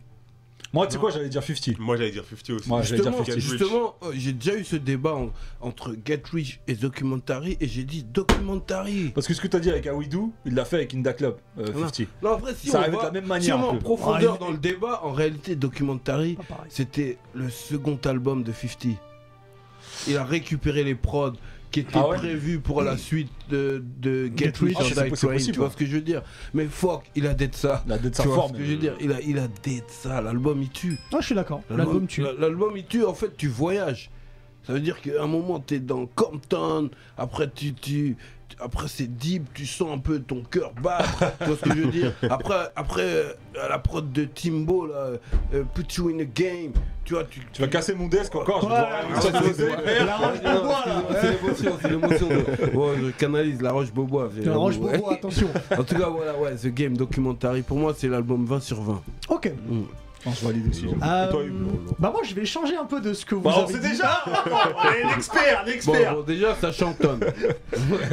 B: Moi, tu sais quoi, j'allais dire 50.
D: Moi, j'allais dire 50 aussi.
B: Moi, j'allais dire
E: Justement,
B: 50.
E: justement, euh, j'ai déjà eu ce débat en- entre Get Rich et Documentary et j'ai dit Documentary.
B: Parce que ce que t'as dit avec Awidou, il l'a fait avec Inda Club, euh,
E: Voilà.
B: 50.
E: Non, après, si
B: Ça
E: on
B: arrive de
E: va-
B: la même manière,
E: si on
B: un
E: va en
B: peu.
E: profondeur
A: Ah, il-
E: dans le débat, en réalité, Documentary,
A: Pas Ah, pareil.
E: c'était le second album de 50. Il a récupéré les prods qui étaient
B: Ah ouais
E: prévus pour la suite de, de
A: Get
E: Get, Rich
A: Rich.
E: or
B: Ah, c'est
E: Die
B: possible,
E: Trying,
B: possible,
E: tu vois
B: ouais.
E: ce que je veux dire Mais fuck, il a d'être ça.
B: La dette, sa
E: Tu vois ce
B: forme.
E: que je veux dire Il a, il a d'être ça, l'album il tue.
A: Ah, je suis d'accord. L'album tue.
E: la- L'album, il tue, en fait, tu voyages. Ça veut dire qu'à un moment, t'es dans Compton, après, tu, tu, tu- après c'est deep, tu sens un peu ton cœur battre. *laughs* tu vois ce que je veux dire Après, après euh, à la prod de Timbo, là, euh, Put You in a Game, tu vois, tu. Ah,
B: Tu vas casser mon desk encore, je
A: Ouais, ouais,
B: dois-
E: ouais, ouais, ouais.
A: La roche de bois, là.
E: C'est l'émotion, c'est l'émotion. de- Ouais, je canalise la roche Bobois.
A: La roche pour moi,
E: *laughs*
A: attention.
E: En tout cas, voilà, ouais, The Game Documentary, pour moi, c'est l'album 20 sur 20.
A: Ok.
B: Non, je valide aussi.
A: Euh,
D: Et toi, Hugo
A: bah moi je vais changer un peu de ce que vous
B: Bah, on
A: avez
B: sait
A: dit. *laughs*
B: déjà Allez, L'expert,
E: Bon,
B: l'expert
E: bon, déjà, ça chantonne.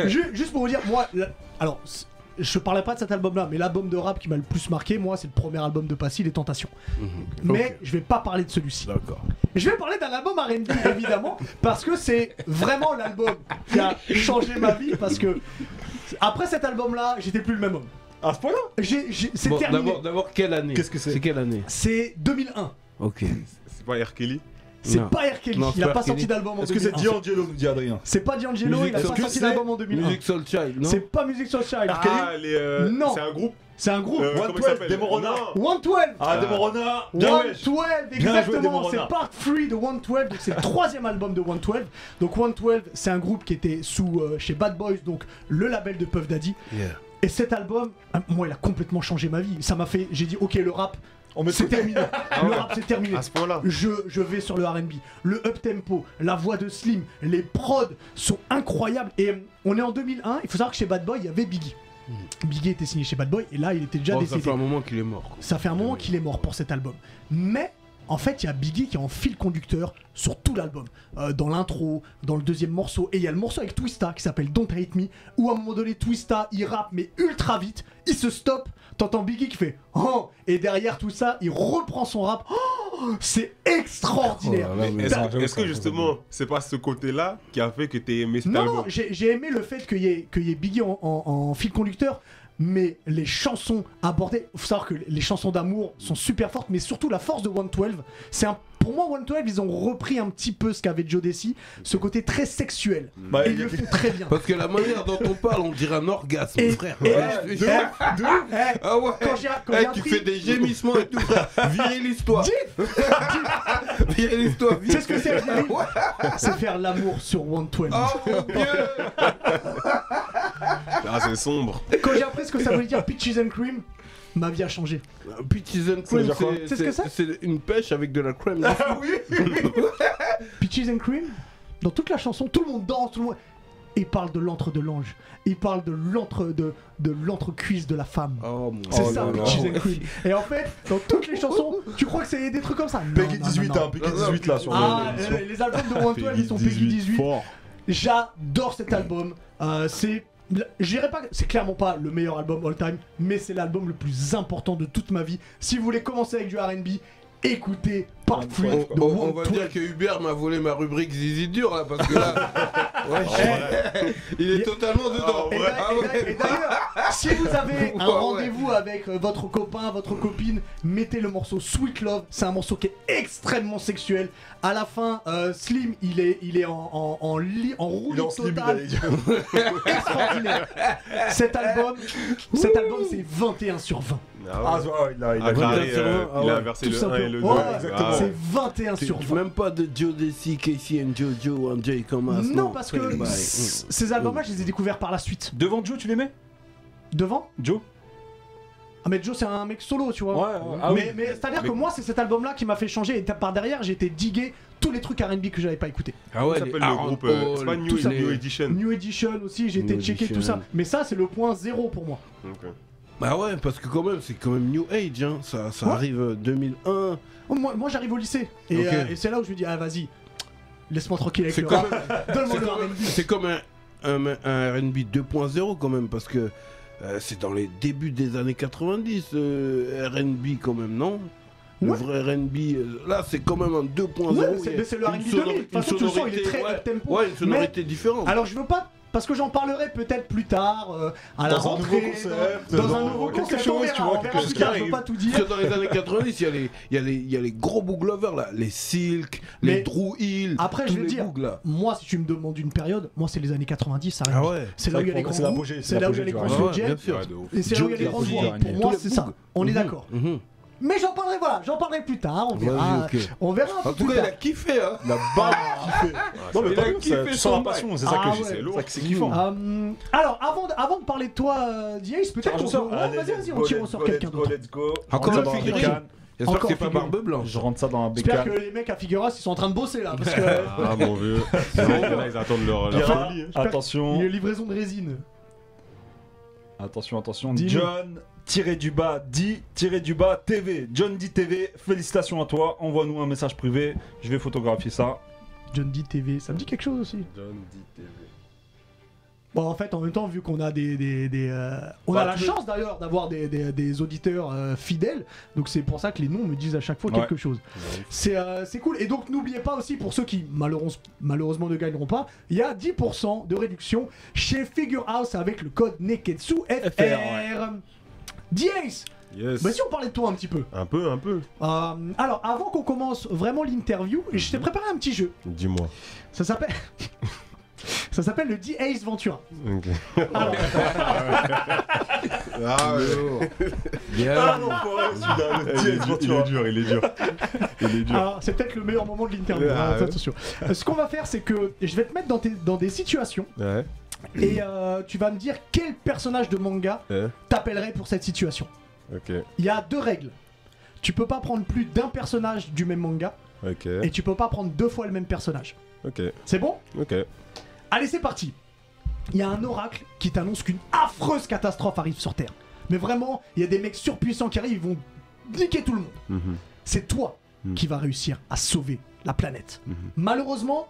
A: Ju- juste pour vous dire, moi, la- alors c- je parlais pas de cet album-là, mais l'album de rap qui m'a le plus marqué, moi, c'est le premier album de Passy, Les Tentations. Mais je vais pas parler de celui-ci.
E: D'accord.
A: Je vais parler d'un album R&B évidemment parce que c'est vraiment l'album qui a changé ma vie parce que après cet album là j'étais plus le même homme.
B: À ce point-là
A: J'ai- j'ai- c'est
E: Bon,
A: terminé.
E: d'abord, d'abord, quelle année
B: Qu'est-ce que c'est
E: C'est quelle année
A: C'est 2001.
E: Ok.
D: C'est pas R. Kelly
A: C'est
E: Non.
A: pas R. Kelly.
E: Non, c'est
A: il a
E: pas
A: pas
E: R. Kelly.
A: sorti d'album en
B: Est-ce que c'est
A: 2001.
B: D'Angelo, nous dit Adrien
A: C'est pas D'Angelo,
E: Musique
A: il a pas
E: Soul-
A: sorti
E: c'est-
A: d'album en 2001.
E: Musique Soul Child, non
A: C'est pas Music Social.
D: Ah, les, euh,
A: Non.
D: C'est un groupe.
A: C'est un groupe.
D: Euh,
B: One
D: comment il
B: Twelve,
D: s'appelle
B: des Morona.
D: Non.
A: 112
B: Ah, des Morona Bien wesh
A: 112,
B: Bien joué, des
A: exactement,
B: Morona.
A: c'est Part 3 de 112, donc c'est le troisième album de 112. Donc 112, c'est un groupe qui était sous euh, chez Bad Boys, donc le label de Puff Daddy.
E: Yeah.
A: Et cet album, euh, moi, il a complètement changé ma vie. Ça m'a fait, j'ai dit, ok, le rap,
B: On met
A: c'est terminé.
B: Ah
A: Le rap, c'est terminé.
D: À ce point-là.
A: Je, je vais sur le RB. Le up tempo, la voix de Slim, les prods sont incroyables. Et euh, on est en 2001. Il faut savoir que chez Bad Boy, il y avait Biggie. Biggie était signé chez Bad Boy et là, il était déjà
E: Hmm. Bon, ça
A: décédé.
E: fait un moment qu'il est mort. quoi.
A: Ça fait un moment qu'il est mort pour cet album. Mais en fait, il y a Biggie qui est en fil conducteur sur tout l'album. Euh, dans l'intro, dans le deuxième morceau. Et il y a le morceau avec Twista qui s'appelle Don't Hate Me. Où à un moment donné, Twista, il rappe mais ultra vite. Il se stoppe. T'entends Biggie qui fait Oh Et derrière tout ça, il reprend son rap. Oh C'est extraordinaire.
E: Oh là là, mais-
D: Est-ce
B: Non,
D: que-
B: j'avoue,
D: est-ce
B: ça,
D: que justement, c'est pas ce côté-là qui a fait que t'es aimé cet
A: Non,
D: album
A: non, j'ai j'ai aimé le fait qu'il y, ait- qu'il y ait Biggie en, en- en fil conducteur, mais les chansons abordées, faut savoir que les chansons d'amour sont super fortes, mais surtout la force de 112, c'est un. Pour moi, 112, ils ont repris un petit peu ce qu'avait Joe Desi, ce côté très sexuel.
B: Bah,
A: Et
B: il
A: ils
B: y a
A: le font très bien.
E: Parce que la manière dont on parle, on dirait un orgasme,
A: Et-
E: frère.
A: et-
E: Ouais, je-
A: Eh, eh,
E: Ah ouais
A: Quand j'ai quand
E: Eh,
A: j'ai
E: Tu
A: appris-
E: fais des gémissements et tout, frère.
A: *laughs*
E: Viril l'histoire. Viril l'histoire.
A: Tu sais ce que c'est, Viril c'est faire l'amour sur 112.
E: Oh mon dieu
A: *laughs*
D: Ah, c'est sombre.
A: Quand j'ai appris ce que ça voulait dire Peaches and Cream, ma vie a changé.
E: Peaches
B: veut
E: and cream,
B: dire quoi
A: C'est
E: c'est-
A: ce que
E: c'est-
A: c'est Ah.
E: c'est une pêche avec de la crème.
A: Peaches and Cream, dans toute la chanson, tout le monde danse, tout le monde. Il parle de l'antre de l'ange. Il parle de l'antre de, de l'antre cuisse de la femme.
E: Oh mon
A: C'est
B: Oh
A: ça,
B: là là.
A: Peaches and Cream. Et en fait, dans toutes les chansons, tu crois que c'est des trucs comme ça. Non,
B: Peggy
A: non, non,
B: 18,
A: non.
B: hein, Peggy 18 là sur
A: Ah,
B: le.
A: euh, les albums de One Twelve, ils sont Peggy 18.
B: Fort.
A: J'adore cet album. Euh, c'est. je dirais pas que c'est clairement pas le meilleur album all time, mais c'est l'album le plus important de toute ma vie. Si vous voulez commencer avec du RB, écoutez Part 3
E: Oh, On,
A: de
E: on-
A: One
E: on va
A: Twelve.
E: dire que Hubert m'a volé ma rubrique Zizi dur là parce
A: *laughs*
E: que là. Ouais,
A: Eh.
E: il est totalement dedans.
A: Et d'a-
E: Ah
A: et d'a-
E: ouais.
A: et d'ailleurs, si vous avez un
E: Ouais, ouais.
A: rendez-vous avec euh, votre copain, votre copine, mettez le morceau Sweet Love. C'est un morceau qui est extrêmement sexuel. À la fin, euh, Slim, il est, il est en, en, en, li- en roulis
B: Il est en slip, il
A: total.
B: allait dire.
A: extraordinaire. Cet album, cet album, c'est 21 sur 20.
B: Ah, ouais, il a. il a-
D: Ah, carré,
E: vingt-quatre sur
D: euh,
E: vingt, ah
D: il a
E: ouais.
D: inversé
A: Tout
D: le 1
A: simplement.
D: et le Ah 2.
A: Ouais,
B: exactement.
A: C'est 21
E: Tu-
A: sur 20.
E: Même pas de Joe Desi, Casey and Jojo, and Jay Comas.
A: Non, parce
E: Ouais,
A: que
E: ouais.
A: c- ces albums-là, je les ai découverts par la suite.
B: Devant Joe, tu les mets
A: Devant
B: Joe
A: Ah, mais Joe, c'est un mec solo, tu vois.
B: ouais. Ah
A: mais
B: oui.
A: mais c'est-à-dire
D: Mais-
A: que moi, c'est cet album-là qui m'a fait changer. Et par derrière, j'ai été digué tous les trucs RB que j'avais pas écouté.
E: Ah
D: Ça
E: ouais, les
D: s'appelle le
E: Aaron
D: groupe. euh, C'est
E: Paul,
D: pas
E: tout
D: New,
E: ça.
D: New
B: Mm.
D: Edition.
A: New Edition aussi, j'ai été
E: New
A: checké
E: Edition.
A: tout ça. Mais ça, c'est le point zéro pour moi.
D: Ok.
E: Bah ouais, parce que quand même, c'est quand même New Age, hein. Ça, ça
A: Ouais.
E: arrive euh, 2001.
A: Oh, moi, moi, j'arrive au lycée. Et,
E: Ok.
A: euh, et c'est là où je me dis, ah, vas-y, laisse-moi tranquille avec
E: C'est
A: le
E: quand
A: rap.
B: *laughs*
A: Donne-moi
E: C'est
A: le
E: comme,
A: RB.
E: c'est comme un, un, un RB 2.0 quand même, parce que euh, c'est dans les débuts des années 90, euh, RB quand même, non le
A: Ouais.
E: vrai RB, euh, là c'est quand même un 2.0.
A: Ouais, mais
E: il y
A: c'est-
E: a
A: mais c'est le
E: une
A: RB 2000. De
E: sonori-
A: toute
E: une
A: façon, tu le sens, il est
E: sonorité,
A: très
E: ouais,
A: up-tempo.
E: Ouais, une sonorité différente.
A: Alors je veux pas parce que j'en parlerai peut-être plus tard euh, à la
B: Dans un
A: rentrée,
B: nouveau concept,
A: dans, dans un
B: dans
A: nouveau
B: quelque
A: concept,
B: chose,
A: on verra,
B: tu vois,
A: on
B: quelque
A: verra
B: chose
A: plus
B: qui
A: tard, je
B: arrive.
A: veux pas tout
E: Parce
A: dire.
E: que dans les années 90, il y, a les- il y, a les- il y a les gros bougs lovers là, les Silk,
A: Mais
E: les Drew Hill.
A: après, je
E: tous
A: vais
E: les
A: dire-
E: bougs, là.
A: Moi si tu me demandes une période, moi c'est les années 90, ça arrive.
E: Ah ouais.
A: C'est là où il y a les
B: C'est
A: grands groupes,
B: l'apogée, c'est
A: c'est là où il y a les
B: l'apogée,
A: grands
B: tu
E: vois.
A: sujets,
E: Ouais, bien sûr.
D: Ouais, de ouf.
A: et c'est là où il y a les
B: Joe
A: grands
B: Desi,
A: joueurs.
B: dernier.
A: Pour moi
E: Tous les
A: c'est ça,
E: bougs.
A: on est
E: Mhm.
A: d'accord.
E: Mhm.
A: Mais j'en parlerai voilà, j'en parlerai plus tard, on
E: Vas-y,
A: verra,
E: ok.
A: on verra un
E: En
A: peu
E: tout
A: plus
E: cas, il
A: tard.
E: a kiffé. Hein.
B: La balle qui fait. Non, mais
E: Il
B: t'as
E: a
B: vu,
E: kiffé
B: ça- tu
E: son
B: sens la
E: bail.
B: passion, c'est ça
A: Ah
B: que je dis,
A: ouais.
B: c'est lourd. C'est ça que c'est kiffant.
A: Euh, alors avant de, avant de parler de toi euh, Diace, peut-être
B: Tiens,
A: qu'on
B: je sors.
A: peut- ouais,
B: Allez,
A: vas-y vas-y on
B: go,
A: tire on
B: let's
A: sort
B: go,
A: quelqu'un
B: let's go,
A: d'autre.
B: let's
D: Ah,
B: go.
E: Encore
B: Je
E: une
B: rentre dans
E: figurine.
B: bécane.
E: J'espère que
A: Encore
E: c'est pas
A: figurine.
E: barbe blanche.
B: Je rentre ça dans un
A: J'espère que
B: bécane.
A: les mecs à Figueras ils sont en train de bosser là
E: *laughs*
A: parce que
D: Ah, mon vieux. *laughs* C'est vrai que là, ils attendent leur leur
B: Pirate,
D: folie. hein.
A: que- il y a
B: Attention,
A: une livraison de résine.
B: attention, attention.
A: Dis-nous.
B: John, tiré du bas, dit, tiré du bas, TV. John dit TV, félicitations à toi. Envoie-nous un message privé. Je vais photographier ça.
A: John D TV, ça me dit quelque chose aussi.
D: John D. TV.
A: Bon, en fait, en même temps, vu qu'on a des, des- des, euh, on
C: Bah,
A: a la
C: tu veux-
A: chance d'ailleurs d'avoir des, des- des auditeurs euh, fidèles, donc c'est pour ça que les noms me disent à chaque fois
B: Ouais.
A: quelque chose.
C: Bah,
A: C'est euh, c'est cool. Et donc n'oubliez pas aussi pour ceux qui malheureusement, malheureusement ne gagneront pas, il y a 10% de réduction chez Figure House avec le code Neketsu FR.
B: FR, ouais.
A: Diaz,
D: Yes.
A: bah si on parlait de toi un petit peu.
D: Un peu, un peu.
A: Euh, alors avant qu'on commence vraiment l'interview, je
C: Mhm.
A: t'ai préparé un petit jeu.
D: Dis-moi.
A: Ça s'appelle *laughs* ça s'appelle le D-Ace Ventura.
D: Ok.
A: Alors,
D: Ah, ouais.
E: *laughs* Yeah.
D: il, est dur, il est dur, il est dur. Il est dur.
A: Alors, Ah, c'est peut-être le meilleur moment de l'interview. hein,
D: Ah,
A: ça,
D: ouais.
A: c'est sûr. Euh, Ce qu'on va faire, c'est que je vais te mettre dans, tes- dans des situations
D: Ouais.
A: et euh, tu vas me dire quel personnage de manga
D: Ouais.
A: t'appellerait pour cette situation.
D: Ok.
A: Il y a deux règles. Tu peux pas prendre plus d'un personnage du même manga
D: Ok.
A: et tu peux pas prendre deux fois le même personnage.
D: Ok.
A: C'est bon
D: Ok.
A: Allez, c'est parti. Il y a un oracle qui t'annonce qu'une affreuse catastrophe arrive sur Terre. Mais vraiment, il y a des mecs surpuissants qui arrivent, ils vont niquer tout le monde.
D: Mhm.
A: c'est toi
D: Mm.
A: qui va réussir à sauver la planète.
D: Hmm.
A: Malheureusement,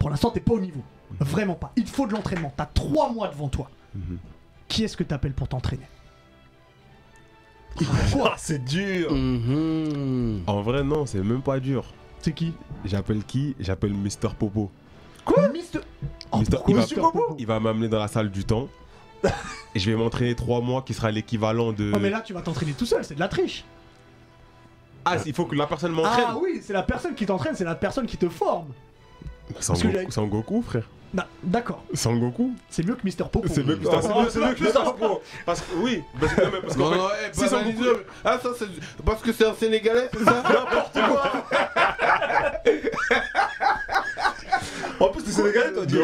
A: pour l'instant, t'es pas au niveau. Vraiment pas. Il te faut de l'entraînement. T'as trois mois devant toi.
D: Mhm.
A: Qui est-ce que t'appelles pour t'entraîner Et pourquoi
B: C'est dur
E: Mhm.
D: En vrai, non, c'est même pas dur.
A: C'est qui
D: J'appelle qui J'appelle Mister Popo.
A: Quoi Mister... Oh,
D: Mister-
A: pourquoi
D: il va-
A: Mister Popo
D: Il va m'amener dans la salle du temps. Et je vais m'entraîner 3 mois qui sera l'équivalent de.
A: Oh, mais là, tu vas t'entraîner tout seul. C'est de la triche.
D: Ah, il faut que la personne m'entraîne.
A: Ah oui, c'est la personne qui t'entraîne, c'est la personne qui te forme.
D: Sans,
A: Parce que
D: Goku,
A: j'ai-
D: sans Goku, frère.
A: Bah, D'accord.
D: Sans Goku.
A: C'est mieux que Mister Popo.
D: C'est mieux que Mister Popo. C'est mieux que Mister Popo. Parce que oui. Parce que, parce qu'en
C: Non,
D: fait,
C: non, eh,
D: si Son Goku-
C: banalisme. Ah, ça, c'est. Parce que c'est un Sénégalais, c'est ça
D: En plus, c'est Sénégalais, toi,
B: De
D: Dio.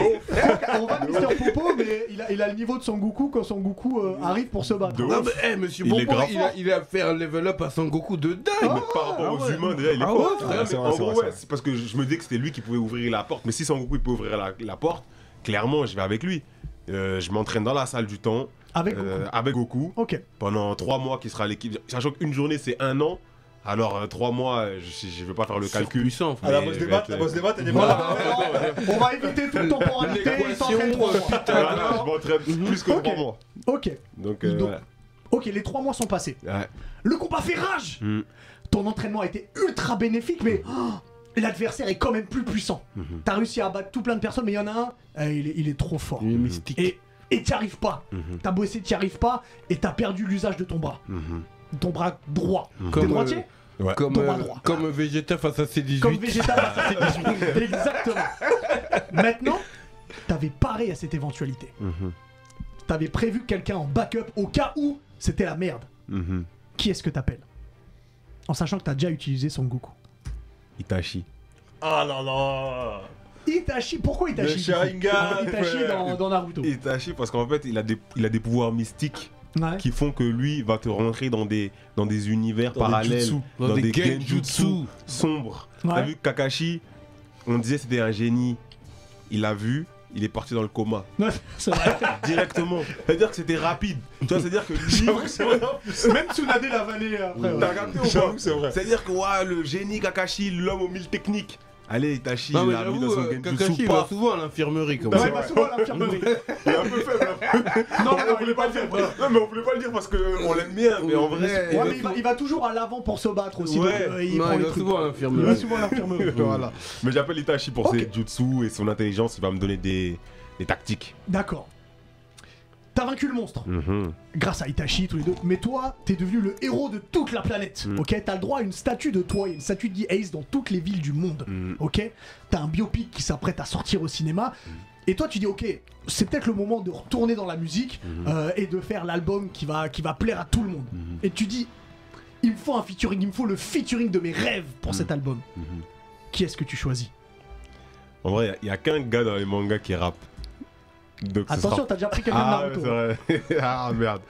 A: On va Mister Popo, mais il a, il a le niveau de Son Goku quand Son Goku euh, arrive pour se battre.
D: De
E: Non,
D: ouf.
E: mais, eh, monsieur
D: Il est Ah.
E: Bonbon,
D: grave
E: il, a,
D: fort.
E: il a fait un level up à Sangoku de dingue.
A: Ah,
D: Mais par rapport aux humains, déjà, il est
E: Ah
D: fort.
E: ouais, frère,
D: Ouais,
E: mais
D: c'est vrai, en c'est gros, vrai, ouais, c'est vrai.
E: c'est-
D: c'est parce que je me dis que c'était lui qui pouvait ouvrir la porte. Mais si Son Goku, il peut ouvrir la, la porte, clairement, je vais avec lui. Euh, je m'entraîne dans la salle du temps
A: Avec Goku.
D: euh, avec Goku
A: Ok.
D: pendant 3 mois qui sera l'équipe. Sachant qu'une journée c'est un an, alors 3 mois, euh, je ne vais pas faire le calcul.
E: Puissant, frère.
B: À la
D: Mais
B: bosse
D: je
B: des
D: vais
B: maths,
D: te-
B: la bosse des maths, elle est pas là.
A: Voilà, on va éviter toute temporalité, il s'entraîne trois mois.
D: *laughs* Voilà, je m'entraîne plus que
A: Mhm. Ok.
D: 3 mois.
A: Ok,
D: Donc,
A: Donc,
D: euh, voilà.
A: ok, les trois mois sont passés.
D: Ouais.
A: Le combat fait rage
D: Mm.
A: Ton entraînement a été ultra bénéfique, mais oh, l'adversaire est quand même plus puissant. T'as réussi à battre tout plein de personnes, mais il y en a un, euh, il, est, il est trop fort.
E: Il est mystique.
A: Et et t'y arrives pas. T'as bossé, t'y arrives pas, et t'as perdu l'usage de ton bras.
D: Mhm.
A: De Ton bras droit. T'es
E: Comme,
A: droitier
D: Ouais.
E: Comme,
A: Droit,
E: euh,
A: droit.
E: comme Vegeta face à C18.
A: Comme Vegeta face à C18. Exactement. Maintenant, t'avais paré à cette éventualité.
D: Mhm.
A: T'avais prévu quelqu'un en backup au cas où c'était la merde.
D: Mhm.
A: Qui est-ce que t'appelles En sachant que t'as déjà utilisé Son Goku.
D: Itachi.
B: Ah non non
A: Itachi, pourquoi Itachi
B: Le
A: du coup
B: Sharingan,
A: Itachi
B: frère.
A: dans, dans Naruto.
D: Itachi parce qu'en fait, il a, des, il a des pouvoirs mystiques
A: Ouais.
D: qui font que lui va te rentrer dans des, dans des univers
B: des
D: parallèles,
B: jutsu.
E: Dans des genjutsu.
D: sombres.
A: Ouais.
D: T'as vu que Kakashi, on disait c'était un génie. Il l'a vu, il est parti dans le coma.
A: Ouais, c'est vrai.
E: *laughs*
D: Directement. C'est-à-dire que c'était rapide. Tu vois, c'est-à-dire que *laughs* lui.
A: Même Tsunade l'a avalé après. ouais.
D: hein. T'as capté ou pas
B: J'avoue que c'est vrai.
D: C'est-à-dire que ouah, le génie Kakashi, l'homme aux mille techniques. Allez, Itachi,
E: Non,
D: il
E: mais
D: l'a mis dans
E: j'avoue,
D: son
E: euh,
D: genjutsu.
E: Kakashi, il va
D: *laughs* paf.
E: souvent à l'infirmerie comme
A: Ouais,
E: ça.
A: bah, souvent à l'infirmerie.
D: Il est un peu faible.
A: Non, non,
D: on voulait pas le dire. Non, mais on voulait pas le dire parce qu'on l'aime bien. Mais en vrai.
A: Ouais, mais il va, il va toujours à l'avant pour se battre aussi.
D: Ouais.
A: donc, euh, il
E: Non,
A: prend
E: il
A: les
E: va
A: trucs.
E: souvent à
A: Il va
E: l'infirmerie.
A: souvent à l'infirmerie.
D: Voilà. Mais j'appelle Itachi pour
A: Ok.
D: ses jutsu et son intelligence, il va me donner des, des tactiques.
A: D'accord. T'as vaincu le monstre.
E: Mhm.
A: grâce à Itachi, tous les deux. Mais toi, t'es devenu le héros de toute la planète.
D: Mm.
A: Ok, t'as le droit à une statue de toi et une statue de Ace dans toutes les villes du monde.
D: Mm.
A: Ok, t'as un biopic qui s'apprête à sortir au cinéma. Et toi, tu dis ok, c'est peut-être le moment de retourner dans la musique
D: Mhm.
A: euh, et de faire l'album qui va qui va plaire à tout le monde. Et tu dis, il me faut un featuring, il me faut le featuring de mes rêves pour
D: Mhm.
A: cet album. Qui est-ce que tu choisis
D: En vrai, il n'y a, qu'un gars dans les mangas qui rappe. Donc, ce
A: Attention,
D: sera-
A: t'as déjà pris quelqu'un
D: Ah,
A: de Naruto.
D: ouais, c'est vrai. *laughs* ah merde.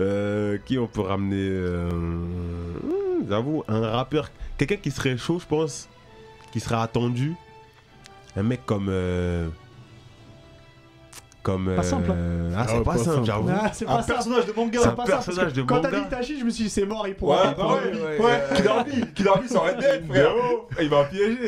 D: Euh, qui on peut ramener euh, hmm, J'avoue, un rappeur, quelqu'un qui serait chaud, je pense, qui serait attendu. Un mec comme. euh, Comme.
A: Pas simple, hein.
D: euh, Ah, c'est
E: Ah,
D: pas,
E: pas
D: simple,
E: simple.
D: j'avoue.
A: Ah, c'est
B: Un
A: pas ça.
B: personnage de manga
A: C'est
D: un
A: pas ça, parce que
D: personnage de
A: quand t'as
D: manga.
A: dit Itachi, je me suis dit c'est mort, il
B: Ouais,
A: pourra. il
B: bah
A: pourra-
B: ouais,
E: ouais,
B: ouais,
E: euh,
B: Kidarbi, Kidarbi ça aurait été,
A: *laughs*
D: Mais
B: frère
D: oh, il va piéger.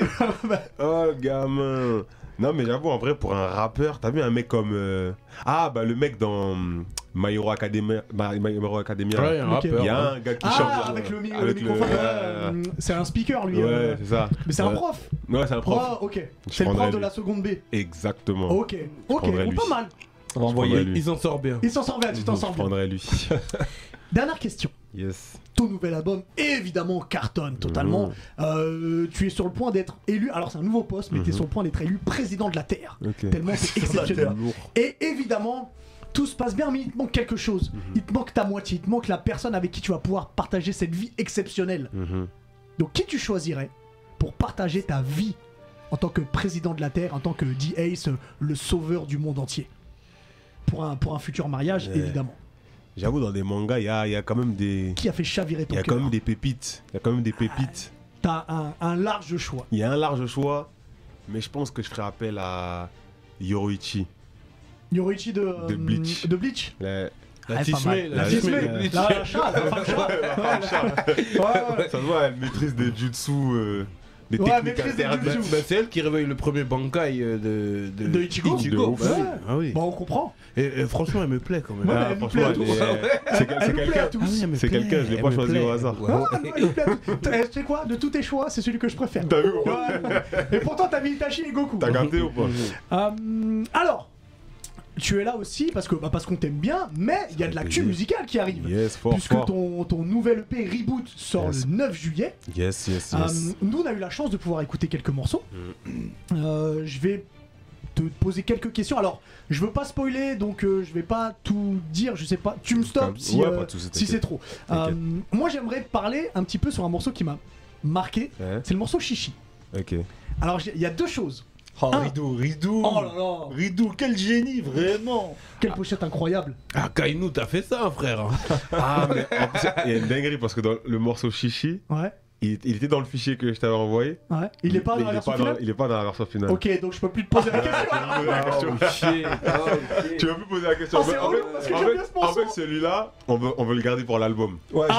D: oh, gamin. Non, mais j'avoue, en vrai, pour un rappeur, t'as vu un mec comme. euh, Ah, bah le mec dans hum, My Hero Academia. bah, My Hero Academia.
E: Ouais, un
A: Ok.
D: Il
E: rappeur.
D: y a
E: ouais.
D: un hein. gars qui chante.
A: Ah,
D: genre,
A: avec le, mi- le
D: avec
A: microphone.
D: le-
A: euh,
D: ouais,
A: *laughs* c'est un speaker lui.
D: Ouais,
A: euh.
D: c'est ça.
A: Mais c'est un
D: Ouais.
A: prof.
D: Ouais, c'est un prof.
A: Ah, ok.
D: Je
A: C'est le prof
D: prendrais
A: de
D: lui.
A: la seconde B.
D: Exactement.
A: Ok, ok,
D: prendrais
A: bon,
D: lui.
A: pas mal.
B: On va
D: Je
B: envoyer.
D: prendrais lui.
E: Ils en sortent bien.
A: Il s'en sort bien, tu t'en sors
D: Je
A: bien.
D: prendrais lui. *laughs*
A: Dernière question.
D: Yes.
A: Ton nouvel album, évidemment, cartonne totalement.
D: Mmh.
A: Euh, tu es sur le point d'être élu. Alors, c'est un nouveau poste, mais tu es
D: Mhm.
A: sur le point d'être élu président de la Terre.
D: Ok.
A: Tellement c'est exceptionnel. Et évidemment, tout se passe bien, mais il te manque quelque
D: Mmh.
A: chose. Il te manque ta moitié, il te manque la personne avec qui tu vas pouvoir partager cette vie exceptionnelle.
D: Mhm.
A: Donc, qui tu choisirais pour partager ta vie en tant que président de la Terre, en tant que D-Ace, le sauveur du monde entier pour un, pour un futur mariage,
D: Ouais.
A: évidemment.
D: J'avoue, dans des mangas, il y a, il y a quand même des.
A: Qui a fait chavirer ton
D: Il y a
A: cœur
D: quand même des pépites. Il y a quand même des pépites.
A: T'as un, un large choix.
D: Il y a un large choix, mais je pense que je ferai appel à Yoruichi.
A: Yoruichi de, euh,
D: De Bleach.
A: de Bleach
D: La-
A: Ah,
E: La
A: pas mal.
E: tismée,
A: La
E: la
A: tismée.
E: tismée.
D: *laughs*
A: La- la chat, la femme chat. Ouais, ouais.
D: Ça se voit, elle maîtrise des jutsu, euh, des
A: Ouais,
D: techniques
A: maîtrise des
D: interdites.
A: jutsu.
E: Bah, c'est elle qui réveille le premier bankai euh, de, de,
A: De Ichigo.
D: De
E: Ichigo.
D: ouf.
E: bah oui.
A: Ouais.
E: Ah oui.
A: Bon, on comprend.
E: Et, et franchement, elle me plaît quand même.
A: Ouais,
D: Ah,
A: elle nous plaît
D: franchement,
A: à
D: elle
A: tous.
D: est- C'est quel-
A: Elle
D: c'est
A: nous plaît
D: quelqu'un. Ah,
A: à tous.
E: oui, elle me
D: C'est
E: plaît,
D: quelqu'un, je l'ai
E: elle
D: pas
E: me
D: choisi au
E: plaît.
D: hasard.
E: Ouais.
A: Ah, ouais, elle nous plaît à tous. T'as- Tu sais quoi De tous tes choix, c'est celui que je préfère.
D: T'as vu ou pas
A: Ouais. Et pourtant, t'as mis Itachi et Goku.
D: T'as gardé ou pas
A: Euh, alors, tu es là aussi parce que bah, parce qu'on t'aime bien, mais il y a de l'actu
D: plaisir.
A: musicale qui arrive.
D: Yes, fort,
A: Puisque
D: fort.
A: ton, ton nouvel EP Reboot sort
D: Yes.
A: le 9 juillet.
D: Yes, yes, Mm.
A: Euh, nous, on a eu la chance de pouvoir écouter quelques morceaux. Euh, je vais te poser quelques questions. Alors, je veux pas spoiler, donc euh, je vais pas tout dire. Je sais pas. Tu me stops si,
D: Ouais,
A: euh,
D: pas de soucis,
A: si
D: t'inquiète.
A: c'est trop.
D: T'inquiète.
A: Euh, moi, j'aimerais parler un petit peu sur un morceau qui m'a marqué.
D: Ouais.
A: C'est le morceau Chichi.
D: Hein? Ok.
A: Alors, j'ai- il y a deux choses.
B: Oh,
A: Ah.
B: Ridou, Ridou
A: Oh là là,
B: Ridou, quel génie, vraiment
A: quelle pochette incroyable.
E: Ah, Kainu, t'as fait ça, frère.
D: Ah, mais en plus, il y a une dinguerie parce que dans le morceau Chichi,
A: Ouais,
D: il, il était dans le fichier que je t'avais envoyé.
A: ouais. Il est pas
D: Mais
A: dans la version
D: pas
A: finale.
D: il est pas dans la version finale.
A: Ok, donc je peux plus te
D: *laughs*
A: poser la question.
D: Tu veux me poser la question
E: Oh,
D: Ah. Tu veux plus poser la question
A: Oh, c'est relou, parce que
D: en
A: j'aime
D: fait-
A: bien ce
D: en
A: morceau.
D: fait, celui-là, on veut, on veut le garder pour l'album.
B: Ouais, j'ai-
A: Ah,
B: ouais,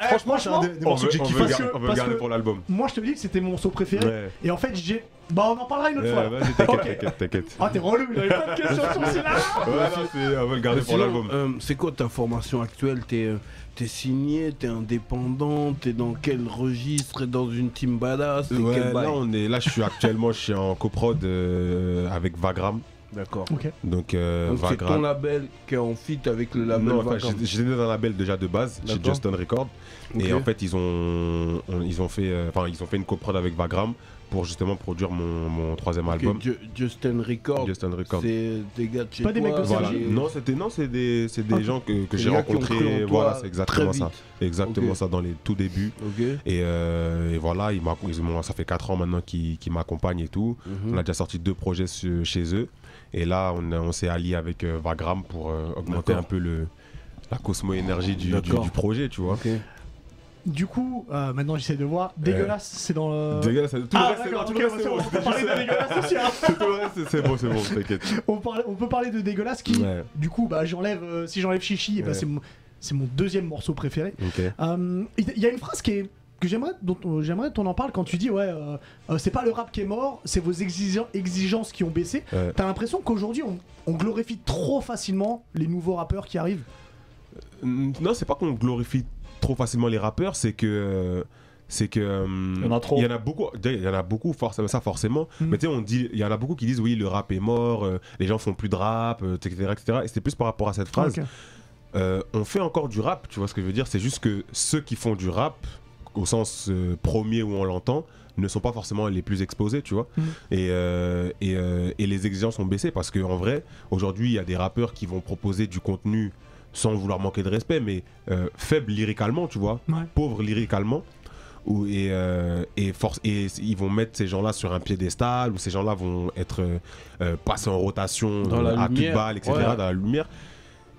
A: eh,
B: j'ai- Franchement, c'est un des, des
D: On
B: morceaux
D: veut,
B: que j'ai
D: on veut
B: kiffé.
D: le
A: parce
D: gar-
A: que-
D: on veut le
A: parce
D: garder
A: que-
D: pour l'album.
A: Moi, je te dis que c'était mon morceau préféré.
D: Ouais.
A: Et en fait, j'ai. Bah, on en parlera une autre fois.
D: Ouais,
A: alors.
D: Vas-y, t'inquiète,
A: Ok. *laughs*
D: t'inquiète, t'inquiète.
A: Ah, t'es relou, j'avais pas de questions sur celui-là.
D: Ouais, non, c'est- on veut le garder pour
E: Sinon,
D: l'album.
E: euh, c'est quoi ta formation actuelle T'es euh, t'es signé, t'es indépendant, t'es dans quel registre Dans une team badass t'es
D: Ouais,
E: quel bail
D: là, on est, là, je suis actuellement, je suis en coprod euh, avec Vagram.
E: D'accord.
A: Ok.
D: Donc, euh,
E: Donc c'est ton
D: Vagram.
E: label qui est en fit avec le label
D: Non, enfin,
E: Vagrant.
D: j'étais j'étais dans un label déjà de base, chez
E: D'accord.
D: Justin Records.
E: Ok.
D: Et en fait, ils ont, on- ils ont fait, euh, enfin, ils ont fait une coprod avec Vagram pour justement produire mon, mon troisième
E: Ok,
D: album.
E: Ju- Justin Record,
D: Justin Records.
E: c'est des gars de chez
A: Pas des
E: toi,
A: mecs de
D: Voilà.
A: Sergi.
E: c'est-
D: Non, c'était non, c'est des, c'est des
A: Ok.
D: gens que, que
E: euh. Ah, des
D: j'ai
E: gars qui ont cru en
D: rencontrés.
E: toi
D: Voilà, c'est
E: très
D: exactement ça,
E: vite.
D: exactement
E: Ok.
D: ça dans les tout débuts.
E: Ok.
D: Et, euh, et voilà, ils m'ac- ils m'ont- ça fait 4 ans maintenant qu'ils qu'ils m'accompagnent et tout.
E: Mhm.
D: On a déjà sorti deux projets su- chez eux. Et là, on, a- on s'est allié avec euh, Vagram pour euh, augmenter
E: D'accord.
D: un peu le, la cosmo-énergie du, du-
E: D'accord.
D: du projet, tu vois.
E: Ok.
A: Du coup, euh, maintenant j'essaie de voir. Dégueulasse, c'est dans
E: Euh,
A: le.
D: Dégueulasse, tout le
A: Ah,
D: reste, c'est
A: d'accord,
D: bon,
A: ok,
D: tout le reste,
A: on
D: c'est bon.
A: peut parler de dégueulasse aussi. hein.
D: *laughs* Tout le reste, c'est bon, c'est bon, t'inquiète.
E: *laughs*
A: On, parle- on peut parler de dégueulasse qui,
D: Ouais.
A: du coup, bah j'enlève. euh, si j'enlève Chichi, eh ben,
D: Ouais.
A: c'est mon, c'est mon deuxième morceau préféré.
D: Ok.
A: Euh, Il y a une phrase qui est. Que j'aimerais, dont euh, j'aimerais qu'on en parle quand tu dis ouais, euh, euh, c'est pas le rap qui est mort, c'est vos exigen- exigences qui ont baissé.
D: Ouais.
A: T'as l'impression qu'aujourd'hui on, on glorifie trop facilement les nouveaux rappeurs qui arrivent.
D: Mm, Non, c'est pas qu'on glorifie trop facilement les rappeurs, c'est que. C'est que. euh,
B: Il y en a trop. Hmm.
D: beaucoup. déjà, Il y en a beaucoup, forcément, ça forcément.
A: Mm.
D: Mais tu sais, on dit. Il y en a beaucoup qui disent oui, le rap est mort, euh, les gens font plus de rap, euh, etc. etc. Et c'était plus par rapport à cette phrase.
A: Ok.
D: Euh, on fait encore du rap, tu vois ce que je veux dire C'est juste que ceux qui font du rap, au sens euh, premier où on l'entend, ne sont pas forcément les plus exposés, tu vois.
E: Mm.
A: Mhm.
D: Et, euh, et, euh, et les exigences ont baissé parce qu'en vrai, aujourd'hui, il y a des rappeurs qui vont proposer du contenu sans vouloir manquer de respect, mais euh, faible lyricalement, tu vois,
A: Ouais.
D: pauvre lyricalement. Ou, et, euh, et, force, et ils vont mettre ces gens-là sur un piédestal, ou ces gens-là vont être euh, euh, passés en rotation
E: Dans la
D: euh, à toute
E: lumière.
D: balle, etc.,
E: Ouais.
D: dans la lumière.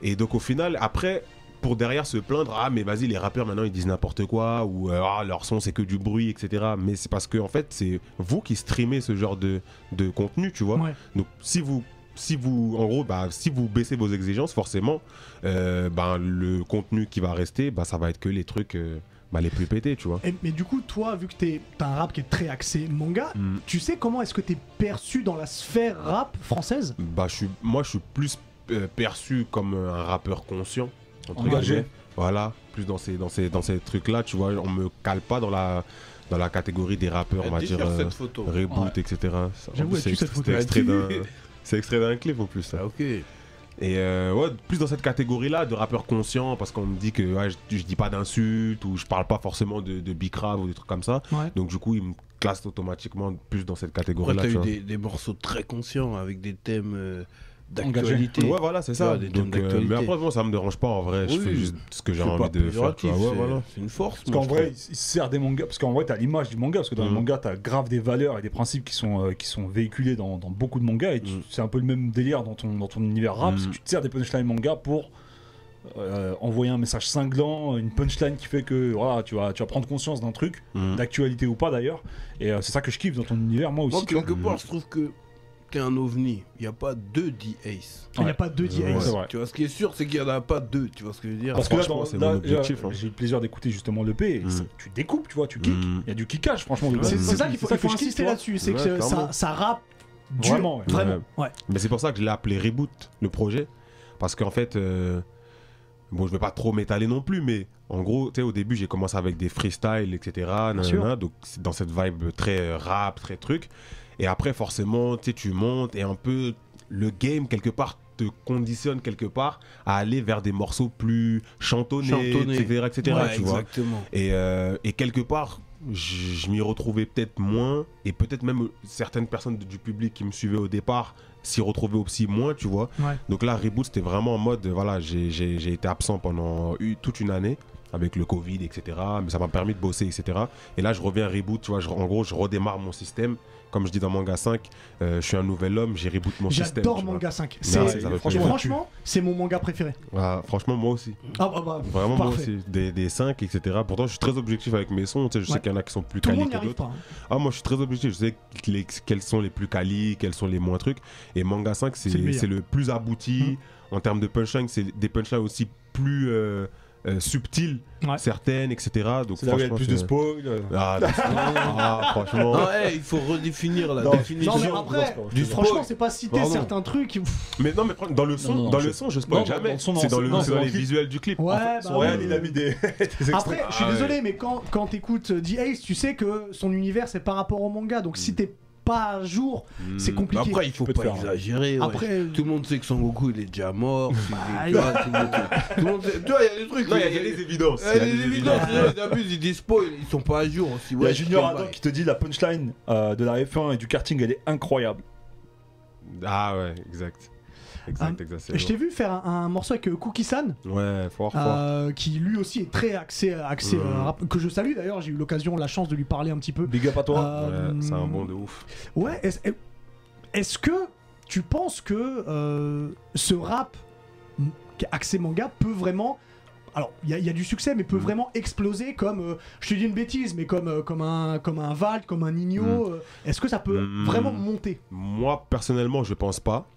D: Et donc au final, après, pour derrière se plaindre, ah mais vas-y, les rappeurs maintenant ils disent n'importe quoi, ou euh, ah leur son c'est que du bruit, etc. Mais c'est parce que en fait, c'est vous qui streamez ce genre de, de contenu, tu vois.
A: Ouais.
D: Donc si vous si vous en gros bah, si vous baissez vos exigences forcément euh, bah, le contenu qui va rester bah, ça va être que les trucs euh, bah, les plus pétés, tu vois.
A: Et- mais du coup, toi, vu que t'es- t'as un rap qui est très axé manga,
D: Mm.
A: tu sais comment est-ce que t'es perçu dans la sphère rap française
D: Bah, je suis, moi, je suis plus euh, perçu comme un rappeur conscient. entre
B: Engagé.
D: guillemets. Voilà, plus dans ces, dans ces, dans ces trucs-là, tu vois. On me cale pas dans la, dans la catégorie des rappeurs, on va dire,
C: déchire
D: euh,
C: cette photo.
D: reboot, etc. En
A: J'avoue,
D: plus,
A: elle
D: c'est
A: tue cette
D: ext-
A: photo.
D: c'est
A: Elle
D: extrait d'un- C'est extrait d'un clip en plus. ça.
E: Ah, ok.
D: Et euh, ouais, plus dans cette catégorie-là de rappeur conscient, parce qu'on me dit que ouais, je, je dis pas d'insultes ou je parle pas forcément de, de bicrave ou des trucs comme ça.
A: Ouais.
D: Donc du coup, ils me classent automatiquement plus dans cette
E: Après,
D: catégorie-là.
E: t'as
D: tu
E: eu
D: vois.
E: des, des morceaux très conscients avec des thèmes euh,
B: Engagés.
E: d'actualité.
D: Ouais, voilà, c'est ça.
E: Ouais, des thèmes
D: Donc, euh,
E: d'actualité.
D: mais après, bon, ça me dérange pas en vrai. Je
E: Oui,
D: fais juste ce que j'ai
E: C'est pas
D: envie de faire.
E: péjoratif,
D: tu vois. Ouais,
E: c'est-
D: voilà.
E: C'est une force.
B: Parce
E: moi,
B: qu'en
E: je
B: vrai,
E: trouve.
B: il il se sert des mangas. Parce qu'en vrai, t'as l'image du manga. Parce que dans les
D: Mhm.
B: mangas, t'as grave des valeurs et des principes qui sont, euh, qui sont véhiculés dans, dans beaucoup de mangas. Et tu-
D: Mhm.
B: c'est un peu le même délire dans ton, dans ton univers rap. Parce que tu te sers des punchlines manga pour euh, envoyer un message cinglant, une punchline qui fait que voilà, tu, vas, tu vas prendre conscience d'un truc,
D: Mhm.
B: d'actualité ou pas d'ailleurs. Et euh, c'est ça que je kiffe dans ton univers, moi aussi.
E: Moi,
B: tu vois.
E: quelque part, je trouve que t'es un ovni. Il n'y a pas deux D-Ace.
A: Il n'y
B: Ouais.
A: a pas deux DX.
B: C'est vrai.
E: Tu vois, ce qui est sûr, c'est qu'il n'y en a pas deux. Tu vois ce que je veux dire
B: Parce que là,
D: franchement,
B: dans-
D: c'est
B: là,
D: mon objectif,
B: là,
D: hein.
B: j'ai eu le plaisir d'écouter justement le P.
D: Mhm.
B: Tu découpes, tu vois, tu kicks.
D: Mhm.
B: Il y a du kickage, franchement.
A: C'est c'est
D: Mhm.
A: ça qu'il faut,
B: c'est
A: il faut
B: que je kiffe,
A: insister
B: tu vois.
A: là-dessus, c'est
D: Ouais,
A: que ça- ça,
D: clairement.
A: ça rappe dur.
B: Vraiment, ouais.
A: Vraiment, ouais.
D: Mais c'est pour ça que je l'ai appelé Reboot, le projet. Parce qu'en fait, euh, bon, je vais pas trop m'étaler non plus, mais en gros, tu sais, au début, j'ai commencé avec des freestyles, etc.
A: sûr.
D: nanana, donc, c'est dans cette vibe très euh, rap, très truc. Et après, forcément, tu sais, tu montes et un peu le game, quelque part, te conditionne quelque part à aller vers des morceaux plus chantonnés,
E: Chantonnés.
D: etc. etc.
E: Ouais,
D: tu vois.
E: exactement.
D: Et, euh, et quelque part, je, je m'y retrouvais peut-être moins, et peut-être même certaines personnes du public qui me suivaient au départ s'y retrouvaient aussi moins, tu vois.
A: Ouais.
D: Donc là, Reboot, c'était vraiment en mode, voilà, j'ai- j'ai j'ai été absent pendant eu- toute une année avec le Covid, etc. Mais ça m'a permis de bosser, etc. Et là, je reviens à Reboot, tu vois, je- en gros, je redémarre mon système. Comme je dis dans Manga 5, euh, je suis un nouvel homme, j'ai reboot mon système.
A: J'adore
D: tu vois.
A: Manga 5.
D: Ouais,
A: C'est-
D: ça fait
A: franchement,
D: plaisir.
A: c'est mon manga préféré.
D: Ah, franchement, moi aussi.
A: Ah bah, bah,
D: Vraiment, moi
A: Parfait.
D: aussi. Des, des 5, etc. Pourtant, je suis très objectif avec mes sons. Tu sais, je
A: Ouais.
D: sais qu'il y en a qui sont plus
A: tout le
D: quali
A: monde n'y
D: que
A: arrive
D: d'autres.
A: pas. hein.
D: Ah, moi je suis très objectif, je sais que les- quels sont les plus qualis, quels sont les moins trucs. Et Manga 5, c'est
A: C'est le meilleur. Hum.
D: c'est le, plus abouti. En termes de punchline, c'est des punchlines aussi plus euh, euh, subtiles,
A: Ouais.
D: certaines, etc. Donc
B: C'est là où il y a le
D: franchement,
B: plus de
D: c'est-
B: spoil. euh. *laughs*
D: Ah, des- ah, franchement.
E: Non, hey, il faut redéfinir la
B: Non,
E: définition.
A: Non mais
B: genre, je
A: après,
B: pense pas, je
A: du-
B: sais pas.
A: franchement, c'est pas citer
E: Pardon.
A: certains trucs. Pff,
D: Mais non, mais fran- dans le son,
B: Non, non,
D: dans
B: je-
D: le son, je spoil
B: Non,
D: jamais.
B: dans le son, non,
D: c'est dans,
B: c'est-
D: le,
B: non,
D: c'est
B: c'est
D: dans
B: dans
D: les
B: le clip.
D: visuels du clip.
A: Ouais,
D: En fait,
A: bah
D: son-
A: ouais.
B: Real, il a mis des. des
A: Après,
B: extraits.
A: je suis
D: Ah ouais.
A: désolé, mais quand, quand t'écoutes euh, D-Ace, tu sais que son univers c'est par rapport au manga. Donc si t'es pas à jour, c'est
D: Mm.
A: compliqué.
E: Après, il faut
B: peux te
E: pas
B: faire, hein.
E: exagérer. ouais.
A: Après, euh,
E: Tout le monde sait que Son Goku il est déjà mort. tu
A: Bah,
E: tu vois, tout le monde- tout le monde sait- Tu vois, il y a des trucs.
D: Non, il y a-
E: euh,
D: il y a des évidences.
E: euh,
D: il y a
E: les
D: des
E: évidences, euh, ils abusent, ils disent spoil, ils sont pas à jour aussi.
B: Il y
E: ouais,
B: a Junior
E: je comprends.
B: Adam qui te dit la punchline euh, de la F1 et du karting, elle est incroyable.
D: Ah ouais, exact. Exact, exact. c'est
A: Ah. je t'ai vu faire un, un morceau avec euh, Cookie San,
D: bon. Ouais, fort, fort.
A: euh, qui lui aussi est très axé, axé
D: Mm.
A: euh, rap- que je salue d'ailleurs. J'ai eu l'occasion, la chance de lui parler un petit peu.
B: Big up à toi.
A: Euh,
D: Ouais, c'est un bon de ouf.
A: Ouais, est-ce est-ce que tu penses que euh, ce rap m- axé manga peut vraiment. Alors, il y, a- il y a du succès, mais
D: Mm.
A: peut vraiment exploser comme. euh, je te dis une bêtise, mais comme, euh, comme, un, comme un Vald, comme un Nino.
D: Mm.
A: euh, Est-ce que ça peut
D: Mm.
A: vraiment monter
D: Moi, personnellement, je pense pas.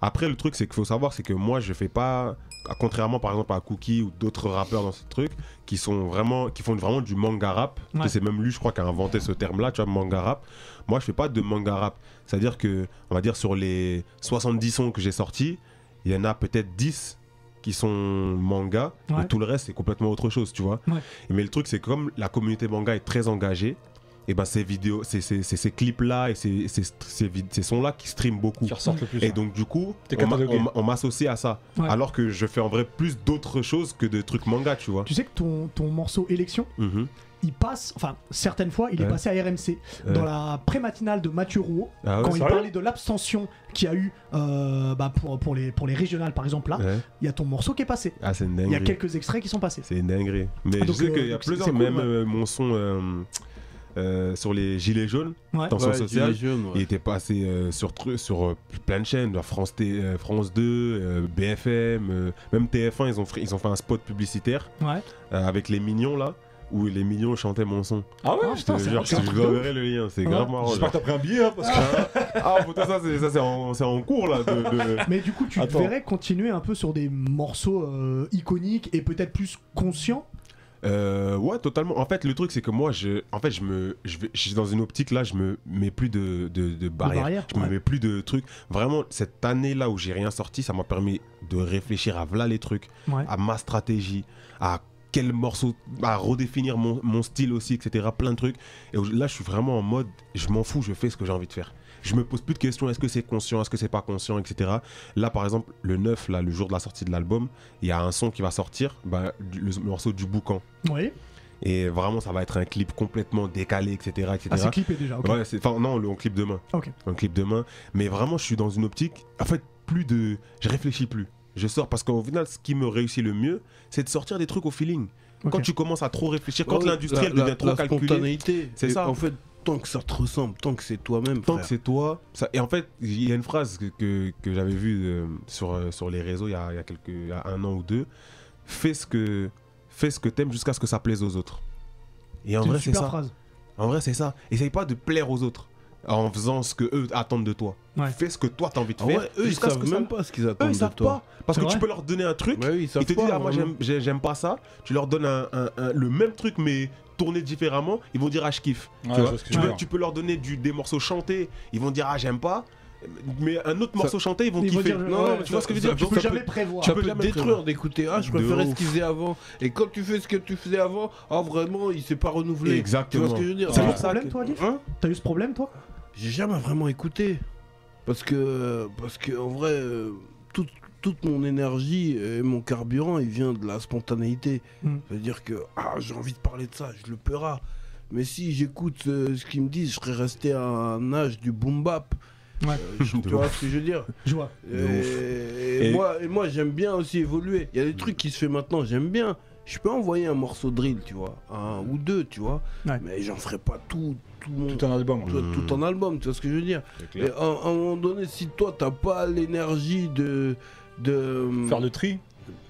D: Après, le truc, c'est qu'il faut savoir, c'est que moi, je fais pas, contrairement par exemple à Cookie ou d'autres rappeurs dans ce truc, qui sont vraiment, qui font vraiment du manga rap.
A: Ouais.
D: que C'est même lui, je crois, qui a inventé ce terme-là, tu vois, manga rap. Moi, je fais pas de manga rap. C'est-à-dire que, on va dire, sur les 70 sons que j'ai sortis, il y en a peut-être 10 qui sont manga,
A: Ouais.
D: et tout le reste, c'est complètement autre chose, tu vois.
A: Ouais.
D: Mais le truc, c'est que comme la communauté manga est très engagée, et ben ces vidéos, ces, ces, ces, ces clips-là et ces, ces, ces, vid- ces sons-là qui streament beaucoup.
B: Qui ressortent le plus.
D: Et donc du coup,
B: T'es
D: on m'a-
B: catalogué.
D: on m'a- on m'associe à ça.
A: Ouais.
D: Alors que je fais en vrai plus d'autres choses que de trucs manga, tu vois.
A: Tu sais que ton, ton morceau Élection,
D: Mhm.
A: il passe. Enfin, certaines fois, il est
D: Ouais.
A: passé à RMC.
D: Ouais.
A: Dans la prématinale de Mathieu Rouault,
D: Ah ouais,
A: quand il
B: sérieux
A: parlait de l'abstention qu'il y a eu euh, bah, pour, pour, les, pour les régionales, par exemple, là, il
D: Ouais.
A: y a ton morceau qui est passé.
D: Ah, c'est une
A: Il y a
D: dinguerie.
A: quelques extraits qui sont passés.
D: C'est une dinguerie. Mais
A: Ah, donc,
D: je sais
A: euh,
D: qu'il y a
A: donc c'est-
D: plusieurs,
A: c'est cool,
D: même
A: ouais.
D: euh, mon son euh, euh, sur les gilets jaunes,
A: Ouais.
D: tension
E: Ouais,
D: sociale,
E: Gilets jaunes, ouais.
D: Il était passé euh, sur, tru- sur euh, plein de chaînes, genre France, T- euh, France 2, euh, BFM, euh, même TF1, ils ont, fri- ils ont fait un spot publicitaire
A: Ouais.
D: euh, avec les mignons là, où les mignons chantaient mon son.
B: Ah ouais
A: Ah,
D: Je te
A: putain, c'est
D: jure,
A: c'est un
D: je
A: truc
D: vous
A: de ouf.
D: enverrai le lien, c'est
A: Ouais.
D: grave marrant.
B: J'espère que t'as pris un billet hein, parce que.
D: Ah, pour toi, ça, c'est ça, c'est en, c'est en cours là. De, de-
A: Mais du coup, tu te
B: Attends.
A: verrais continuer un peu sur des morceaux euh, iconiques et peut-être plus conscients
D: Euh, ouais, totalement. En fait, le truc, c'est que moi, je, en fait, je me, je, vais, je suis dans une optique là, je me mets plus de, de, de barrières.
A: barrières,
D: je me
A: ouais.
D: mets plus de trucs. Vraiment, cette année là où j'ai rien sorti, ça m'a permis de réfléchir à voilà les trucs,
A: Ouais.
D: à ma stratégie, à quel morceau, à redéfinir mon, mon style aussi, etc. Plein de trucs. Et au- là, je suis vraiment en mode, je m'en fous, je fais ce que j'ai envie de faire. Je me pose plus de questions, est-ce que c'est conscient, est-ce que c'est pas conscient, etc. Là, par exemple, le 9, là, le jour de la sortie de l'album, il y a un son qui va sortir, bah, du- le morceau du boucan.
A: Oui.
D: Et vraiment, ça va être un clip complètement décalé, etc. etc.
A: Ah, c'est clippé déjà. ok.
D: Ouais, c'est- enfin, non, le- on clip demain.
A: Ok.
D: On clip demain. Mais vraiment, je suis dans une optique. En fait, plus de. Je réfléchis plus. Je sors parce qu'au final, ce qui me réussit le mieux, c'est de sortir des trucs au feeling.
A: Ok.
D: Quand tu commences à trop réfléchir, quand
E: Ouais,
D: l'industriel
E: Oh la- la-
D: devient trop
E: la
D: calculé,
E: spontanéité.
D: C'est
E: Et
D: ça.
E: En fait, tant que ça te ressemble, tant que c'est toi-même.
D: tant que
E: frère.
D: c'est toi. ça- Et en fait, il y a une phrase que, que, que j'avais vue euh, sur, euh, sur les réseaux il y a, il y a quelques, il y a un an ou deux. Fais ce que, fais ce que t'aimes jusqu'à ce que ça plaise aux autres. Et en
A: C'est une
D: vrai, c'est
A: super
D: ça.
A: phrase.
D: En vrai, c'est ça. Essaye pas de plaire aux autres en faisant ce que eux attendent de toi.
A: Ouais.
D: Fais ce que toi t'as envie de
E: Ah
D: faire.
E: ouais, eux, ils
D: jusqu'à ce
E: savent
D: que ça-
E: même pas ce qu'ils
D: Eux,
E: attendent
D: ils
E: de
D: savent
E: toi.
D: pas. Parce
A: C'est
D: que tu
A: vrai
D: peux leur donner un truc.
E: Ouais, oui, ils savent
D: Ils te
E: pas.
D: disent, ah, moi
E: vraiment.
D: j'aime- j'ai- j'aime pas ça. Tu leur donnes un- un- un- le même truc mais tourné différemment. Ils vont dire, ah, je kiffe.
B: Ouais,
D: tu,
B: je
D: vois.
B: vois ce que
D: Tu
B: tu veux
D: peux,
B: dire.
D: tu peux leur donner du- des morceaux chantés. Ils vont dire, ah, j'aime pas. Mais un autre morceau chanté, ils vont
A: Ils vont
D: kiffer.
A: dire,
D: non,
A: ouais,
D: mais tu vois ce que je veux
A: ça-
D: dire
A: Tu
D: Donc,
A: peux
D: ça
A: jamais
D: peut-
A: prévoir.
D: tu
E: Ça
D: peux
E: peut te
D: jamais
E: détruire
D: prévoir.
E: d'écouter. Ah, je
D: De
E: préférais ce
D: ouf.
E: qu'ils faisaient avant. Et quand tu fais ce que tu faisais avant, ah, vraiment, il s'est pas renouvelé.
D: Exactement.
E: Tu vois ce que je veux dire
D: C'est
E: Ouais.
D: pour ça
A: problème,
D: que-
A: toi, Diff
D: Hein
A: T'as eu ce problème, toi
E: J'ai jamais vraiment écouté. Parce que, parce que en vrai, euh, toute, toute mon énergie et mon carburant, il vient de la spontanéité.
A: Mm.
E: C'est-à-dire que, ah, j'ai envie de parler de ça, je le paierai. Mais si j'écoute euh, ce qu'ils me disent, je serais resté à un âge du boom bap.
A: Ouais.
E: Euh,
D: *laughs*
E: je- tu vois ce que je veux dire
A: Je vois.
E: et,
D: Et-
E: moi, et moi j'aime bien aussi évoluer. Il y a des trucs qui se fait maintenant, j'aime bien. Je peux envoyer un morceau de drill, tu vois, un ou deux, tu vois.
A: Ouais.
E: Mais j'en ferai pas tout, tout mon
B: Tout un album.
E: tout, tout
D: Hmm.
E: ton album, tu vois ce que je veux dire Et à, à un moment donné, si toi t'as pas l'énergie de, de
B: Faire le tri.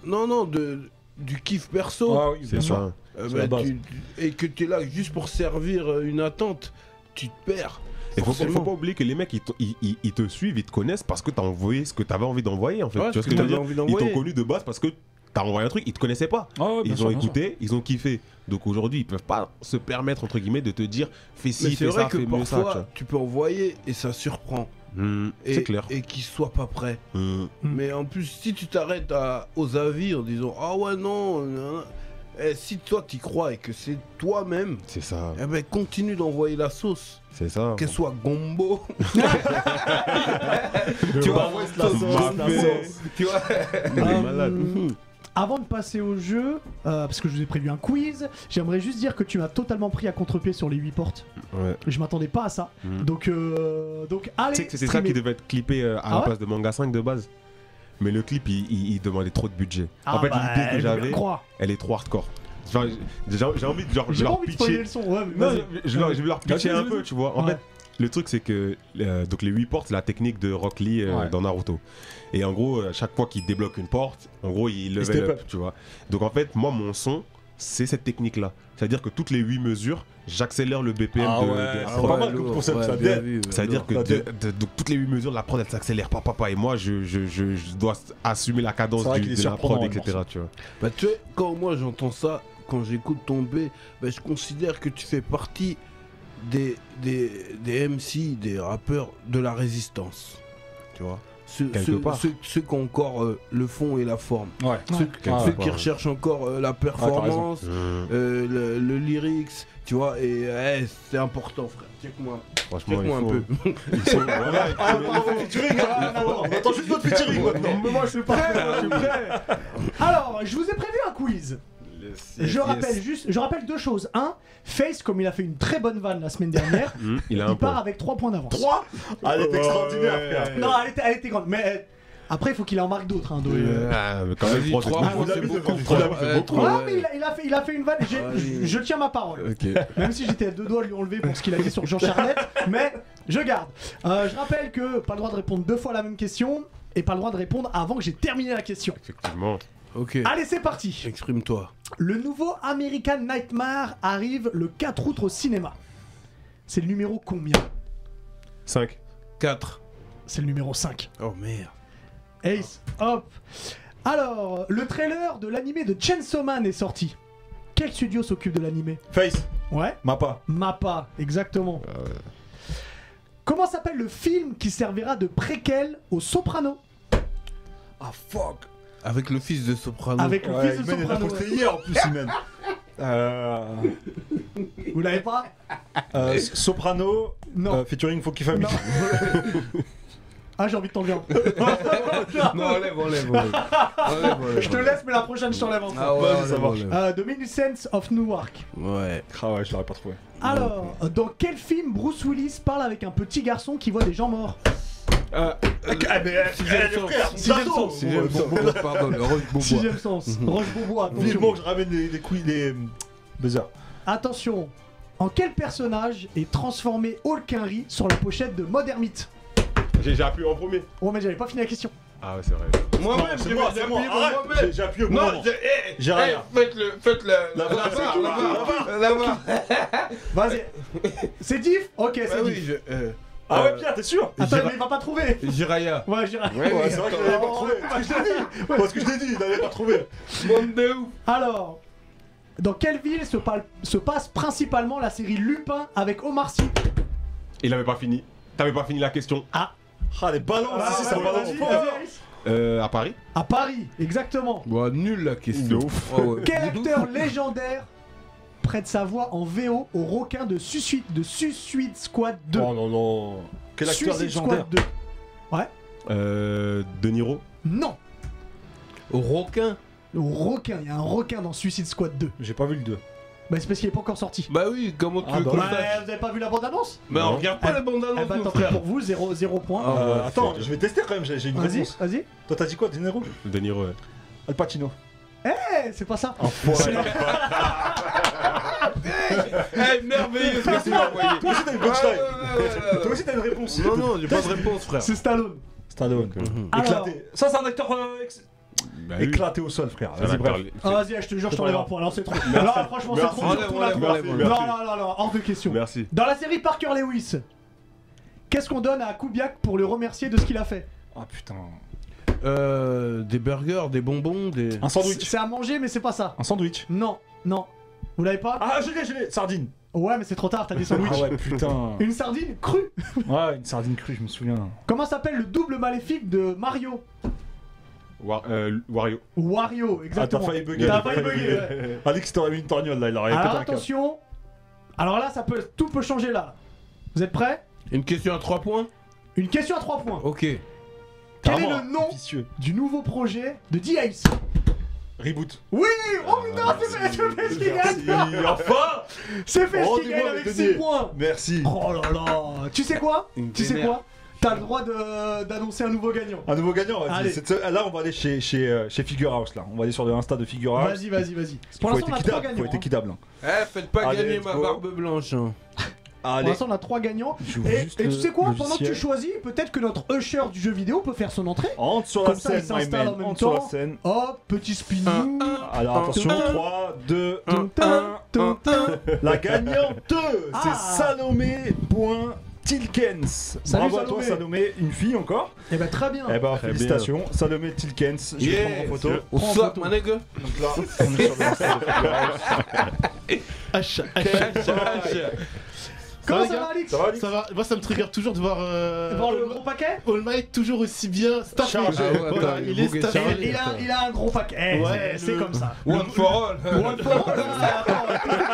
E: non non de du kiff perso
B: Ah oui, bien
D: C'est
B: sûr.
D: ça.
E: euh,
B: c'est la base.
E: tu- tu- et que t'es là juste pour servir euh, une attente, tu te perds.
D: Et faut, pas- faut
E: Forcément.
D: pas oublier que les mecs, ils, te- ils- ils- ils te suivent, ils te connaissent parce que t'as envoyé ce que t'avais envie d'envoyer en fait.
E: Ouais,
D: tu vois
E: parce
D: ce
E: que
D: que je veux
E: t'avais
D: dire
E: envie
D: Ils
E: d'envoyer.
D: t'ont connu de base parce que t'as envoyé un truc, ils te connaissaient pas.
B: Ah ouais, bien
D: Ils
B: sûr,
D: ont
B: bien sûr.
D: écouté, ils ont kiffé. Donc aujourd'hui, ils peuvent pas se permettre, entre guillemets, de te dire fais
E: Mais
D: ci,
E: c'est
D: fais
E: vrai
D: ça,
E: que
D: fais mieux ça.
E: parfois
D: tu vois.
E: tu peux envoyer et ça surprend.
D: Hmm,
E: Et-
D: C'est clair.
E: Et qu'ils soient pas prêts.
D: Hmm.
A: Mm.
E: Mais en plus, si tu t'arrêtes à- aux avis en disant Ah ouais, non, euh, eh, si toi t'y crois et que c'est toi-même,
D: C'est ça,
E: eh ben continue d'envoyer la sauce,
D: c'est ça.
E: qu'elle soit gombo.
B: *laughs*
D: tu
E: vois,
D: balances
E: sauce
D: la
E: gombée.
D: sauce.
E: *laughs* tu
D: *laughs*
E: vois
A: Euh,
E: Ah
D: malade.
A: Avant de passer au jeu, euh, parce que je vous ai prévu un quiz, j'aimerais juste dire que tu m'as totalement pris à contre-pied sur les 8 portes.
D: Ouais.
A: Je m'attendais pas à ça.
D: Mm.
A: Donc, euh, donc allez.
D: Tu sais que c'était ça qui
A: streamer.
D: devait être clippé euh, à
A: Ah
D: la
A: ouais
D: place de Manga 5 de base. Mais le clip, il, il- il demandait trop de budget.
A: Ah
D: en fait,
A: bah,
D: l'idée
A: je
D: que
A: veux bien
D: j'avais,
A: croire.
D: elle est trop hardcore. Enfin, j'ai j'ai envie de genre,
A: J'ai pas
D: leur
A: envie de spoiler
D: pitcher.
A: le son. Ouais, mais
D: Non,
A: vas-y.
D: je- je, leur- je vais leur pitcher
B: Vas-y,
D: un
B: vas-y,
D: peu,
B: vas-y.
D: tu vois. En
A: Ouais.
D: fait, le truc, c'est que euh, donc les 8 portes, c'est la technique de Rock Lee euh,
B: Ouais.
D: dans Naruto. Et en gros, à chaque fois qu'il débloque une porte, en gros, il level
B: step
D: up, tu vois. Donc en fait, moi, mon son, c'est cette technique-là. C'est-à-dire que toutes les 8 mesures, j'accélère le BPM
B: Ah
D: de,
B: ouais,
D: de la
B: ah
D: prod.
B: ouais. Pas mal comme concept, ça.
E: bien vu, bien
D: C'est-à-dire
E: vu.
D: que
B: Ah,
D: de- de- donc, toutes les 8 mesures, la prod, elle s'accélère, papa, papa. Et moi, je, je- je- je dois assumer la cadence
B: C'est vrai
D: du-
B: qu'il est
D: de la prod,
B: surprenant, le
D: etc.
B: morceau.
D: Tu vois.
E: Bah, tu vois, quand moi j'entends ça, quand j'écoute tomber, bah, je considère que tu fais partie des, des, des MC, des rappeurs de la résistance.
D: Tu vois.
E: Ceux,
D: Quelque
E: ceux-
D: part.
E: ceux- ceux qui ont encore euh, le fond et la forme.
B: Ouais.
E: Ceux,
B: Ah,
E: ceux
D: ouais. Ah,
E: qui recherchent encore euh, la performance, euh, le, le lyrics, tu vois, et eh, c'est important, frère. Check-moi
D: Franchement, il
E: check-moi un
D: faut-
E: peu.
D: ils sont- voilà,
B: On attend juste notre featuring maintenant.
A: Mais moi je suis prêt, moi, je suis prêt. *laughs* Alors, je vous ai prévu un quiz. je rappelle juste, je rappelle deux choses. Un, Face, comme il a fait une très bonne vanne la semaine dernière,
D: Hmm, *laughs* *laughs* Il a un
A: il part
D: point.
A: avec 3 points d'avance.
B: Ah, Elle est extraordinaire, frère.
A: Non, elle était, elle était grande. Mais euh, après, il faut qu'il en marque d'autres. Hein, Doé.
D: Ah, mais quand même,
E: Euh, Vas-y,
D: prends-
E: trois
D: prends-
E: points,
D: prends-
E: c'est beaucoup.
D: prends-
E: Trois-
D: prends-
E: euh,
D: prends-
E: trois-
A: Non, Ah, mais il a, il a fait, il a fait une vanne. j'ai-
E: Allez.
A: je tiens ma parole.
D: Ok.
A: Même si j'étais à deux doigts de lui enlever pour ce qu'il a dit sur Jean Charlette, mais je garde. Euh, je rappelle que pas le droit de répondre deux fois la même question et pas le droit de répondre avant que j'ai terminé la question.
D: Effectivement.
E: Ok,
A: Allez, c'est parti.
E: exprime-toi.
A: Le nouveau American Nightmare arrive le 4 août au cinéma. C'est le numéro combien
D: 5.
E: 4.
A: C'est le numéro 5.
E: Oh merde.
A: Ace, hop. Alors, le trailer de l'animé de Chainsaw Man est sorti. Quel studio s'occupe de l'animé
B: Face,
A: Ouais.
B: Mappa.
A: Mappa, exactement.
B: Ah
A: Comment s'appelle le film qui servira de préquel au Soprano
B: Ah fuck
E: Avec le fils de Soprano.
A: Avec le
B: Ah Ouais,
A: fils de
B: Imen, il a
A: Soprano.
B: posté hier en plus, Imen. Euh,
A: Vous l'avez pas
B: euh, Soprano,
A: Non.
B: euh, featuring Fouki Family. *laughs*
A: *laughs* Ah, j'ai envie de t'enlever un.
E: Non, enlève, enlève,
B: *laughs*
E: enlève. Enlève, enlève,
A: Je te
E: enlève.
A: laisse, mais la prochaine, je t'enlève encore.
E: Ah ouais,
B: Vas-y, ça
E: enlève,
B: marche.
E: enlève.
A: Euh, The Minnescence of Newark.
E: Ouais.
B: Ah ouais, je l'aurais pas trouvé.
A: Alors, dans quel film Bruce Willis parle avec un petit garçon qui voit des gens morts
B: Ah, mais, euh,
E: Sixième
B: eh, le frère,
E: sens. Sixième
B: Zazo.
E: sens. Sixième sens. Pardon, le Roche Beaubois.
A: Sixième sens. Roche Beaubois,
B: Mhm. Vivement
A: attention.
B: que je ramène des, des couilles, des buzzers.
A: Attention. En quel personnage est transformé Hulk Henry sur la pochette de Mode Hermite
D: J'ai j'ai appuyé en premier.
A: Oh, mais j'avais pas fini la question.
D: Ah ouais, c'est vrai.
B: Non,
C: Moi-même,
B: c'est
C: j'ai
B: moi,
C: j'ai
B: c'est
C: appuyé
B: moi.
C: pour
B: Arrête,
C: moi-même.
B: j'ai- j'ai appuyé au bon
C: Non,
B: moment.
C: j'ai- eh,
B: J'ai
C: eh,
B: rien.
C: faites le, faites la,
B: La
C: la,
B: barre, c'est
E: Ah,
C: barre,
B: tout,
C: la
B: la
C: barre, la barre.
A: Vas-y. C'est diff Ok, c'est
E: Ah oui,
A: diff.
E: je. euh,
B: Ah ouais, Pierre, t'es sûr
A: Attends, mais il va pas trouver.
E: Jiraya.
A: Ouais, j'irai.
B: Ouais, c'est vrai que je l'avais pas trouvé. Parce que je l'ai dit. Parce que je l'ai dit, il l'avait pas trouvé.
C: Monde de ouf.
A: Alors, dans quelle ville se, pal- se passe principalement la série Lupin avec Omar Sy
D: Il avait pas fini. T'avais pas fini la question.
B: Ah, les balances,
A: Ah,
B: ici, ça
A: ouais,
B: balance
A: vas-y,
B: fort.
A: vas-y, Alice.
D: Euh, à Paris
A: À Paris, exactement.
E: Bon, nul la question.
D: ouf.
E: Ah ouais.
A: Quel acteur légendaire prête sa voix en VO au requin de Suicide, de Suicide Squad 2
B: Oh non, non. Quel acteur
A: Suicide
B: légendaire.
A: Squad 2.
D: Euh, De Niro.
A: Non,
E: Au Roquin.
A: le requin, il y a un requin dans Suicide Squad 2.
B: J'ai pas vu le 2.
A: Bah c'est parce qu'il est pas encore sorti.
E: Bah oui, comment tu
B: Ah,
E: veux
B: bah
E: qu'on
B: ouais.
E: le sache
A: vous avez pas vu la bande-annonce
E: Bah on regarde pas
A: Eh,
E: la bande
A: Eh
E: annonce,
A: bah
E: mon
A: tant pis
E: frère.
A: pour vous, 0 zéro point.
E: Ah,
B: Euh,
E: ouais,
B: attends,
E: c'est-
B: je vais tester quand même, j'ai j'ai une
A: vas-y,
B: réponse.
A: vas-y.
B: Toi, t'as dit quoi, Dinero
D: De Niro, ouais.
B: Al Pacino.
A: Eh, c'est pas ça.
E: Eh, merveilleux ce que tu m'as envoyé.
B: Ah, Toi aussi, t'as une
E: Ouais, ouais,
B: punchline.
E: ouais, ouais,
B: Toi
E: ouais.
B: aussi, t'as une réponse.
E: Non, non, j'ai pas de réponse, frère.
A: C'est Stallone.
B: Stallone. Ah
A: Alors,
B: Éclaté. Ça, c'est un acteur euh, ex-
D: Bah, oui.
B: éclaté au sol, frère.
D: C'est un
B: Vas-y,
D: acteur.
B: bref.
A: ah, vas-y, je te jure, je t'enlève un point. Alors c'est trop. Alors franchement, c'est
D: Merci.
A: trop dur.
E: Enlève,
A: pour la
E: enlève,
A: voix.
E: enlève,
A: Non,
D: enlève.
A: non, non, non, hors de question.
D: Merci.
A: Dans la série Parker Lewis, qu'est-ce qu'on donne à Kubiak pour le remercier de ce qu'il a fait
B: Ah putain.
E: Euh, des burgers, des bonbons, des.
B: Un
A: C'est
B: sandwich.
A: c'est à manger, mais c'est pas ça.
B: Un sandwich.
A: Non, non. Vous l'avez pas
B: Ah, je l'ai, je l'ai. Sardine.
A: Ouais, mais c'est trop tard, t'as des sandwichs.
B: Ah *laughs* ouais, putain.
A: Une sardine crue
B: Ouais, une sardine crue, je me souviens.
A: Comment s'appelle le double maléfique de Mario
D: War- euh, Wario.
A: Wario,
B: Ah, t'as
A: exactement.
B: failli bugger.
A: T'as failli bugger, ouais.
B: Alix, t'aurais mis une torgnole là, il aurait
A: Alors
B: pété un câble.
A: attention. Alors là, ça peut, tout peut changer là. Vous êtes prêts
E: Une question à 3 points
A: Une question à 3 points.
E: Ok.
A: Quel est
B: Oh, Carrément,
A: le nom
B: vicieux.
A: du nouveau projet de D-Ace
B: Reboot.
D: Ah,
A: Oui Oh putain, c'est fait- c'est fait ce qui gagne
B: Et Ah, enfin
A: C'est fait ce qui
B: Rendez-moi
A: gagne
B: avec
A: avec
B: Denis.
A: 6 points
B: Merci.
A: Oh là là Tu sais quoi
E: Il me
A: Tu sais
E: vénère.
A: quoi T'as le droit de- d'annoncer un nouveau gagnant.
B: Un nouveau gagnant, vas-y.
A: Allez.
B: Cette se- Là, on va aller chez, chez, euh, chez Figure House, là. On va aller sur le Insta de Figure House.
A: Vas-y, vas-y, vas-y. Pour
B: Faut
A: l'instant, on a
B: être
A: trois
B: équitable. Faut
A: gagnants.
B: être
A: hein.
B: équitable. hein.
E: Eh, faites pas
B: Allez,
E: gagner
B: let's
E: ma
B: go.
E: barbe blanche. hein.
A: Pour
B: Allez.
A: l'instant, on a trois gagnants.
B: J'ouvre
A: Et,
B: juste
A: et tu
B: le
A: sais quoi Pendant que tu
B: logiciel.
A: choisis, peut-être que notre usher du jeu vidéo peut faire son entrée.
B: Entre sur la
A: Comme ça,
B: scène,
A: il
B: my
A: s'installe en
B: man.
A: même
B: Entre sur la
A: temps.
B: scène.
A: Hop, petit spinning.
B: Alors attention,
A: Un.
B: 3, 2,
A: Tum, tum, tum, tum.
B: La gagnante, c'est
A: *laughs* Ah.
B: Salomé. Point. Tilkens,
A: Salut,
B: bravo à toi
A: Salomé.
B: Salomé, une fille encore
A: Eh ben très bien.
B: Eh ben
D: Très
B: félicitations, Salomé Tilkens, je vais
E: Yeah.
B: prendre en photo.
E: On
A: Prends
E: slap,
A: photo.
E: ma nigga.
B: Donc là, on est sur le Insta de Figure House.
H: Ah,
A: Comment
H: Ça va,
A: ça
H: les
A: va, Alix
B: Ça va Alex
H: Ça va, moi ça me trigger toujours de voir, euh,
A: Voir le gros paquet
H: All Might toujours aussi bien staffé.
B: Chargé.
E: Ah ouais,
H: Voilà,
E: attends,
H: il
E: le
H: est
E: bouc est
H: staffé.
E: chargé.
A: il, a, il a un gros paquet. Eh,
H: Ouais,
A: c'est c'est
H: le-
A: comme ça.
E: One for all.
A: One for all.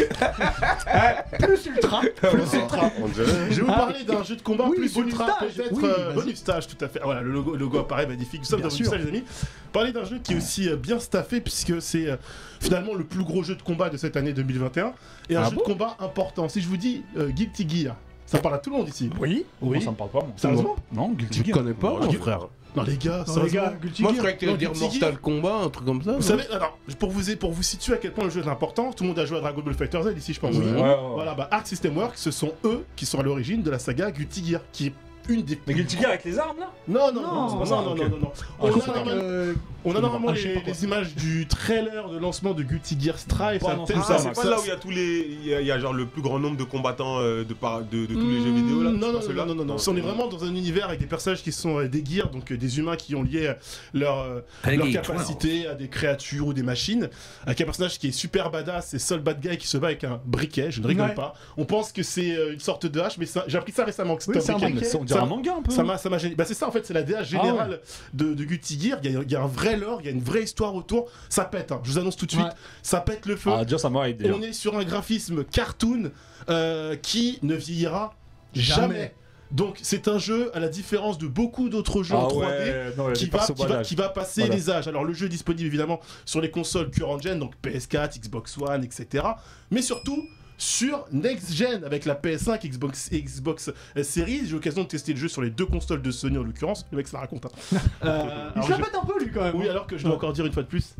A: Eh, plus ultra. Plus ultra.
E: Ah,
D: On dirait.
H: Je vais vous parler d'un jeu de combat
A: Ah, Oui,
H: plus
A: c'est du
H: ultra
A: stage.
H: peut-être
A: Oui,
H: euh,
A: vas-y.
H: bonus stage tout à fait. Ah, Voilà le logo, le logo apparaît magnifique. Nous sommes
A: Bien
H: dans bonus
A: sûr.
H: stage les amis. Parler d'un jeu qui est aussi euh, bien staffé puisque c'est euh, finalement le plus gros jeu de combat de cette année 2021 et un
A: Ah
H: jeu
A: bon
H: de combat important. Si je vous dis euh, Guilty Gear, ça parle à tout le monde ici.
A: Oui.
B: Moi, ça me parle pas, moi.
H: Sérieusement
B: Non, Guilty
E: Tu
B: Gear.
E: connais pas,
B: hein,
E: mon frère
H: Non les gars,
A: Non, les gars,
H: sérieusement.
A: Guilty
E: Moi, je
A: Gear.
E: croyais que t'allais
H: Non,
E: dire
H: Guilty Gear.
E: Mortal Kombat, un truc comme ça.
H: Vous savez, alors, pour vous, pour vous situer à quel point le jeu est important, tout le monde a joué à Dragon Ball Fighter Z ici, je pense.
E: Oui. Ouais,
B: ouais.
H: Voilà, bah, Art System Works, ce sont eux qui sont à l'origine de la saga Guilty Gear, qui est une des.
B: Mais Guilty Gear avec les armes là
H: Non, non,
A: Non.
H: non, non, non, non, non, non.
A: On
H: On a
A: joue pas avec,
H: normalement-
A: euh,
H: On a normalement
B: Ah, je sais
H: les,
B: pas quoi.
H: les images du trailer de lancement de Guilty Gear Strive.
B: Pas non,
H: tel-
B: tout
D: Ah,
B: ça,
D: c'est
B: Max.
D: pas là où il y a tous les. Il y, a- il y a genre le plus grand nombre de combattants euh, de, par- de, de tous les jeux vidéo là
H: Mmh, Non,
D: c'est
H: non,
D: pas
H: non,
D: celui-là
H: non, non, non, non. On est vraiment dans un univers avec des personnages qui sont euh, des gears, donc euh, des humains qui ont lié euh, leur, euh, leur capacité
B: hein.
H: à des créatures ou des machines. Avec un personnage qui est super badass, c'est Sol Bad Guy qui se bat avec un briquet, je ne rigole
A: Ouais.
H: pas. On pense que c'est euh, une sorte de hache, mais ça- j'ai appris ça récemment que
A: Oui,
H: c'était
A: c'est un
H: briquet.
A: briquet.
B: Mais ça, on dirait
H: Ça-
B: un Ah manga un peu.
H: Ça m'a, ça m'a gêné. Bah, c'est ça en fait, c'est la DA générale de, de Guilty Gear. Il y, a- il y a un vrai lore, il y a une vraie histoire autour. Ça pète, hein. je vous annonce tout de suite.
A: Ouais.
H: Ça pète le feu.
B: Ah, déjà, ça m'a aidé.
H: on est sur un graphisme cartoon euh, qui ne vieillira jamais.
A: Jamais.
H: Donc c'est un jeu à la différence de beaucoup d'autres jeux
B: Ah
H: en 3D qui va, qui, va, qui va passer
B: Voilà.
H: les âges. Alors le jeu est disponible évidemment sur les consoles current gen, donc PS4, Xbox One, etc. Mais surtout sur next gen avec la PS5, Xbox, Xbox euh, Series. J'ai eu l'occasion de tester le jeu sur les deux consoles de Sony en l'occurrence. Le mec ça raconte. hein. Euh,
A: Il
H: alors,
A: se la
H: je-
A: pète un peu lui quand même. hein.
H: Oui, alors que je dois encore dire une fois de plus.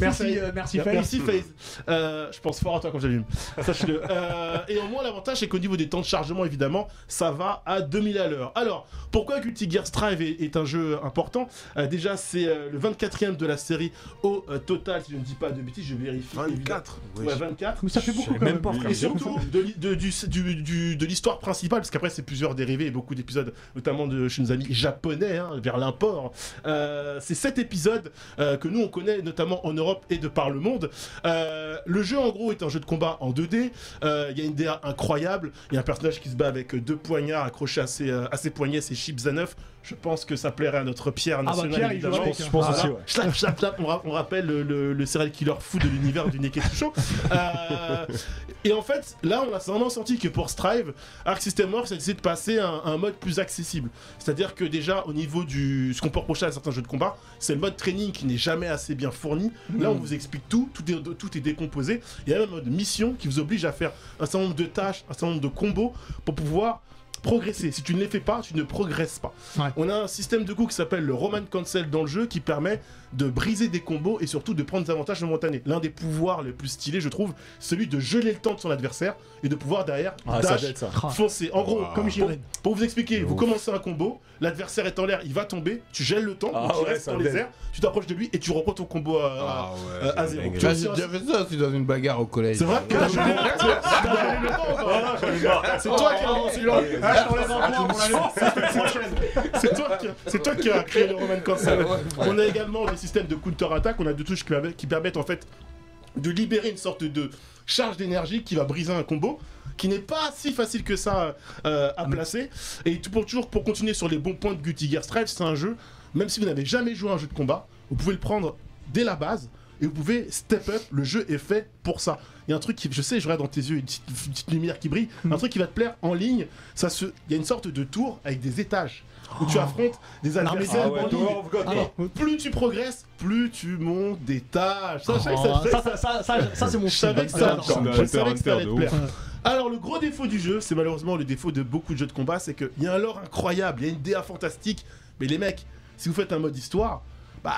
A: Merci,
H: Faye.
A: euh, merci, Faye.
H: Merci FaZe. Euh, je pense fort à toi quand j'allume. Sache-le. Euh, et au moins, l'avantage, c'est qu'au niveau des temps de chargement, évidemment, ça va à 2000 à l'heure. Alors, pourquoi Guilty Gear Strive est, est un jeu important Euh, Déjà, c'est euh, le 24ème de la série au euh, total, si je ne dis pas de bêtises, je vérifie. évidemment.
D: 24
H: Ouais, 24.
A: Mais ça fait beaucoup
B: savais
A: quand
B: même
A: même.
B: pas, frère.
H: Et surtout
A: *laughs*
H: de, l'hi- de- du- du- du- de l'histoire principale, parce qu'après c'est plusieurs dérivés et beaucoup d'épisodes, notamment de chez nos amis japonais, hein, vers l'import. Euh, c'est sept épisodes euh, que nous on connaît notamment en Europe et de par le monde. Euh, le jeu en gros est un jeu de combat en 2D. Euh, Il y a une DA incroyable. Il y a un personnage qui se bat avec deux poignards accrochés à ses, euh, à ses poignets, ses chips à neuf. Je pense que ça plairait à notre Pierre
A: bah,
H: national.
A: Pierre, il joue
H: évidemment.
A: avec,
B: Je pense
A: Ah,
B: aussi,
A: là.
H: *laughs*
B: ouais.
H: Chlap, chlap, chlap, on, ra- on rappelle le, le, le serial killer fou de l'univers du Neketsucho. Euh, et en fait, là, on a vraiment senti que pour Strive, Arc System Works a décidé de passer à un, un mode plus accessible. C'est-à-dire que déjà, au niveau du. Ce qu'on peut reprocher à certains jeux de combat, c'est le mode training qui n'est jamais assez bien fourni. Là, on
B: Hmm.
H: vous explique tout, tout est, tout est décomposé. Il y a même un mode mission qui vous oblige à faire un certain nombre de tâches, un certain nombre de combos pour pouvoir progresser. Si tu ne les fais pas, tu ne progresses pas.
A: Ouais.
H: On a un système de coups qui s'appelle le Roman Cancel dans le jeu qui permet de briser des combos et surtout de prendre des avantages momentanés. L'un des pouvoirs les plus stylés, je trouve, celui de geler le temps de son adversaire et de pouvoir derrière
B: Ah, ça
H: dash,
B: doit être ça.
A: Ah.
H: foncer. En gros,
D: Wow.
H: comme
A: Comme
H: pour,
A: Jiren.
H: pour vous expliquer,
D: De
H: vous
D: ouf.
H: commencez un combo, l'adversaire est en l'air, il va tomber, tu gèles le temps,
B: Ah
H: donc il
B: ouais,
H: reste
B: ça Ah.
H: dans les
B: dead.
H: airs, tu t'approches de lui et tu reprends ton combo à,
D: Ah ouais.
H: à zéro.
D: dingue.
E: Bah,
H: Tu vois,
E: J'ai
H: c'est un-
E: déjà fait ça, c'est dans une bagarre au collège.
H: C'est vrai que t'as gelé le temps ou pas C'est toi qui as avancé le
A: Ah, je t'enlève un point, on la laisse.
H: C'est toi qui, c'est toi qui as créé le Roman Cancel. On a également des systèmes de counter-attaque. On a deux touches qui, permet- qui permettent en fait de libérer une sorte de charge d'énergie qui va briser un combo qui n'est pas si facile que ça euh, à placer. Et tout pour toujours, pour continuer sur les bons points de Guilty Gear Strive, c'est un jeu, même si vous n'avez jamais joué à un jeu de combat, vous pouvez le prendre dès la base et vous pouvez step up. Le jeu est fait pour ça. Il y a un truc qui, je sais, je regarde dans tes yeux une petite, une petite lumière qui brille, un truc qui va te plaire en ligne. Ça se, il y a une sorte de tour avec des étages où tu affrontes des adversaires.
B: Ah ouais,
H: Oh. en ligne.
B: Tower of God, quoi.
H: Alors, plus tu progresses, plus tu montes des tâches. Ça, je savais que ça-
A: Ah, Ça, ça, ça, ça, ça, c'est mon
H: je savais que
A: style.
H: ça,
A: J'adore
D: Comme dans
H: je
D: Hunter
H: savais que ça
D: Hunter,
H: allait te
D: de
H: plaire.
A: ouf.
H: Alors le gros défaut du jeu, c'est malheureusement le défaut de beaucoup de jeux de combat, c'est qu'il y a un lore incroyable, il y a une DA fantastique, mais les mecs, si vous faites un mode histoire, bah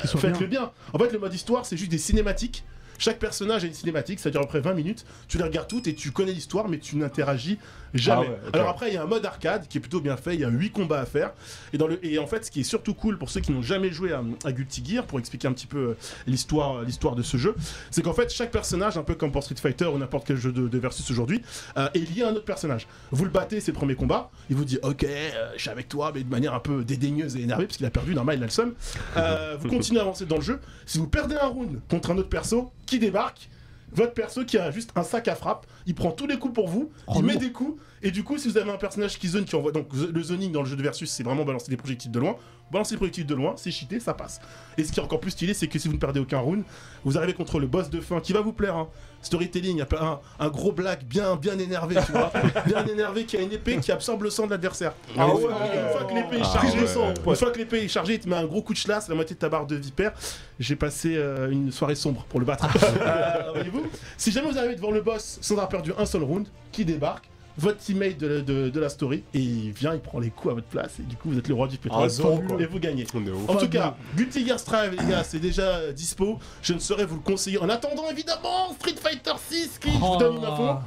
A: Qu'il soit
H: faites-le bien. En fait, le mode histoire, c'est juste des cinématiques. Chaque personnage a une cinématique, ça dure à peu près 20 minutes. Tu les regardes toutes et tu connais l'histoire, mais tu n'interagis jamais.
B: Ah ouais, ok.
H: Alors après, il y a un mode arcade qui est plutôt bien fait. Il y a 8 combats à faire. Et, dans le... et en fait, ce qui est surtout cool pour ceux qui n'ont jamais joué à, à Guilty Gear, pour expliquer un petit peu euh, l'histoire, l'histoire de ce jeu, c'est qu'en fait, chaque personnage, un peu comme pour Street Fighter ou n'importe quel jeu de, de versus aujourd'hui, euh, est lié à un autre personnage. Vous le battez ses premiers combats, il vous dit Ok, euh, je suis avec toi, mais de manière un peu dédaigneuse et énervée, parce qu'il a perdu, normal, il a le seum. Euh,
B: *laughs*
H: vous continuez à avancer dans le jeu. Si vous perdez un round contre un autre perso qui débarque, votre perso qui a juste un sac à frappe, il prend tous les coups pour vous,
A: Oh,
H: il met
A: lourd.
H: des coups, et du coup, si vous avez un personnage qui zone, qui envoie. Donc, le zoning dans le jeu de Versus, c'est vraiment balancer des projectiles de loin. Balancer des projectiles de loin, c'est cheaté, ça passe. Et ce qui est encore plus stylé, c'est que si vous ne perdez aucun round, vous arrivez contre le boss de fin qui va vous plaire. hein. Storytelling, un, peu- un, un gros black bien, bien énervé, tu vois. bien énervé qui a une épée qui absorbe le sang de l'adversaire.
B: Ah
H: Une fois-
B: ouais.
H: une fois que l'épée est
D: Ah
H: chargée,
D: ouais.
H: le sang, une fois que l'épée est chargée, il te met un gros coup de chlasse, la moitié de ta barre de vipère. J'ai passé euh, une soirée sombre pour le battre.
D: Ah.
H: *laughs* Euh, Voyez-vous Si jamais vous arrivez devant le boss sans avoir perdu un seul round, qui débarque votre teammate de, de- de la story et il vient, il prend les coups à votre place et du coup vous êtes le roi du pétrole
B: Ah, zone, quoi.
H: et vous gagnez.
D: On est ouf.
H: En tout cas, Guilty Gear Strive, les gars, c'est déjà euh,
D: Oh.
A: Ah,
H: dispo. Je ne saurais vous le conseiller. En attendant, évidemment, Street Fighter 6 qui je vous donne une info.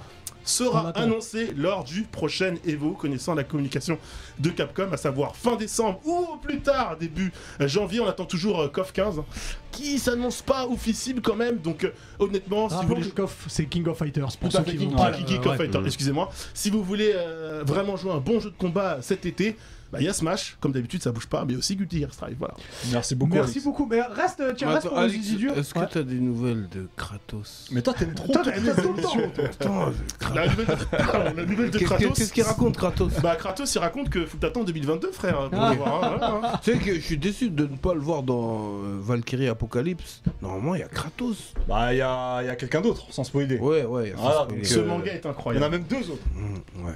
A: On
H: sera
A: attend.
H: annoncé lors du prochain Evo, connaissant la communication de Capcom, à savoir fin décembre ou au plus tard début janvier. On attend toujours euh, KOF 15, hein, qui s'annonce pas officiel quand même. Donc euh, honnêtement, si vous
A: Rappelons
H: voulez
A: que KOF, c'est King of Fighters pour
H: tout
A: ceux
H: à fait
A: qui
H: Geek-
A: vont.
H: ah,
A: Ouais,
H: Geek- Geek
A: ouais.
H: of Fighter, excusez-moi. Si vous voulez euh, vraiment jouer un bon jeu de combat cet été, bah, il y a Smash, comme d'habitude ça bouge pas, mais aussi Guilty Gear Strive, voilà.
B: Merci beaucoup.
A: Merci
B: Alex.
A: beaucoup. Mais reste, tiens, reste pour les
E: Alex,
A: idées dures.
E: est-ce que
A: Ouais.
E: t'as des nouvelles de Kratos
B: Mais toi, t'aimes trop.
A: Toi, t'as- t'as tout le temps.
E: Attends,
H: La nouvelle, Pardon, la nouvelle de
E: Ah. qu'est-ce que-
H: Kratos.
E: qu'est-ce qu'il raconte Kratos
H: Bah Kratos il raconte que faut que t'attends 2022 frère pour
A: Ah.
H: le voir. hein, voilà, hein.
E: *laughs* Tu sais que je suis déçu de ne pas le voir dans euh, Valkyrie Apocalypse. Normalement, il y a Kratos.
B: Bah, il y a, y a quelqu'un d'autre, sans spoiler.
E: Ouais, ouais. il y a
B: Voilà,
E: Fast
B: donc
E: Spirit.
H: Ce
B: euh,
H: manga est
B: Il y en a
H: incroyable.
B: même deux autres.
E: Mmh, ouais.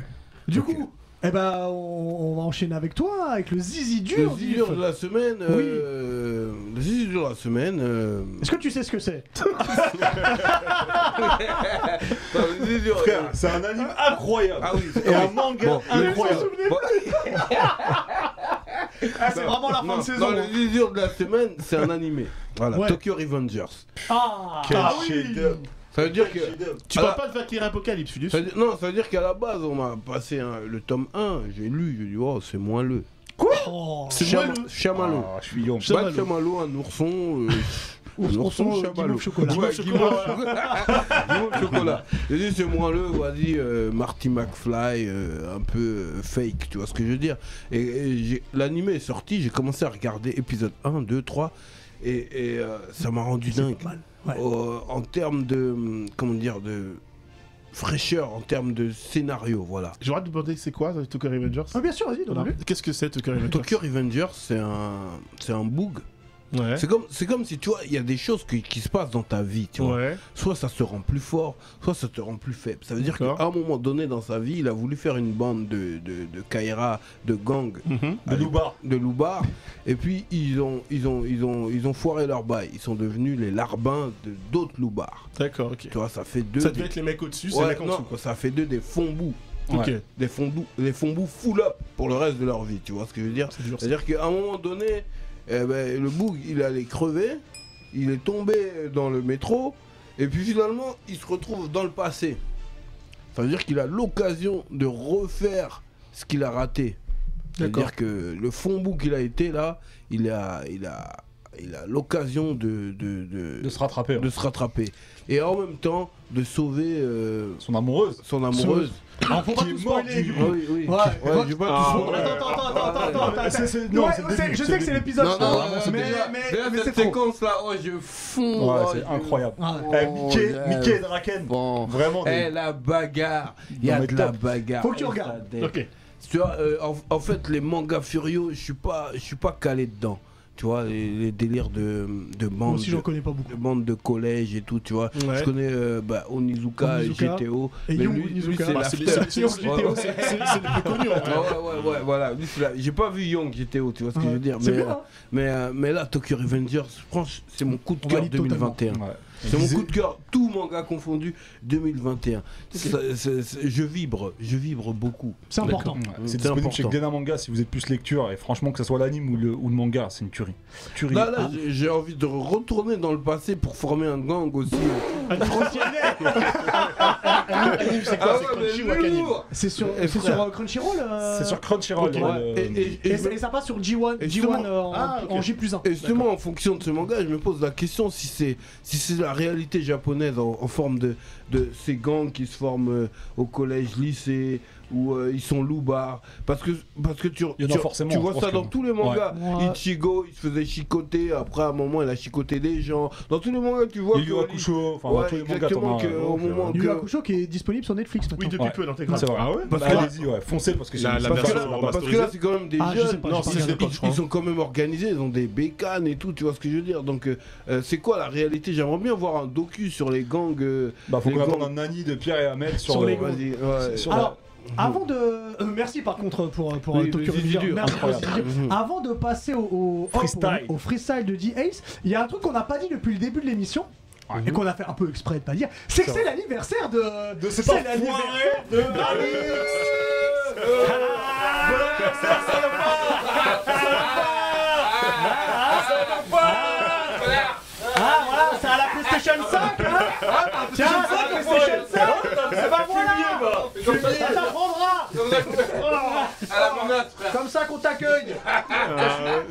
A: Du
E: Ok.
A: coup, eh ben, on, on va enchaîner avec toi, avec le zizi
E: Le
A: dur.
E: zizi dur
A: Diff.
E: de la semaine. euh, Le zizi dur de la semaine. euh,
A: Est-ce que tu sais ce que c'est
B: Frère, c'est un anime *laughs* incroyable.
E: Ah oui.
B: Et un manga
E: Bon, le-
B: incroyable.
E: Bon,
A: Ah, C'est vraiment la fin
E: non,
A: de saison. hein.
E: non, le zizi dur de la semaine, c'est un animé. Voilà,
A: Ouais.
E: Tokyo Revengers.
A: Ah,
B: Quel
A: Ah oui.
B: chef-d'œuvre.
E: Ça veut dire que.
H: Tu
E: Ah,
H: parles pas de Valkyrie Apocalypse, je suis
E: ça
H: déçu.
E: veut dire- non, ça veut dire qu'à la base, on m'a passé un- le tome 1, j'ai lu, j'ai dit, oh, c'est moins le.
A: Oh.
H: C'est
E: Chama-
H: moelleux.
E: Chamallow.
B: Ah, je suis yon.
E: Bat
H: Chamallow.
E: Chamallow, un ourson. euh,
A: Ours- *laughs*
E: un
A: ourson, euh,
E: chamallow.
A: guimauve chocolat.
E: Ouais,
H: Guimauve chocolat.
E: guimauve chocolat. *laughs* Guimauve chocolat. J'ai dit, c'est moins le, vas-y, euh, Marty McFly, euh, un peu euh, fake, tu vois ce que je veux dire. Et, et j'ai- l'animé est sorti, j'ai commencé à regarder épisode 1, 2, 3, et, et, euh, ça m'a rendu dingue.
A: mal, ouais.
E: Euh, en termes de. hum, Comment dire De fraîcheur, en termes de scénario, voilà.
H: J'aurais demandé c'est quoi euh, Tokyo Revengers
A: Ah, bien sûr, vas-y, donne-le.
H: Qu'est-ce que c'est Tokyo Revengers
E: Tokyo Revengers, c'est un, c'est un bug.
H: Ouais.
E: C'est comme, c'est comme si tu vois, il y a des choses qui, qui se passent dans ta vie, tu vois.
H: Ouais.
E: Soit ça se rend plus fort, soit ça te rend plus faible. Ça veut dire qu'à
H: D'accord.
E: un moment donné dans sa vie, il a voulu faire une bande de, de, de Kaira, de gang,
H: Mhm.
B: De Loubar.
E: de loubar, et puis ils ont, ils ont, ils ont, ils ont foiré leur bail. Ils sont devenus les larbins de d'autres loubards.
H: D'accord, ok.
E: Tu vois, ça fait deux.
H: Ça
E: des-
H: devait être les mecs au-dessus, c'est
E: Ouais,
H: les mecs en
E: non,
H: dessous. quoi.
E: ça fait deux des fonds
H: Ok.
B: Ouais.
E: des fondous, les fondous full up pour le reste de leur vie, tu vois ce que je veux dire
H: C'est dur, ça.
E: C'est-à-dire qu'à un moment donné, eh ben, le boug, il allait crever, il est tombé dans le métro, et puis finalement, il se retrouve dans le passé. Ça veut dire qu'il a l'occasion de refaire ce qu'il a raté. C'est-à-dire que le fondou qu'il a été là, il a, il a, il a l'occasion de, de, de-
B: De se rattraper. hein.
E: de
B: ouais.
E: se rattraper. Et en même temps, de sauver euh,
B: Son amoureuse.
E: son amoureuse.
A: Alors, faut pas
B: Qui est
A: tout
B: mort
A: spoiler,
B: du-
A: du
E: Ah
A: coup.
E: oui, oui.
A: Ouais,
E: Ouais, j'ai pas tout
D: Ah,
E: spoilé.
A: Attends, attends, attends, attends, attends, attends, attends.
B: C'est- c'est- non,
A: Ouais,
B: c'est le
A: je sais-
B: début,
A: je
B: c'est
A: sais
B: le
A: que c'est
B: début.
A: l'épisode.
E: Non,
A: je
E: non,
A: crois.
E: non, c'est
A: mais,
E: déjà-
A: mais,
E: déjà,
A: mais c'est
E: cette
A: trop.
E: séquence là, oh, je fonds.
B: Ouais,
E: oh,
B: c'est
E: je-
B: incroyable.
A: Ah,
E: Oh,
B: Eh, Mickey,
E: yeah.
B: Mickey et Draken.
E: Bon.
B: Vraiment.
D: Ah,
E: Eh,
B: des-
E: la bagarre. Il y
B: Non,
E: a
B: mais
E: de la
B: top.
E: bagarre.
A: Faut que tu
E: Eh,
A: regardes.
E: ça dé-
H: Ok.
E: Tu vois, euh, en, en fait, les mangas furieux, je suis pas, je suis pas calé dedans. Tu vois, les, les délires de, de
A: Moi
E: bande.
A: aussi, j'en connais pas beaucoup.
E: de bande de collège et tout, tu vois.
H: Ouais.
E: Je connais euh, bah, Onizuka,
A: Onizuka.
E: GTO.
A: Et
E: mais
A: Young
E: lui, lui,
A: Onizuka.
E: c'est
A: Bah,
H: C'est les
E: l'after.
H: c'est- c'est- c'est-
E: Ouais, ouais.
H: c'est- c'est- c'est les plus connus en vrai.
E: Ouais, ouais, ouais, ouais, voilà. Lui, c'est la- J'ai pas vu Young qui était haut, tu vois ce que
A: Ouais.
E: je veux dire.
A: C'est
E: mais,
A: bien,
E: euh,
A: hein.
E: mais, euh, mais là, Tokyo Revengers, franchement, c'est mon coup de
A: On
E: cœur
A: valide totalement.
E: 2021.
B: Ouais.
E: C'est mon coup de cœur, tout manga confondu, 2021. Ça- ça- ça- je vibre, je vibre beaucoup.
A: C'est important.
B: Ouais,
E: C'est
B: C'est disponible chez
E: important.
B: Glénat Manga si vous êtes plus lecture. Et franchement, que ce soit l'anime ou le, ou le manga, c'est une tuerie. Tuerie.
E: Là, là, j'ai- j'ai envie de retourner dans le passé pour former un gang aussi.
H: C'est
E: Ah
H: quoi C'est Crunchy ou Akanim
A: C'est sur,
E: Et
A: c'est sur
E: frère.
A: euh, Crunchyroll euh,
B: c'est sur Crunchyroll. euh,
A: ok.
B: le-
E: Ouais, et- et- et-
A: Et, et ça passe sur G1,
E: Et
A: G1
E: justement-
A: euh, en,
H: Ah, ok.
A: en G plus 1.
E: Et justement, en fonction de ce manga, je me pose la question si c'est si c'est la réalité japonaise en, en forme de, de ces gangs qui se forment euh, au collège, lycée, où euh, ils sont loubards. Parce que, parce que tu,
B: Il y en a
E: tu,
B: forcément,
E: tu
B: je
E: vois
B: pense
E: ça
B: que-
E: dans tous les mangas.
A: Ouais. Ouais.
E: Ichigo, il se faisait chicoter, après à un moment, il a chicoté des gens. Dans tous les mangas, tu vois
B: Yu Yu
E: que-
B: Hakusho, enfin
E: Ouais,
B: tous les mangas.
E: exactement,
B: t'en as- hein, euh,
E: que au moment
A: Yu
E: que-
A: Yu Hakusho qui est disponible sur Netflix
H: Oui,
A: maintenant.
H: depuis
B: Ouais.
H: peu l'intégral.
B: C'est vrai.
H: Ah ouais
E: Parce
B: Bah,
E: que là-
B: Allez-y, ouais, foncez parce que c'est
D: La-
B: une
D: la
E: parce que,
B: super-
E: là,
D: version
E: parce que
D: remasterisée.
E: là, c'est quand même des
A: Ah, je sais
E: jeunes.
A: pas,
H: Non,
A: j'ai
H: si
A: pas
H: c'est
A: regardé.
H: je
E: Ils
H: crois.
E: sont quand même organisés, ils ont des bécanes et tout, tu vois ce que je veux dire. Donc, euh, euh, c'est quoi la réalité J'aimerais bien voir un docu sur les gangs. euh,
B: Bah, faut
E: les
B: qu'on
E: gangs-
B: attende un nani de Pierre et Ahmed sur,
A: Sur
B: le-
A: les gangs.
B: *laughs*
E: Vas-y, ouais.
B: sur
A: Alors,
E: la-
A: avant de. euh, merci par contre pour, pour
E: Oui,
A: euh, Tokyo
E: le zizi
A: Revenger.
E: dur,
A: Merci,
B: incroyable.
A: le zizi dur.
B: Mhm.
A: Avant de passer au, au- hop,
B: Freestyle.
A: au- au freestyle de D-Ace, il y a un truc qu'on n'a pas dit depuis le début de l'émission.
B: Ouais.
A: Et qu'on a fait un peu exprès de pas dire, c'est que c'est l'anniversaire de.
B: De cet
A: c'est
B: enfoiré
A: l'anniversaire de Ah voilà, c'est à la PlayStation 5 hein Tiens, c'est la PlayStation 5 Bah voilà
C: Comme ça,
A: T'apprendras
C: comme ça, comme ça, à la marmotte, frère.
A: Oh. Comme ça qu'on t'accueille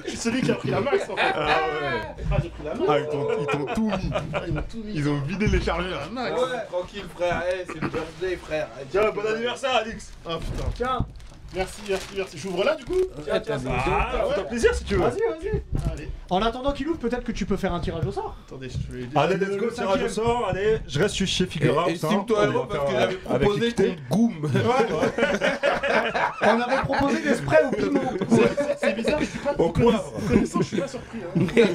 H: Je suis celui qui a pris la max en fait. Ah, j'ai pris la max.
D: Ah, ils t'ont ils t'ont tout mis.
H: Ah, ils m'ont tout mis.
D: Ils ont vidé les chargeurs.
C: Ouais, tranquille, frère. Eh, c'est le birthday, frère. Eh,
H: Tiens, bon anniversaire, Alix. Ah putain.
A: Tiens,
H: Merci, merci, merci. J'ouvre là du coup
C: Tiens, tiens, ça.
H: Ah, ouais. plaisir si tu veux.
A: vas-y, vas-y
H: Allez,
A: En attendant qu'il ouvre, peut-être que tu peux faire un tirage au sort
H: attendez, je vais.
B: Allez,
A: Le-
B: let's go,
A: le
B: tirage au
A: cinquième.
B: sort, allez, je reste chez Figura.
C: Et-
H: hein.
C: Estime-toi heureux parce que j'avais proposé contre Goom.
A: *laughs* On avait proposé des sprays au piment
H: C'est- C'est bizarre, je suis pas.
B: Au poivre.
H: Connaissant, je suis pas surpris. hein.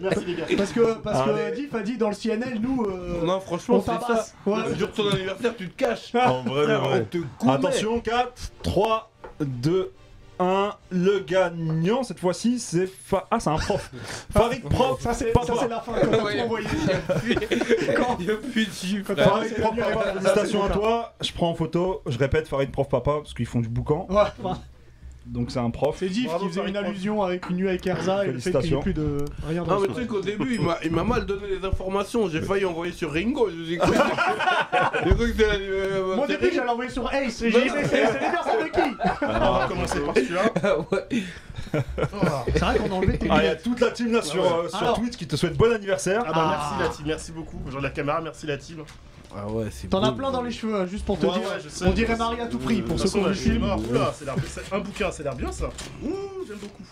H: merci les gars.
A: Parce que, parce que
D: Allez.
A: Diff a dit dans le CNL, nous, euh,
C: Non,
A: on
C: franchement, c'est ça.
A: tabasse Ouais.
C: Le jour de ton anniversaire, tu te caches.
D: En vrai, de
C: On
E: *laughs*
D: vrai.
C: te goumait.
B: Attention, 4, 3, 2, 1. Le gagnant, cette fois-ci, c'est. Fa- Ah, c'est un prof. Farid Prof.
A: Ça, c'est
B: Papa.
A: ça, c'est la fin, quand t'as
C: Ouais.
A: tout envoyé
C: Il y a plus de chiffres.
A: Quand-
B: Farid Prof Papa, félicitations à toi. Je prends en photo, je répète Farid Prof Papa, parce qu'ils font du boucan.
A: Ouais, enfin,
B: Donc c'est un prof.
A: c'est Diff
H: Bravo,
A: qui faisait une
H: Farid.
A: allusion avec une nuit avec Erza et le fait qu'il n'y ait
B: Félicitations.
A: plus de rien
C: Non,
A: dans le
C: mais
A: sort.
C: tu sais qu'au début, il m'a- il m'a mal donné les informations. J'ai failli envoyer sur Ringo. Je me suis dit, *laughs* quoi J'ai cru que c'était. euh,
A: Moi,
C: c'est
A: depuis,
C: Ringo.
A: j'allais envoyer sur Ace et j'ai dit, mais c'est c'est l'anniversaire de qui
H: On va commencer par celui-là.
C: Ah
A: C'est vrai qu'on a enlevé tes
B: Ah, il y a
A: lunettes.
B: toute la team là sur, euh, sur
A: Alors.
B: Twitch qui te souhaite bon anniversaire.
H: Ah bah
A: Ah.
H: merci la team, merci beaucoup. Bonjour la caméra, merci la team.
C: Ah ouais, c'est
A: T'en as
C: beau,
A: plein dans les cheveux, hein, juste pour te
H: Ouais,
A: dire.
H: ouais, je sais.
A: on dirait Marie à tout prix pour
H: De
A: ceux
H: toute
A: qui ont
H: façon, là,
A: le
H: je suis
A: film.
H: mort. Oula, c'est l'air- c'est un bouquin, ça a l'air bien ça. Ouh, j'aime beaucoup.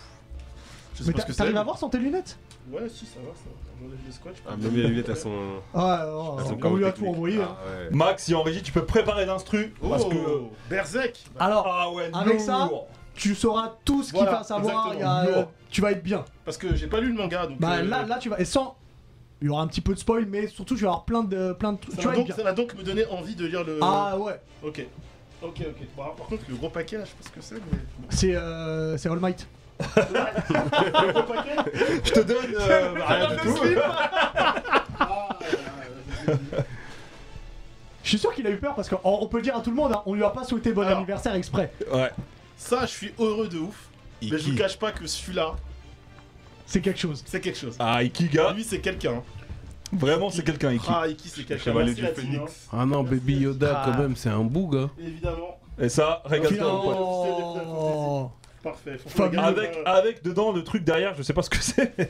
H: Je sais
A: Mais
H: pas
A: t'a-
H: ce que
A: t'arrives
H: c'est.
A: à voir sans tes lunettes
H: Ouais, si, ça va, ça va. J'enlève le scotch.
D: Ah, même les lunettes, elles sont.
A: Ouais, ouais,
D: elles sont
A: on
D: quand
A: lui
D: même
A: a tout
D: techniques.
A: envoyé. hein.
D: Ah, ouais.
B: Max, si en régie, tu peux préparer l'instru. Parce que.
H: Oh, Berserk
A: Alors,
B: Ah ouais,
A: Oh. Avec ça,
B: lourd.
A: tu sauras tout ce qu'il
H: Voilà,
A: va savoir. il y
H: exactement.
A: a, euh,
H: Lourd.
A: tu vas être bien.
H: Parce que j'ai pas lu le manga donc.
A: Bah
H: euh,
A: là, là, tu vas. Et sans. Il y aura un petit peu de spoil, mais surtout, tu vas avoir plein de, plein de trucs.
H: ça
A: Tu
H: va
A: vas être
H: donc, euh,
A: bien.
H: ça va donc me donner envie de lire le.
A: Ah ouais,
H: Ok. Ok, ok. Bon, alors, par contre, le gros paquet là, je sais pas ce que c'est, mais.
A: c'est euh, c'est All Might.
H: Le gros
A: *laughs*
H: paquet
B: Je te donne. euh, bah, rien du tout.
A: Je suis sûr qu'il a eu peur parce qu'on on peut le dire à tout le monde, hein, on lui a pas souhaité bon
H: Alors.
A: anniversaire exprès.
H: Ça, je suis heureux de ouf. Mais je vous cache pas que celui-là,
A: C'est quelque chose.
H: c'est quelque chose.
B: Ah, Ikiga,
H: Lui, c'est quelqu'un.
B: vraiment, c'est quelqu'un, Iki.
H: Ah, Iki, c'est quelqu'un.
D: Chevalier
H: Merci,
D: du
H: la team,
D: Phénix.
E: Ah non, Baby Yoda, quand même, c'est un boug, hein.
H: hein. Évidemment.
B: Et ça, régale-toi, mon pote.
A: Oh.
H: Parfait. Faut
A: Famille.
H: regarder,
B: Avec,
H: euh,
B: avec dedans le truc derrière, je sais pas ce que *laughs* c'est. le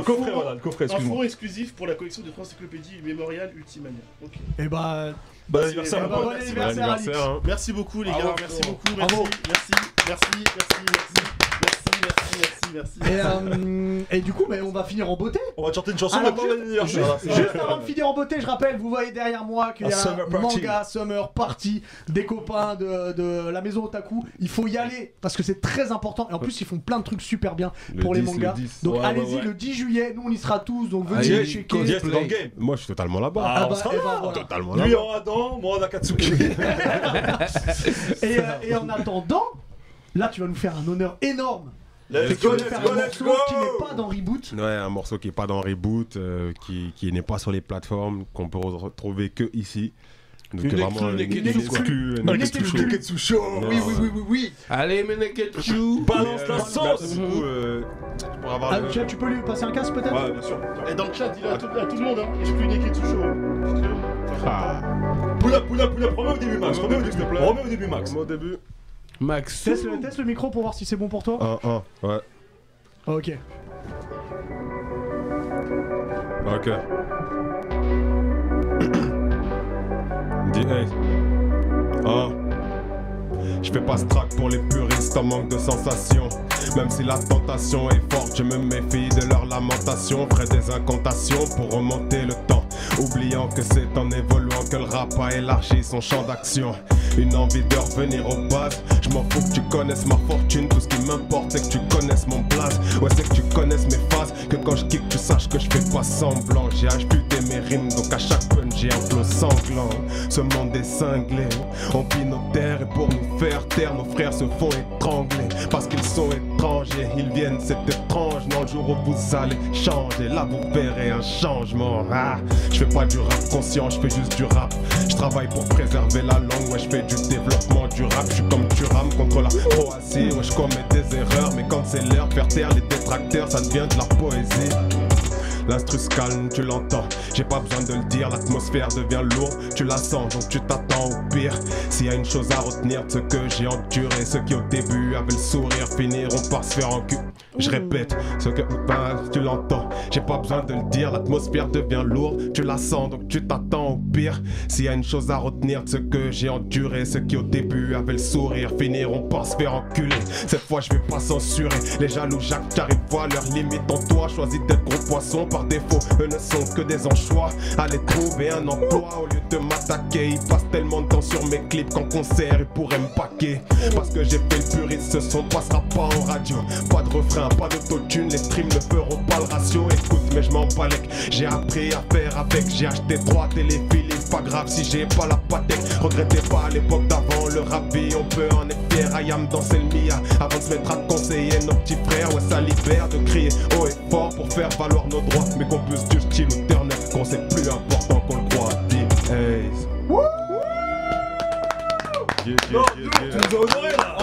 H: Un
B: coffret,
H: four.
B: voilà, le coffret,
H: Un
B: excuse-moi.
H: fonds exclusif pour la collection de France Encyclopédie Mémorial Ultimania. Ok.
A: Et bah,
B: Bon anniversaire,
A: eh
B: mon
A: bah, bon
B: pote.
A: anniversaire,
D: Bon anniversaire,
A: Alix.
D: hein.
H: Merci beaucoup les
C: Bravo.
H: gars, merci beaucoup, merci,
A: Bravo.
H: merci, merci, merci, merci, merci, merci, merci, merci.
A: Et, euh, et du coup, mais on va finir en beauté.
B: On va te chanter une chanson
A: Ah,
B: maintenant, bon anniversaire.
A: Juste avant de finir en beauté, je rappelle, vous voyez derrière moi qu'il y a
B: Un summer
A: un
B: party.
A: manga summer party des copains de, de la maison Otaku. Il faut y aller parce que c'est très important. Et en plus, ils font plein de trucs super bien
D: Le
A: pour les
D: 10, le
A: mangas.
D: 10.
A: donc
B: Ouais, ouais,
A: allez-y
B: ouais.
A: le 10 juillet. Nous, on y sera tous. Donc
E: Allez,
A: venez
E: yes,
A: checker.
B: Yes, t'es dans le game.
D: Moi, je suis totalement là-bas.
A: Ah
B: Ah, on
A: bah,
B: sera
A: eh
B: là.
A: ben,
B: *laughs*
A: voilà.
D: Totalement
B: Lui
D: là-bas.
B: en Adam, moi en Akatsuki.
A: et, euh, et en attendant, là, tu vas nous faire un honneur énorme. C'est que
B: let's
A: tu
B: go,
A: vas
B: let's
A: faire
B: go,
A: un
B: let's
A: morceau
B: go.
A: qui n'est pas dans Reboot.
D: Ouais, un morceau qui est pas dans Reboot, euh, qui, qui n'est pas sur les plateformes, qu'on peut retrouver que ici. Donc
C: Une
D: vraiment
C: exclu, une
D: une
C: exclu,
D: exclu, une
A: Un
D: exclu.
A: exclu.
B: Neketsu Show.
D: Non.
C: Oh, Oui, oui, oui, oui, oui. Allez, mes Neketsu.
B: Balance la sauce.
D: Du coup, euh, pour avoir
A: Ah,
D: le-
A: tu, tu peux lui passer un casque peut-être
D: Ouais, bien sûr.
H: Et dans le chat, dis-le à, tout- à tout le monde, hein, et je peux niquer tout chaud.
D: Ah,
B: Poula, poula, poula, remets au début, Max.
D: Ouais,
B: Remets au
D: s'il
B: début,
D: te plaît.
B: remets au début, Max.
D: au début.
E: Max.
A: teste, le, teste le micro pour voir si c'est bon pour toi.
D: 1-1, ouais.
A: Ah, ok.
D: Ok. *coughs* Dis hey. Hein. Je fais pas ce track pour les puristes en manque de sensation. Même si la tentation est forte, je me méfie de leurs lamentations. Près des incantations pour remonter le temps. Oubliant que c'est en évoluant que le rap a élargi son champ d'action. Une envie de revenir aux bases. Je m'en fous que tu connaisses ma fortune. Tout ce qui m'importe, c'est que tu connaisses mon place. Ouais, c'est que tu connaisses mes phases. Que quand je kick, tu saches que je fais pas semblant. J'ai HPT mes rimes, donc à chaque punch, j'ai un flow sanglant. Ce monde est cinglé. On pille nos terres et pour nous faire taire, nos frères se font étrangler. Parce qu'ils sont étrangers, ils viennent, c'est étrange. Non, le jour où vous allez changer, là vous verrez un changement. Ah, je fais pas du rap conscient, je fais juste du rap. Je travaille pour préserver la langue, ouais, je fais du développement durable. Je suis comme Turam contre la Croatie, ouais, je commets des erreurs. Mais quand c'est l'heure de faire taire les détracteurs, ça devient de la poésie. L'instrus calme, tu l'entends. J'ai pas besoin de le dire, l'atmosphère devient lourde. Tu la sens, donc tu t'attends au pire. S'il y a une chose à retenir de ce que j'ai enduré, ceux qui au début avaient le sourire finiront par se faire en cul. Je répète, ce que ben, tu l'entends. J'ai pas besoin de le dire, l'atmosphère devient lourde. Tu la sens, donc tu t'attends au pire. S'il y a une chose à retenir de ce que j'ai enduré, ceux qui au début avaient le sourire finiront par se faire enculer. Cette fois, je vais pas censurer. Les jaloux Jacques qui arrivent voient leurs limites en toi. Choisis d'être gros poisson par défaut. Eux ne sont que des anchois. Allez trouver un emploi au lieu de m'attaquer. Ils passent tellement de temps sur mes clips qu'en concert, ils pourraient me paquer. Parce que j'ai fait le puriste, ce son passera pas en radio. Pas de refrain, pas d'autotune. Les streams ne feront pas le ratio. Écoute, mais je m'en balèque. J'ai appris à faire avec. J'ai acheté trois téléfilms. Pas grave si j'ai pas la patek. Regrettez pas l'époque d'avant. Le rabis, on peut en être fier. I am danser le Mia. Avant de se mettre à te conseiller nos petits frères. Ouais, ça libère de crier haut et fort pour faire valoir nos droits. Mais qu'on puisse du style ou turn up, qu'on c'est plus important qu'on le croit. Deep Haze.
B: Tu nous as honorés là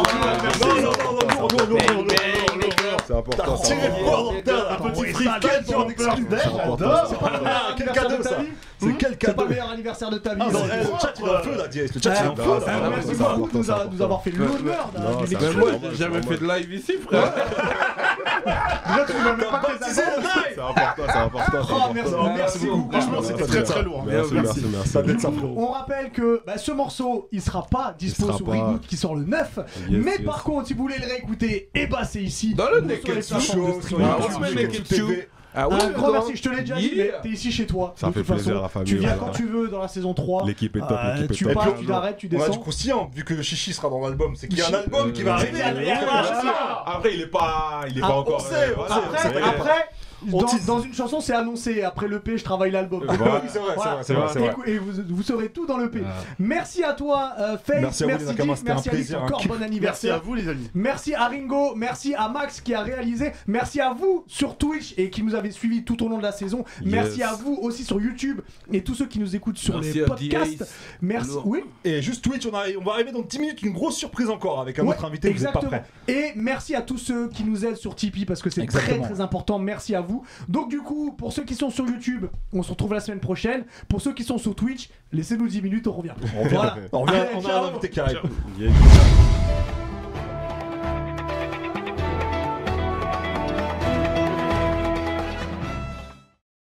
B: Non, non, non, non, non, non, non, non, non, non.
D: C'est important.
H: T'as retiré le bordel, un petit freestyle sur un plein d'air,
A: Eh,
H: j'adore
A: C'est pas le meilleur
B: Quel
A: anniversaire
B: cadeau,
A: de ta
B: ça
A: vie Hmm
B: C'est quel
A: C'est pas
B: cadeau
A: le meilleur anniversaire de ta vie.
B: Ah, non, eh, Le chat il est en feu là, Diaz. Le chat il est en feu
A: Ah,
B: là.
A: ah, Merci
D: c'est important,
A: beaucoup de nous
D: c'est
A: a- nous avoir fait l'honneur
D: Non,
A: d'un- d'une
D: c'est
A: excuse.
D: important.
E: moi, j'ai jamais fait de live ici, frère.
A: Déjà, tu m'as même pas fait
B: Baptisé le live
D: C'est important, c'est important. c'est
A: Oh,
D: important.
A: merci,
B: Non,
A: merci beaucoup.
H: Ah, Franchement, c'était très très lourd.
D: Merci, merci, merci.
B: Ça doit être ça, frérot.
A: On rappelle que bah, ce morceau, il sera pas dispo
D: sera
A: sur
D: pas.
A: Reboot qui sort le 9.
D: Yes,
A: mais
D: yes.
A: par contre, si vous voulez le réécouter, et bah c'est ici.
E: Dans le
A: Sur les
E: Neketsu
A: plateformes de
B: Show,
A: streaming.
E: sur YouTube. Ah
A: Un grand merci, je te l'ai déjà dit, mais t'es ici chez toi.
D: Ça
A: de
D: fait
A: toute
D: plaisir,
A: façon.
D: la famille,
A: Tu viens
D: voilà.
A: quand tu veux dans la saison 3.
D: L'équipe est top,
A: Euh,
D: l'équipe est
A: tu
D: top.
A: pars, tu arrêtes, tu
B: Ah, On a
A: descends.
B: du conscient, vu que Chichi sera dans l'album, c'est qu'il y a un album qui va arriver. Ah,
A: euh,
B: Il y a un
A: euh,
B: album.
D: Après, il est pas, il est pas
A: Ah, on
D: encore. euh,
B: sait, on
D: voilà,
B: sait,
D: c'est
A: Après,
D: vrai.
A: après
B: On
A: dans,
B: tease.
A: dans une chanson, c'est annoncé. Après l'EP, je travaille l'album.
D: Euh, Voilà.
B: Oui, c'est vrai,
A: Voilà.
B: c'est vrai, c'est vrai.
A: Écou- Et vous, vous saurez tout dans l'EP. Merci à toi, euh, Faith.
B: Merci à vous, les
A: Dick,
B: Nakamas, c'était un
A: merci à Alex,
B: plaisir, un
A: Encore
B: kiff.
A: bon
H: Merci à
A: anniversaire.
H: vous, les amis.
A: Merci à Ringo, merci à Max qui a réalisé, merci à vous sur Twitch et qui nous avez suivis tout au long de la saison, merci
D: Yes.
A: à vous aussi sur YouTube et tous ceux qui nous écoutent sur
E: Merci
A: les
E: à
A: podcasts.
E: DAZE.
A: Merci.
E: Lourd.
A: Oui,
B: Et juste Twitch, on, arrive- on va arriver dans 10 minutes, une grosse surprise encore avec un
A: Ouais,
B: autre invité, vous êtes pas
A: exactement.
B: prêts.
A: Et merci à tous ceux qui nous aident sur Tipeee parce que c'est très
B: Exactement.
A: très important. Merci à vous. Donc du coup, pour ceux qui sont sur YouTube, on se retrouve la semaine prochaine. Pour ceux qui sont sur Twitch, laissez-nous 10 minutes, on revient.
B: On revient,
A: Voilà.
B: on, revient,
A: Allez,
B: on a
A: ciao.
B: un invité qui arrive.
D: Yeah.